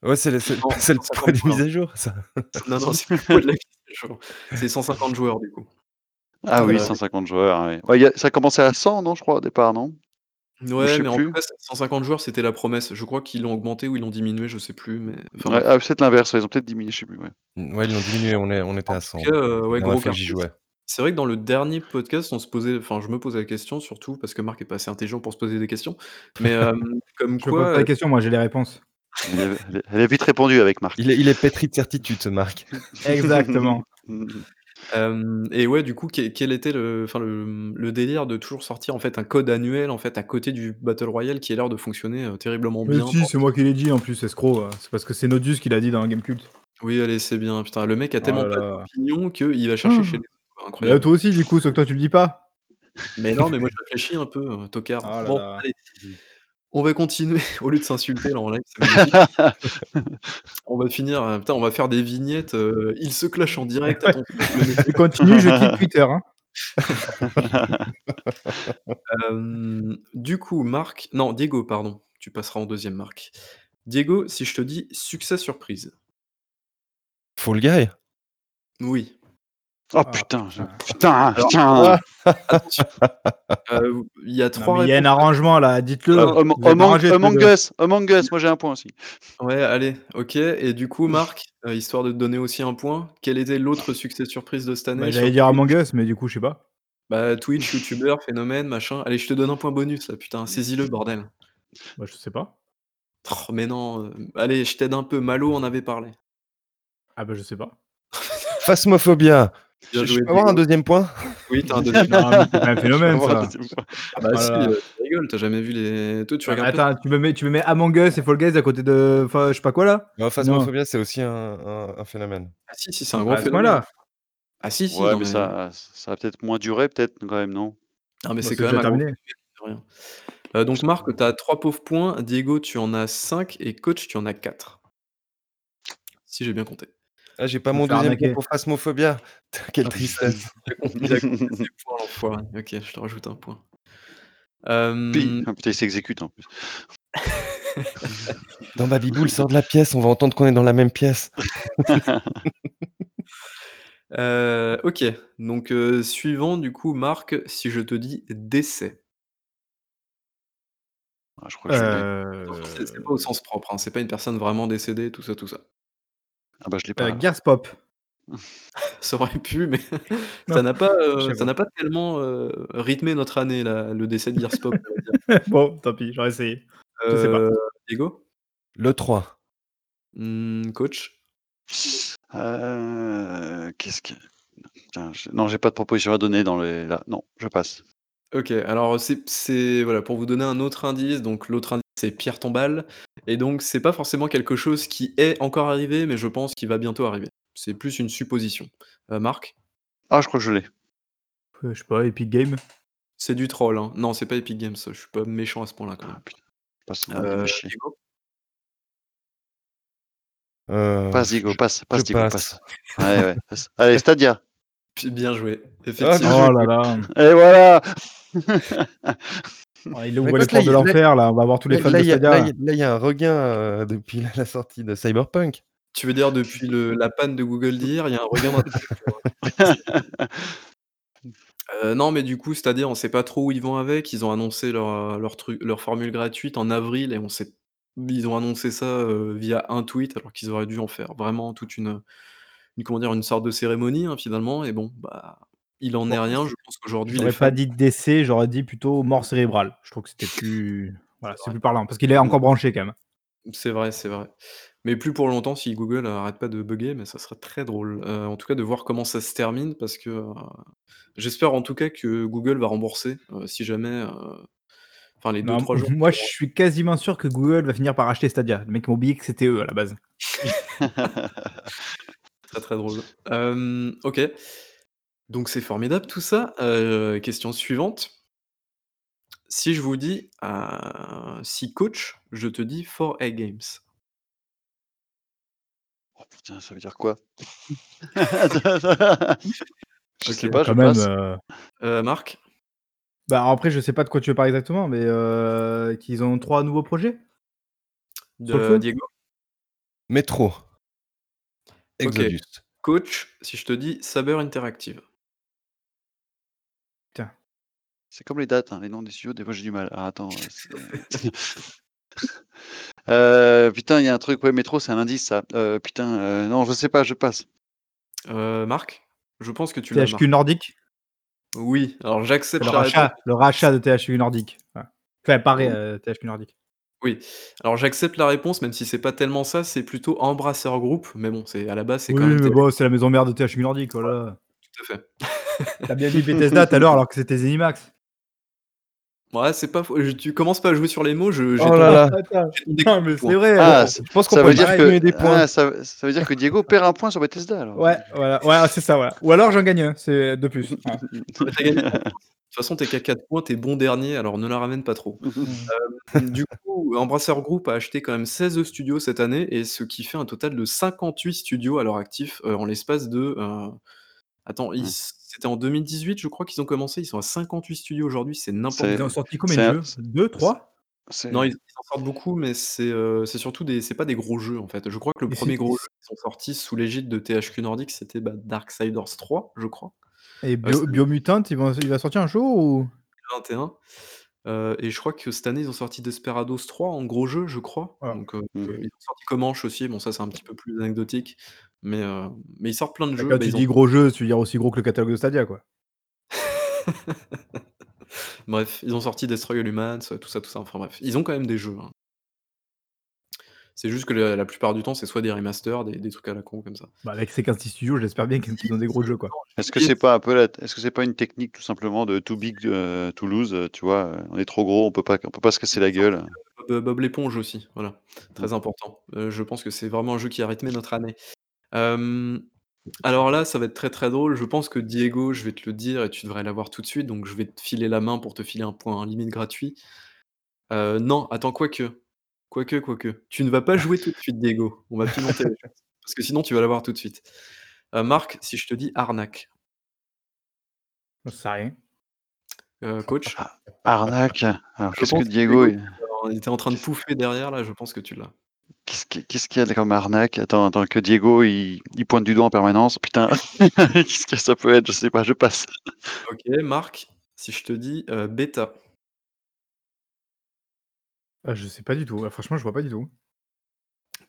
Speaker 2: Ouais, c'est le, c'est le-
Speaker 4: Non,
Speaker 2: c'est le
Speaker 4: ça
Speaker 2: poids des
Speaker 4: compte pas.
Speaker 2: mises à jour, ça.
Speaker 4: Non, non, c'est pas de la C'est 150 joueurs, du coup.
Speaker 3: Ah oui,
Speaker 4: Euh,
Speaker 3: 150 joueurs. Ouais. Ouais, il y a- ça commençait à 100, non, je crois, au départ, non
Speaker 4: Ouais,
Speaker 3: sais
Speaker 4: mais en
Speaker 3: plus.
Speaker 4: tout cas, 150 joueurs, c'était la promesse. Je crois qu'ils l'ont augmenté ou ils l'ont diminué, je sais plus. Mais... enfin,
Speaker 3: Ouais, ah, Peut-être l'inverse, ouais, ils ont peut-être diminué, je sais plus. Ouais.
Speaker 2: Ouais, ils l'ont diminué, on, est, on était
Speaker 4: En
Speaker 2: à
Speaker 4: tout
Speaker 2: 100.
Speaker 4: cas, euh,
Speaker 2: La
Speaker 4: ouais, gros
Speaker 2: dernière fois que j'y
Speaker 4: cartouche.
Speaker 2: jouais.
Speaker 4: C'est vrai que dans le dernier podcast, on se posait, enfin, je me posais la question surtout parce que Marc est pas assez intelligent pour se poser des questions. Mais euh, comme
Speaker 1: Je pose
Speaker 4: quoi,
Speaker 1: pas la question, moi j'ai les réponses.
Speaker 3: Elle, a- elle a- elle a vite répondu avec Marc.
Speaker 2: Il est, il est pétri de certitude, ce Marc.
Speaker 1: Exactement.
Speaker 3: Mm.
Speaker 4: euh, et ouais, du coup, que- quel était le, enfin, le, le délire de toujours sortir en fait un code annuel en fait à côté du Battle Royale qui a l'air de fonctionner euh, terriblement
Speaker 1: Mais
Speaker 4: bien.
Speaker 1: si, c'est moi qui l'ai dit en plus, escroc. euh, C'est parce que c'est Nodus qui l'a dit dans Game Cult.
Speaker 4: Oui, allez, c'est bien. Putain, le mec a tellement
Speaker 1: Oh là
Speaker 4: pas
Speaker 1: là.
Speaker 4: d'opinion qu'il va chercher
Speaker 1: Ah.
Speaker 4: chez les autres.
Speaker 1: Mais
Speaker 4: Incroyable.
Speaker 1: toi aussi, du coup, sauf que toi tu le dis pas.
Speaker 4: Mais non, mais moi je réfléchis un peu, euh, tocard.
Speaker 1: Ah là
Speaker 4: bon,
Speaker 1: là.
Speaker 4: allez, on va continuer au lieu de s'insulter là en live. c'est magnifique. On va finir, euh, putain, on va faire des vignettes. euh, ils se clashent en direct. attends.
Speaker 1: Et continue, je quitte Twitter. hein.
Speaker 4: Euh, du coup, Marc, non, Diego, pardon, tu passeras en deuxième, Marc. Diego, si je te dis succès surprise,
Speaker 2: Fall Guy
Speaker 4: oui.
Speaker 3: oh
Speaker 1: Ah,
Speaker 3: putain, je-
Speaker 1: putain.
Speaker 3: putain,
Speaker 4: Alors,
Speaker 3: putain.
Speaker 4: Attention. Euh, Il y a
Speaker 1: Non,
Speaker 4: trois.
Speaker 1: mais Il y a un
Speaker 4: réponses.
Speaker 1: arrangement là, dites-le.
Speaker 3: Euh, Am-
Speaker 1: Vous êtes
Speaker 3: Among,
Speaker 1: arrangés tous les
Speaker 3: Among
Speaker 1: deux.
Speaker 3: Us, Among Us, moi j'ai un point aussi.
Speaker 4: Ouais, allez, ok. Et du coup, Marc, euh, histoire de te donner aussi un point, quel était l'autre succès surprise de cette année
Speaker 1: Bah,
Speaker 4: sur
Speaker 1: J'allais dire Among Us, mais du coup, je sais pas.
Speaker 4: Bah, Twitch, YouTuber, phénomène, machin. Allez, je te donne un point bonus là, putain, saisis-le, bordel.
Speaker 1: Bah, je sais pas.
Speaker 4: Oh, mais non, euh, allez, je t'aide un peu. Malo en avait parlé.
Speaker 1: Ah bah, je sais pas.
Speaker 2: Phasmophobia
Speaker 4: Bien
Speaker 2: Je
Speaker 4: joué,
Speaker 2: peux avoir un
Speaker 4: Diego.
Speaker 2: deuxième point
Speaker 4: Oui, t'as un deuxième.
Speaker 1: Non, mais c'est pas un
Speaker 3: Je
Speaker 1: phénomène
Speaker 3: vais avoir
Speaker 1: ça.
Speaker 3: un deuxième point.
Speaker 4: Ah bah
Speaker 1: Oh
Speaker 4: si,
Speaker 1: là là.
Speaker 4: euh, tu rigoles, t'as jamais vu les. Toi, tu regardes pas
Speaker 1: Ah, Attends, tu me, mets, tu me mets Among Us et Fall Guys à côté de. Enfin, je sais pas quoi là
Speaker 2: Ouais, Phasmophobia, c'est aussi un, un- un phénomène.
Speaker 4: Ah si, si, c'est un gros
Speaker 1: Ah, c'est moi
Speaker 4: phénomène.
Speaker 1: là.
Speaker 4: Ah si, si,
Speaker 3: ouais,
Speaker 4: non,
Speaker 3: mais ça, ça va peut-être moins durer, peut-être quand même, non
Speaker 4: Ah, mais
Speaker 1: Bon,
Speaker 4: c'est
Speaker 1: c'est
Speaker 4: quand même
Speaker 1: déjà
Speaker 4: un gros
Speaker 1: terminé.
Speaker 4: phénomène, rien. Euh, donc Marc, t'as 3 pauvres points, Diego, tu en as 5 et Coach, tu en as 4. Si j'ai bien compté.
Speaker 2: Ah, j'ai pas
Speaker 1: Faut
Speaker 2: mon
Speaker 1: faire
Speaker 2: deuxième
Speaker 1: arnaquer.
Speaker 2: pour Phasmophobia. Quelle
Speaker 1: Ah,
Speaker 2: tristesse.
Speaker 4: Des points, l'enfoiré. Ok, je te rajoute un point. Euh,
Speaker 3: Pi. Ah, putain, il s'exécute en plus.
Speaker 2: Dans Babiboule, sort de la pièce, on va entendre qu'on est dans la même pièce.
Speaker 4: euh, ok, donc euh, suivant, du coup, Marc, si je te dis décès.
Speaker 3: Ah, je crois que je l'ai.
Speaker 1: Euh,
Speaker 4: C'est c'est pas au sens propre, hein, c'est pas une personne vraiment décédée, tout ça, tout ça.
Speaker 3: Ah bah je l'ai pas.
Speaker 1: euh, Gears Pop.
Speaker 4: Ça aurait pu, mais ça
Speaker 1: Non,
Speaker 4: n'a pas, euh,
Speaker 1: je sais
Speaker 4: ça n'a pas tellement euh, rythmé notre année, là, le décès de Gears Pop. on va dire.
Speaker 1: bon, tant pis, j'aurais essayé. Je sais pas.
Speaker 4: Euh, Diego
Speaker 2: Le 3.
Speaker 4: Hmm, Coach
Speaker 3: Euh, Qu'est-ce que. Putain, je- Non, j'ai pas de proposition à donner dans les. Là. Non, je passe.
Speaker 4: Ok, alors c'est- c'est voilà pour vous donner un autre indice. Donc l'autre indice c'est Pierre Tombal, et donc c'est pas forcément quelque chose qui est encore arrivé, mais je pense qu'il va bientôt arriver. C'est plus une supposition. Euh, Marc,
Speaker 3: Ah, je crois que je l'ai.
Speaker 1: Euh, Je sais pas, Epic Game.
Speaker 4: c'est du troll. hein. Non, c'est pas Epic Games. Je suis pas méchant à ce point-là quand
Speaker 3: Ah,
Speaker 4: même.
Speaker 3: putain. Passe, on
Speaker 4: Euh,
Speaker 3: va chier.
Speaker 4: Diego
Speaker 2: Euh,
Speaker 3: Passe, Diego, passe, passe,
Speaker 2: je
Speaker 3: Diego,
Speaker 2: passe.
Speaker 3: passe. Ouais, ouais, passe. Allez, Stadia.
Speaker 4: Puis Bien joué.
Speaker 2: Ah, non.
Speaker 4: Effectivement.
Speaker 1: Oh là là.
Speaker 3: Et voilà
Speaker 1: Ah, il
Speaker 2: Mais
Speaker 1: ouvre les
Speaker 2: écoute, là,
Speaker 1: portes de
Speaker 2: il- là-
Speaker 1: l'enfer, là. On va voir tous les
Speaker 2: Là,
Speaker 1: fans
Speaker 2: là,
Speaker 1: de
Speaker 2: il y a-
Speaker 1: Stadia.
Speaker 2: là, il y a- là, il y a un regain euh, depuis la sortie de Cyberpunk.
Speaker 4: Tu veux dire depuis le- la panne de Google Dire, il y a un regard. Euh, non, mais du coup, c'est-à-dire, on sait pas trop où ils vont avec. Ils ont annoncé leur, euh, leur, truc, leur formule gratuite en avril et on sait. Ils ont annoncé ça euh, via un tweet alors qu'ils auraient dû en faire vraiment toute une, une comment dire une sorte de cérémonie hein, finalement et bon bah il en est
Speaker 1: Bon,
Speaker 4: rien je pense qu'aujourd'hui les
Speaker 1: J'aurais
Speaker 4: fans-
Speaker 1: pas dit décès, j'aurais dit plutôt mort cérébrale. Je trouve que c'était plus. Voilà, c'est plus parlant. Parce qu'il est encore branché, quand même.
Speaker 4: c'est vrai c'est vrai mais plus pour longtemps si Google euh, arrête pas de bugger mais ça serait très drôle Euh, en tout cas de voir comment ça se termine parce que euh, j'espère en tout cas que Google va rembourser euh, si jamais euh, enfin les deux
Speaker 1: Non, mmh.
Speaker 4: trois jours
Speaker 1: moi, je suis quasiment sûr que Google va finir par acheter Stadia. Le mec m'a oublié que c'était eux à la base.
Speaker 4: Très très drôle. Euh, ok. Donc c'est formidable tout ça. Euh, question suivante. Si je vous dis, euh, si coach, je te dis 4A Games.
Speaker 3: Oh putain, ça veut dire quoi Je sais
Speaker 4: Ok,
Speaker 3: pas, je
Speaker 1: quand même.
Speaker 3: passe.
Speaker 1: euh,
Speaker 4: Euh, Marc
Speaker 1: Bah, après, je sais pas de quoi tu veux parler exactement, mais euh, qu'ils ont trois nouveaux projets. Sur le
Speaker 4: euh,
Speaker 1: feu
Speaker 4: Diego
Speaker 2: Métro.
Speaker 4: Ok.
Speaker 2: Exodus.
Speaker 4: Coach, si je te dis Saber Interactive.
Speaker 3: C'est comme les dates, hein, les noms des studios, des fois j'ai du mal. Ah, attends. euh, c'est- Euh, putain, il y a un truc, ouais, métro, c'est un indice ça. Euh, putain, euh, non, je sais pas, je passe.
Speaker 4: Euh, Marc Je pense que tu l'as.
Speaker 1: THQ
Speaker 4: Marc.
Speaker 1: Nordique.
Speaker 4: Oui, alors j'accepte
Speaker 1: Le
Speaker 4: la réponse.
Speaker 1: rachat, le rachat de THQ Nordique. Ouais. Enfin, pareil, euh, THQ Nordique.
Speaker 4: Oui, alors j'accepte la réponse, même si c'est pas tellement ça, c'est plutôt Embrasseur Group, mais bon, c'est à la base, c'est
Speaker 1: Oui,
Speaker 4: quand même
Speaker 1: mais bon, c'est la maison mère de THQ Nordique, voilà.
Speaker 4: tout à fait.
Speaker 1: T'as bien vu Bethesda tout à l'heure alors que c'était Zenimax.
Speaker 4: Ouais, c'est pas faux. Je- Tu commences pas à jouer sur les mots, je, j'ai
Speaker 2: Oh là là.
Speaker 4: ton-
Speaker 1: Attends,
Speaker 4: j'ai ton déco-
Speaker 1: non, mais c'est vrai.
Speaker 3: Ah,
Speaker 1: bon.
Speaker 3: c'est-
Speaker 2: Je pense qu'on
Speaker 3: ça,
Speaker 2: peut
Speaker 3: veut dire
Speaker 2: diminuer
Speaker 3: que...
Speaker 2: des points.
Speaker 3: ah, ça, ça veut dire que Diego perd un point sur Bethesda alors.
Speaker 1: Ouais, voilà. Ouais, ah, c'est ça, voilà. Ou alors j'en gagne un, c'est de plus. Ouais.
Speaker 4: T'as gagné. De toute façon, t'es qu'à 4 points, t'es bon dernier, alors ne la ramène pas trop. du coup, Embrasseur Group a acheté quand même 16 studios cette année, et ce qui fait un total de 58 studios à leur actif euh, en l'espace de. euh, Attends, ils-
Speaker 3: Hmm.
Speaker 4: c'était en 2018, je crois qu'ils ont commencé. Ils sont à 58 studios aujourd'hui, c'est n'importe
Speaker 3: C'est-
Speaker 1: Ils ont sorti combien
Speaker 3: c'est un-
Speaker 1: de jeux Deux, trois
Speaker 3: C'est-
Speaker 4: Non, ils, ils en sortent beaucoup, mais c'est euh, c'est surtout des, c'est pas des gros jeux en fait. Je crois que le
Speaker 1: Et
Speaker 4: premier
Speaker 1: c'est-
Speaker 4: gros jeu qui sont sortis sous l'égide de THQ Nordic, c'était bah, Darksiders 3, je crois.
Speaker 1: Et
Speaker 4: Ouais,
Speaker 1: Bio-
Speaker 4: c'est-
Speaker 1: Biomutant, il va, il va sortir un jour ou
Speaker 4: 21. Euh, et je crois que cette année, ils ont sorti Desperados 3 en gros jeu, je crois.
Speaker 1: Voilà.
Speaker 4: Donc, euh,
Speaker 3: Mhm.
Speaker 4: Ils ont sorti Comanche aussi. Bon, ça, c'est un petit peu plus anecdotique. Mais, euh, mais ils sortent plein de jeux.
Speaker 1: Quand
Speaker 4: bah,
Speaker 1: tu
Speaker 4: ils ont-
Speaker 1: dis gros jeu, tu veux dire aussi gros que le catalogue de Stadia, quoi.
Speaker 4: Bref, ils ont sorti Destroy All Humans, tout ça, tout ça. Enfin bref, ils ont quand même des jeux. hein. C'est juste que la, la plupart du temps, c'est soit des remasters, des, des trucs à la con comme ça.
Speaker 1: Bah, avec ces 15 studios, j'espère bien qu'ils ont des gros jeux, quoi.
Speaker 3: Est-ce que c'est pas un peu la... est-ce que c'est pas une technique tout simplement de too big euh, Toulouse, euh, tu vois, euh, on est trop gros, on peut pas on peut pas se casser la gueule.
Speaker 4: Bob, Bob l'éponge aussi, voilà. Très important. Euh, je pense que c'est vraiment un jeu qui a rythmé notre année. Euh, alors là, ça va être très très drôle. Je pense que Diego, je vais te le dire et tu devrais l'avoir tout de suite. Donc je vais te filer la main pour te filer un point limite gratuit. Euh, non, attends, quoique. Quoique, quoique. Tu ne vas pas jouer tout de suite, Diego. On va piloter. Parce que sinon, tu vas l'avoir tout de suite. Euh, Marc, si je te dis arnaque,
Speaker 1: J'en sais rien.
Speaker 4: Euh, coach,
Speaker 3: Arnaque. Alors,
Speaker 4: Je
Speaker 3: qu'est-ce
Speaker 4: pense
Speaker 3: que
Speaker 4: que
Speaker 3: Diego,
Speaker 4: Diego-
Speaker 3: il-
Speaker 4: on était en train de pouffer derrière, là, je pense que tu l'as.
Speaker 3: qu'est-ce qui- qu'est-ce qu'il y a comme arnaque Attends, attends, que Diego, il, il pointe du doigt en permanence. Putain, qu'est-ce que ça peut être Je sais pas, je passe.
Speaker 4: Ok, Marc, si je te dis euh, bêta,
Speaker 1: Ah, je sais pas du tout. Ah, franchement, je vois pas du tout.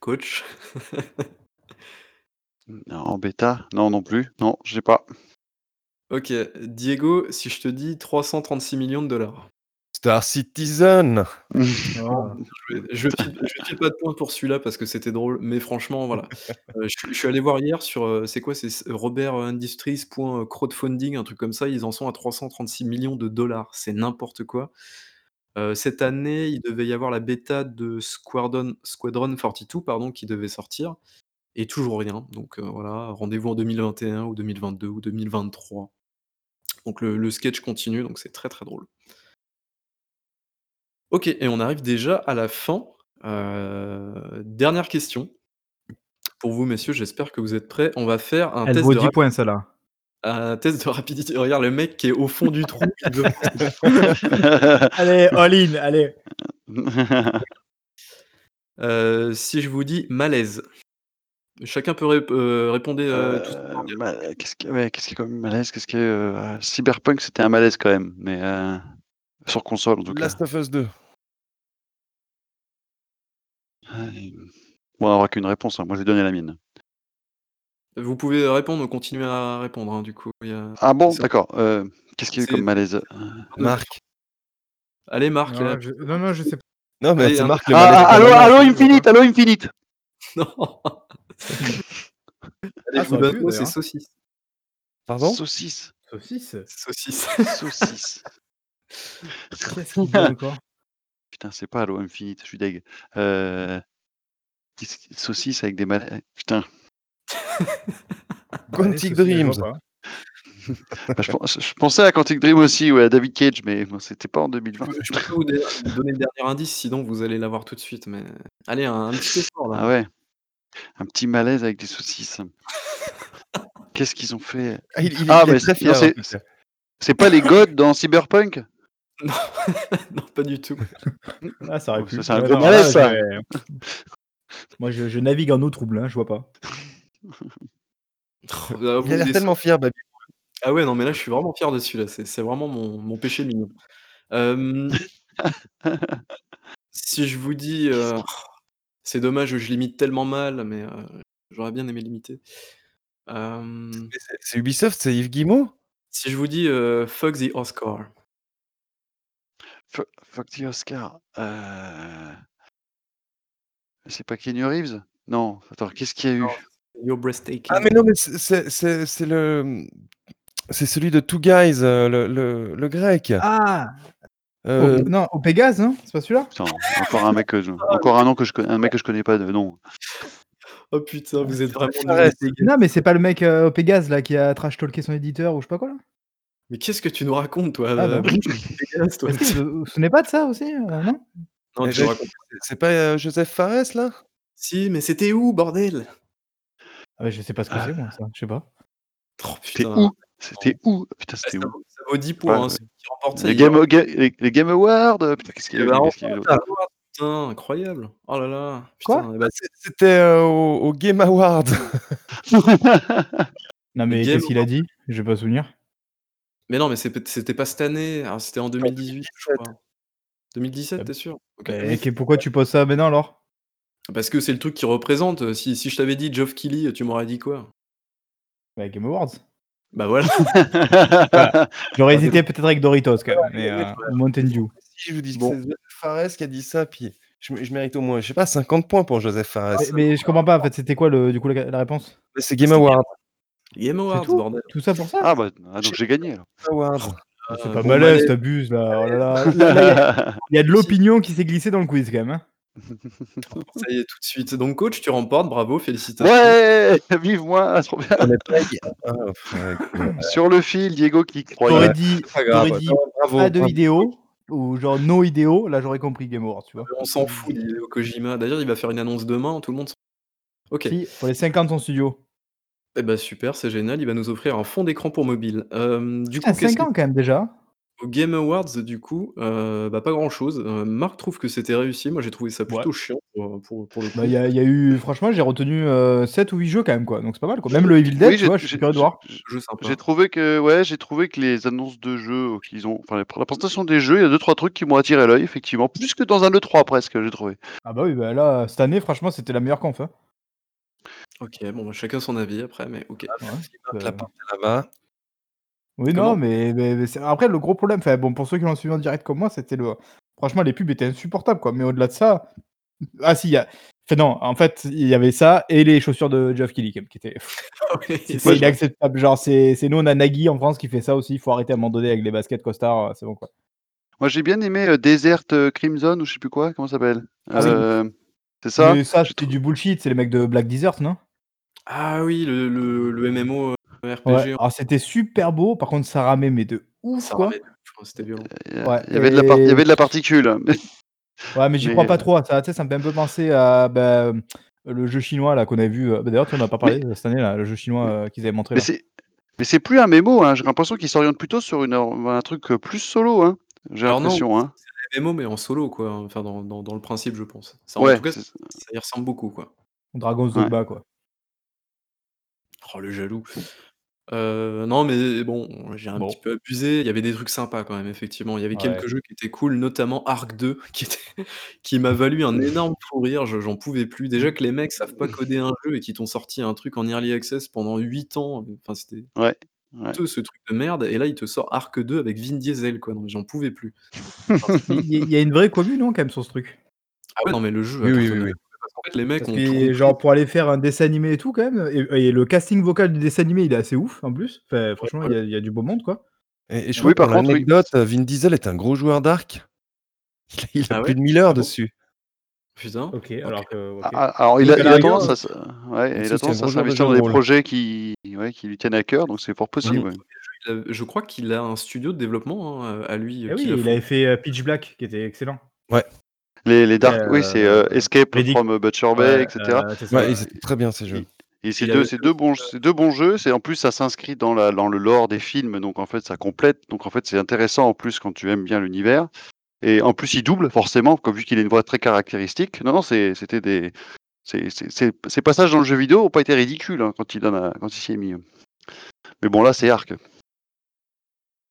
Speaker 4: coach,
Speaker 3: Non, En bêta Non, non plus. Non, je sais pas.
Speaker 4: ok, Diego, si je te dis 336 millions de dollars.
Speaker 2: Star Citizen
Speaker 1: Ah.
Speaker 4: Je vais- Je ne fais pas de points pour celui-là parce que c'était drôle, mais franchement, voilà. Euh, je, je suis allé voir hier sur, euh, c'est quoi, c'est Robert Industries point euh, crowdfunding, un truc comme ça, ils en sont à 336 millions de dollars, c'est n'importe quoi. Euh, cette
Speaker 1: Mmh.
Speaker 4: année, il devait y avoir la bêta de Squadron, Squadron 42 pardon, qui devait sortir, et toujours rien. Donc euh, voilà, rendez-vous en 2021 ou 2022 ou 2023. Donc le, le sketch continue, donc c'est très très drôle. Ok, et on arrive déjà à la fin. Euh, dernière question. Pour vous, messieurs, j'espère que vous êtes prêts. On va faire un
Speaker 1: Elle
Speaker 4: test
Speaker 1: vaut
Speaker 4: de
Speaker 1: 10
Speaker 4: rap-
Speaker 1: points, celle-là.
Speaker 4: un test de rapidité. Regarde le mec qui est au fond du trou. il veut-
Speaker 1: Allez, all in, allez.
Speaker 4: Euh, si je vous dis malaise, chacun peut rép- euh, répondre. euh, tout ce qu'il
Speaker 3: Euh,
Speaker 4: veut.
Speaker 3: ma- Qu'est-ce que- ouais, qu'est-ce qui est comme malaise Qu'est-ce que euh, Cyberpunk, c'était un malaise quand même, mais euh, sur console en tout cas.
Speaker 2: Last of Us 2.
Speaker 3: Ouais. Ah, Bon, on n'aura qu'une réponse. hein. Moi, je vais donner la mienne.
Speaker 4: Vous pouvez répondre, continuer à répondre. hein, du coup, Il y a-
Speaker 3: Ah bon,
Speaker 4: ça.
Speaker 3: d'accord. euh, Qu'est-ce qu'il y a eu
Speaker 4: C'est-
Speaker 3: comme malaise Ah,
Speaker 2: Marc.
Speaker 4: allez Marc. là.
Speaker 1: Non, je... non, non, je sais pas.
Speaker 2: Non, mais
Speaker 4: Allez,
Speaker 2: c'est
Speaker 4: un-
Speaker 2: Marc le
Speaker 3: Ah,
Speaker 2: malaise.
Speaker 3: ah,
Speaker 1: de
Speaker 3: Allo,
Speaker 1: Valence,
Speaker 3: Allo
Speaker 1: je sais
Speaker 3: Infinite, Allo Infinite.
Speaker 4: Non. Allez,
Speaker 1: Ah,
Speaker 4: je
Speaker 1: ça
Speaker 4: vous
Speaker 1: aurait
Speaker 4: donne
Speaker 1: pu,
Speaker 4: mot, c'est
Speaker 1: d'ailleurs.
Speaker 4: saucisse.
Speaker 2: Pardon
Speaker 3: Saucisse,
Speaker 1: Saucisse
Speaker 4: Saucisse.
Speaker 3: saucisse.
Speaker 1: Qu'est-ce qu'il dit encore
Speaker 3: Putain, c'est pas Allo Infinite, je suis deg. Euh, qu'est-ce qui- Saucisse avec des malaises. Putain,
Speaker 1: Allez, saucisse, je
Speaker 2: Quantic
Speaker 1: vois
Speaker 2: Dreams.
Speaker 1: pas.
Speaker 3: Bah, je, pense- je pensais à Quantic Dream aussi, ouais, à David Cage, mais bon, c'était pas en
Speaker 4: Je
Speaker 3: 2020.
Speaker 4: peux- Je peux vous dé- donner le dernier indice, sinon vous allez l'avoir tout de suite. Mais allez, un, un petit effort là.
Speaker 3: Ah ouais. Un petit malaise avec des saucisses. Qu'est-ce qu'ils ont fait
Speaker 2: Ah, il, il-
Speaker 3: Ah,
Speaker 2: il est
Speaker 3: mais
Speaker 2: très
Speaker 3: c'est-
Speaker 2: fier.
Speaker 3: non, c'est-
Speaker 2: en fait.
Speaker 3: C'est pas les gods dans Cyberpunk
Speaker 4: non, pas du tout.
Speaker 1: Ah, ça aurait
Speaker 3: Oh,
Speaker 1: pu.
Speaker 3: ça, c'est un
Speaker 1: Ah,
Speaker 3: gros
Speaker 1: non,
Speaker 3: malaise,
Speaker 1: là, je- Moi, je, je navigue en eau trouble, hein, je vois pas.
Speaker 4: Oh, là, vous
Speaker 2: Il a l'air
Speaker 4: descendez.
Speaker 2: tellement fier, Babi.
Speaker 4: Ah ouais, non, mais là, je suis vraiment fier de celui-là. C'est c'est vraiment mon, mon péché mignon. Euh, si je vous dis. euh, c'est dommage, je limite tellement mal, mais euh, j'aurais bien aimé limiter. Euh,
Speaker 2: C'est- C'est Ubisoft, c'est Yves Guillemot
Speaker 4: si je vous dis euh, Fuck the Oscar.
Speaker 3: Fu- Fuck the Oscar. Euh, C'est pas Kenny Reeves Non. Attends, qu'est-ce qu'il y a eu
Speaker 4: Non. Your breathtaking.
Speaker 2: Ah, mais non, mais c'est- c'est c'est- c'est le. C'est celui de Two Guys, euh, le, le- le grec.
Speaker 1: Ah
Speaker 2: Euh,
Speaker 1: Non, au Pégase, non C'est pas celui-là
Speaker 3: Putain, encore un mec que je... encore un nom que je connais, un mec que je connais pas de nom.
Speaker 4: Oh putain, vous êtes vraiment.
Speaker 2: Fares.
Speaker 4: nuls.
Speaker 1: Non, mais c'est pas le mec euh, au Pégase là qui a trash talké son éditeur ou je sais pas quoi là
Speaker 4: Mais qu'est-ce que tu nous racontes, toi
Speaker 1: Ah,
Speaker 4: euh,
Speaker 1: bah.
Speaker 4: dégueulasse, toi.
Speaker 1: Est-ce que vous vous souvenez pas de ça aussi euh, Non
Speaker 4: Non, tu
Speaker 2: Eh,
Speaker 4: nous racontes.
Speaker 2: C'est pas euh, Joseph Fares, là
Speaker 4: Si, mais c'était où, bordel
Speaker 1: ah, mais Je sais pas ce que
Speaker 3: Ah.
Speaker 1: c'est, moi, ça. Je sais pas.
Speaker 4: Oh
Speaker 3: C'était
Speaker 4: putain.
Speaker 3: où C'était où Putain,
Speaker 4: Ça,
Speaker 3: c'était où
Speaker 4: vaut- ça vaut 10 points.
Speaker 3: Ouais,
Speaker 4: hein,
Speaker 3: ouais.
Speaker 4: celui qui remporte ça,
Speaker 3: les
Speaker 4: il
Speaker 3: Game, Ga- les, les Game Awards euh, Putain, qu'est-ce qu'il y a
Speaker 4: Eh
Speaker 3: eu,
Speaker 4: ben,
Speaker 3: qu'est-ce qu'il y a eu d'autre
Speaker 4: Putain, incroyable. Oh là là.
Speaker 1: Quoi
Speaker 4: Putain, eh ben, c'est-
Speaker 2: C'était euh, au, au Game Award.
Speaker 1: Non, mais
Speaker 4: Game
Speaker 1: qu'est-ce qu'il a dit Je vais pas souvenir.
Speaker 4: Mais non, mais c'est peut- c'était pas cette année. alors C'était en 2018, je crois.
Speaker 1: Bah
Speaker 4: 2017, t'es sûr Ok.
Speaker 1: Et que- pourquoi tu poses ça maintenant alors
Speaker 4: Parce que c'est le truc qui représente. euh, Si, si je t'avais dit Geoff Keighley, euh, tu m'aurais dit quoi
Speaker 1: bah, Game Awards.
Speaker 4: Bah voilà.
Speaker 1: J'aurais hésité peut-être avec Doritos quand même, mais euh, ou Mountain Dew.
Speaker 2: Si je vous dis que
Speaker 4: Bon.
Speaker 2: c'est Joseph Fares qui a dit ça, puis je, m- je mérite au moins, je sais pas, 50 points pour Joseph Fares.
Speaker 1: Mais, mais je comprends pas, en fait, c'était quoi le, du coup la, la réponse
Speaker 2: Mais C'est Game Award.
Speaker 4: Game Awards,
Speaker 1: tout
Speaker 4: bordel.
Speaker 1: Tout ça pour ça
Speaker 3: Ah bah, ah, donc j'ai gagné alors.
Speaker 2: Award.
Speaker 1: C'est
Speaker 4: Euh,
Speaker 1: pas
Speaker 4: bon,
Speaker 1: malaise,
Speaker 4: allez,
Speaker 1: t'abuses là. oh là là. Là, là, y a- Il y a de l'opinion qui s'est glissée dans le quiz quand même. hein.
Speaker 4: Ça y est, tout de suite. Donc, coach, tu remportes. Bravo, félicitations.
Speaker 3: ouais, vive moi, trop bien.
Speaker 2: On est pas- Ah, ouais,
Speaker 3: Sur le fil, Diego qui
Speaker 1: T'aurais
Speaker 3: croyait.
Speaker 1: dit,
Speaker 2: c'est pas grave.
Speaker 1: t'aurais dit
Speaker 2: Non, bravo,
Speaker 1: pas de
Speaker 2: bravo.
Speaker 1: idéaux ou genre no idéaux, là j'aurais compris Game Awards, tu vois.
Speaker 4: On s'en fout d'Hideo Kojima. D'ailleurs, il va faire une annonce demain. Tout le monde s'en Ok.
Speaker 1: Si, pour les 50 en studio.
Speaker 4: Eh ben super, c'est génial. Il va nous offrir un fond d'écran pour mobile. Euh, du coup,
Speaker 1: Putain,
Speaker 4: qu'est-ce
Speaker 1: 5
Speaker 4: que
Speaker 1: Ah, ans quand même déjà.
Speaker 4: Au Game Awards, du coup, euh, bah, pas grand-chose. Euh, Marc trouve que c'était réussi. Moi, j'ai trouvé ça plutôt chiant pour, pour- pour le coup.
Speaker 1: Bah, il y, a- il y a eu, franchement, j'ai retenu 7 ou 8 jeux quand même, quoi. Donc c'est pas mal, quoi. Même le Evil Dead,
Speaker 3: Oui,
Speaker 1: tu vois, je suis curieux de voir.
Speaker 4: Jeu sympa.
Speaker 3: J'ai trouvé que ouais, j'ai trouvé que les annonces de jeux euh, qu'ils ont, enfin la pr- la présentation des jeux, il y a deux trois trucs qui m'ont attiré l'œil effectivement, plus que dans un E3 presque, j'ai trouvé.
Speaker 1: Ah bah oui, bah là, cette année, franchement, c'était la meilleure conf. hein.
Speaker 4: Ok, bon, bah, chacun son avis après, mais ok.
Speaker 3: Ah,
Speaker 1: Ouais.
Speaker 2: La
Speaker 1: Euh,
Speaker 2: porte est là-bas.
Speaker 1: Oui,
Speaker 4: Comment
Speaker 1: non, mais, mais- mais c'est- après, le gros problème, enfin, bon, pour ceux qui l'ont suivi en direct comme moi, c'était le. Franchement, les pubs étaient insupportables, quoi. Mais au-delà de ça. Ah, si, il y a. Enfin, non, en fait, il y avait ça et les chaussures de Geoff Keighley, quand même, qui étaient.
Speaker 4: C'est-
Speaker 1: C'est inacceptable. Genre, c'est c'est nous, on a Nagui en France qui fait ça aussi. Il faut arrêter à un moment donné avec les baskets costards. euh, C'est bon, quoi.
Speaker 3: Moi, j'ai bien aimé euh, Desert euh, Crimson ou je sais plus quoi, comment ça s'appelle
Speaker 1: Ah oui.
Speaker 3: Euh, C'est ça
Speaker 1: mais ça, c'était du bullshit. C'est les mecs de Black Desert, non
Speaker 4: Ah oui, le, le- le MMO euh, RPG.
Speaker 1: Ouais. Alors, c'était super beau. Par contre, ça ramait, mais de ouf,
Speaker 4: Ça
Speaker 1: quoi.
Speaker 4: ramène, franchement,
Speaker 3: Euh,
Speaker 4: C'était violent.
Speaker 3: Il y a-
Speaker 1: ouais,
Speaker 3: il y avait de la par- il y
Speaker 1: et-
Speaker 3: avait de la particule.
Speaker 1: Ouais, mais j'y
Speaker 3: Mais,
Speaker 1: crois pas
Speaker 3: euh,
Speaker 1: trop. à Ça, Tu sais, ça me fait un peu penser à bah, le jeu chinois là qu'on avait vu. euh, bah, D'ailleurs, tu n'en as pas parlé euh, cette année, là, le jeu chinois euh, qu'ils avaient montré.
Speaker 3: Mais
Speaker 1: Là.
Speaker 3: c'est mais c'est plus un mémo, hein. j'ai l'impression qu'il s'oriente plutôt sur une, un truc euh, plus solo, hein. j'ai
Speaker 4: Alors non,
Speaker 3: l'impression. Hein.
Speaker 4: MMO, mais en solo, quoi. hein, Enfin, dans, dans- dans le principe, je pense. Ça, en
Speaker 3: Ouais,
Speaker 4: tout cas, ça
Speaker 3: c'est-
Speaker 4: y ressemble beaucoup, quoi.
Speaker 1: Dragon's
Speaker 3: Ouais.
Speaker 1: Dogma, quoi.
Speaker 4: Oh, le jaloux. Euh, non, mais bon, j'ai un
Speaker 1: Bon.
Speaker 4: petit peu abusé. Il y avait des trucs sympas quand même, effectivement. Il y avait quelques
Speaker 1: Ouais.
Speaker 4: jeux qui étaient cool, notamment Arc 2, qui, était- qui m'a valu un énorme fou rire. Je- J'en pouvais plus. Déjà que les mecs savent pas coder un jeu et qui t'ont sorti un truc en early access pendant 8 ans. Enfin, c'était
Speaker 3: Ouais, ouais.
Speaker 4: honteux, ce truc de merde. Et là, il te sort Arc 2 avec Vin Diesel, quoi. Non, mais j'en pouvais plus.
Speaker 1: Il y, il y a une vraie commune, non, quand même, sur ce truc.
Speaker 4: Ah ouais, non, mais le jeu.
Speaker 2: Oui,
Speaker 4: a
Speaker 2: oui,
Speaker 4: cartonné.
Speaker 2: oui, oui.
Speaker 4: Parce qu'en fait, les mecs
Speaker 1: Parce
Speaker 4: ont.
Speaker 1: que,
Speaker 4: tout-
Speaker 1: genre, pour aller faire un dessin animé et tout, quand même. Et, et le casting vocal du dessin animé, il est assez ouf, en plus. Enfin, franchement, il y a- il y, a du beau monde, quoi.
Speaker 2: Et, et je
Speaker 3: Oui,
Speaker 2: crois que
Speaker 3: par
Speaker 2: pour
Speaker 3: contre, oui.
Speaker 2: l'anecdote, euh, Vin Diesel est un gros joueur d'arc. Il a, il a
Speaker 4: Ah ouais
Speaker 2: plus de 1000 heures
Speaker 4: bon
Speaker 2: dessus.
Speaker 4: Putain.
Speaker 1: Ok, alors que. ok.
Speaker 3: Ah, ah, alors, il
Speaker 1: Donc, à
Speaker 3: a, il
Speaker 1: la
Speaker 3: a
Speaker 1: rigueur,
Speaker 3: tendance à, se- ouais, il
Speaker 2: si,
Speaker 3: a
Speaker 2: c'est
Speaker 3: tendance
Speaker 2: un
Speaker 3: à
Speaker 2: gros joueur de
Speaker 3: s'investir
Speaker 2: jeu
Speaker 3: dans
Speaker 2: de
Speaker 3: des
Speaker 2: rôle.
Speaker 3: projets qui, ouais, qui lui tiennent à cœur, donc c'est fort possible. ouais.
Speaker 4: Il a- Je crois qu'il a un studio de développement hein, à lui.
Speaker 1: Eh
Speaker 4: qui
Speaker 1: oui,
Speaker 4: l'a
Speaker 1: il avait fait euh, Pitch Black, qui était excellent.
Speaker 3: Les, les Dark, oui, c'est euh,
Speaker 1: Euh,
Speaker 3: Escape
Speaker 1: Medic-
Speaker 3: from Butcher Bay,
Speaker 1: Ouais,
Speaker 3: etc.
Speaker 1: euh, c'est ça.
Speaker 2: Ouais, et c'est très bien ces jeux.
Speaker 3: Et c'est
Speaker 4: il
Speaker 3: deux,
Speaker 4: avait
Speaker 3: c'est deux bons, c'est deux bons jeux. C'est en plus ça s'inscrit dans la, dans le lore des films, donc en fait ça complète. Donc en fait c'est intéressant en plus quand tu aimes bien l'univers. Et en plus il double forcément, comme vu qu'il a une voix très caractéristique. Non, non, c'est- c'était des, c'est- c'est- c'est- ces passages dans le jeu vidéo ont pas été ridicules hein, quand il en a- quand il s'y est mis. Mais bon là c'est Arc.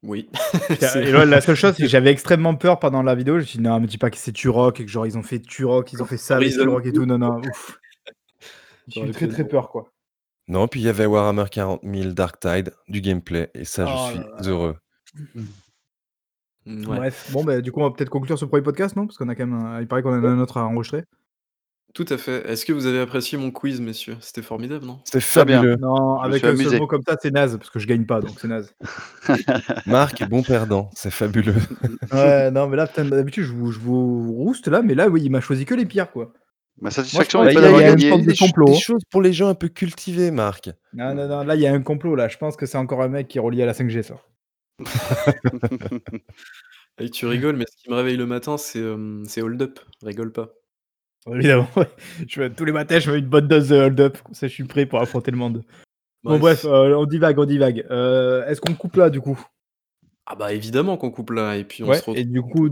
Speaker 4: Oui.
Speaker 1: Putain, et là, la seule chose, c'est que j'avais extrêmement peur pendant la vidéo. Je me suis dit, non, me dis pas que c'est Turok et que genre ils ont fait Turok, ils ont fait ça avec
Speaker 4: Horizon.
Speaker 1: Turok et tout. Non, non, ouf. J'ai eu
Speaker 4: J'aurais
Speaker 1: très
Speaker 4: fait
Speaker 1: très
Speaker 4: non.
Speaker 1: peur quoi.
Speaker 2: Non, puis il y avait Warhammer 40 000 Dark Tide, du gameplay, et ça, je
Speaker 1: Oh
Speaker 2: suis
Speaker 1: là
Speaker 2: heureux.
Speaker 4: Mm, Ouais.
Speaker 1: Bref, bon, bah, du coup, on va peut-être conclure ce premier podcast, non Parce qu'on a quand même. un- Il paraît qu'on en a un autre à enregistrer.
Speaker 4: Tout à fait. Est-ce que vous avez apprécié mon quiz, messieurs C'était formidable, non
Speaker 2: C'était
Speaker 3: Très bien.
Speaker 2: fabuleux.
Speaker 1: Non,
Speaker 3: Je me
Speaker 1: avec
Speaker 3: suis
Speaker 1: un seul
Speaker 3: amusé.
Speaker 1: mot comme ça, c'est naze, parce que je gagne pas, donc c'est naze.
Speaker 2: Marc est bon perdant, c'est fabuleux.
Speaker 1: ouais, non, mais là, putain, d'habitude, je vous, je vous rouste là, mais là, oui, il m'a choisi que les pires quoi.
Speaker 3: Ma satisfaction
Speaker 1: pense
Speaker 3: n'est
Speaker 1: qu'il y
Speaker 3: pas
Speaker 1: a-
Speaker 3: d'avoir
Speaker 1: il y a une
Speaker 3: gagné.
Speaker 1: sorte de
Speaker 2: des, cho-
Speaker 1: complot,
Speaker 2: des
Speaker 1: hein.
Speaker 2: choses pour les gens un peu cultivés, Marc.
Speaker 1: Non, non, non, là, il y a un complot là. Je pense que c'est encore un mec qui est relié à la 5G, ça.
Speaker 4: Et tu rigoles, mais ce qui me réveille le matin, c'est euh, c'est Hold Up. Rigole pas.
Speaker 1: Évidemment, ouais. je, me- tous les matins, je mets une bonne dose de hold-up. Comme ça, je suis prêt pour affronter le monde. Bon, bref, euh, on divague, on divague. Euh, Est-ce qu'on coupe là, du coup
Speaker 4: Ah bah évidemment qu'on coupe là. Et puis on
Speaker 1: Ouais,
Speaker 4: se retrouve
Speaker 1: et du coup,
Speaker 4: au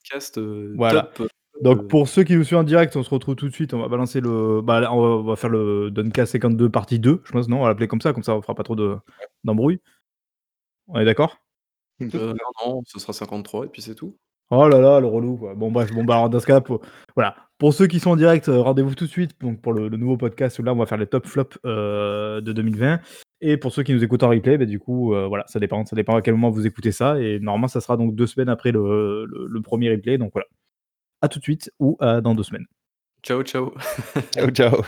Speaker 4: podcast euh,
Speaker 1: Voilà.
Speaker 4: top.
Speaker 1: donc
Speaker 4: Euh,
Speaker 1: pour ceux qui nous suivent en direct, on se retrouve tout de suite. On va balancer le. Bah, là, on, va, on va faire le Donka 52 partie 2, je pense, non On va l'appeler comme ça, comme ça, on fera pas trop de- d'embrouille. on est d'accord
Speaker 4: euh, non, non, ce sera 53 et puis c'est tout.
Speaker 1: Oh là là, le relou, quoi. Bon, bref, bon, bah, alors, dans ce cas-là, pour... voilà. Pour ceux qui sont en direct, euh, rendez-vous tout de suite donc, pour le, le nouveau podcast où là, on va faire les top flops euh, de 2020. Et pour ceux qui nous écoutent en replay, bah, du coup, euh, voilà, ça dépend. Ça dépend à quel moment vous écoutez ça. Et normalement, ça sera donc deux semaines après le, le- le premier euh, replay. Donc voilà. À tout de suite ou à dans deux semaines.
Speaker 4: Ciao, ciao.
Speaker 2: Ciao, ciao.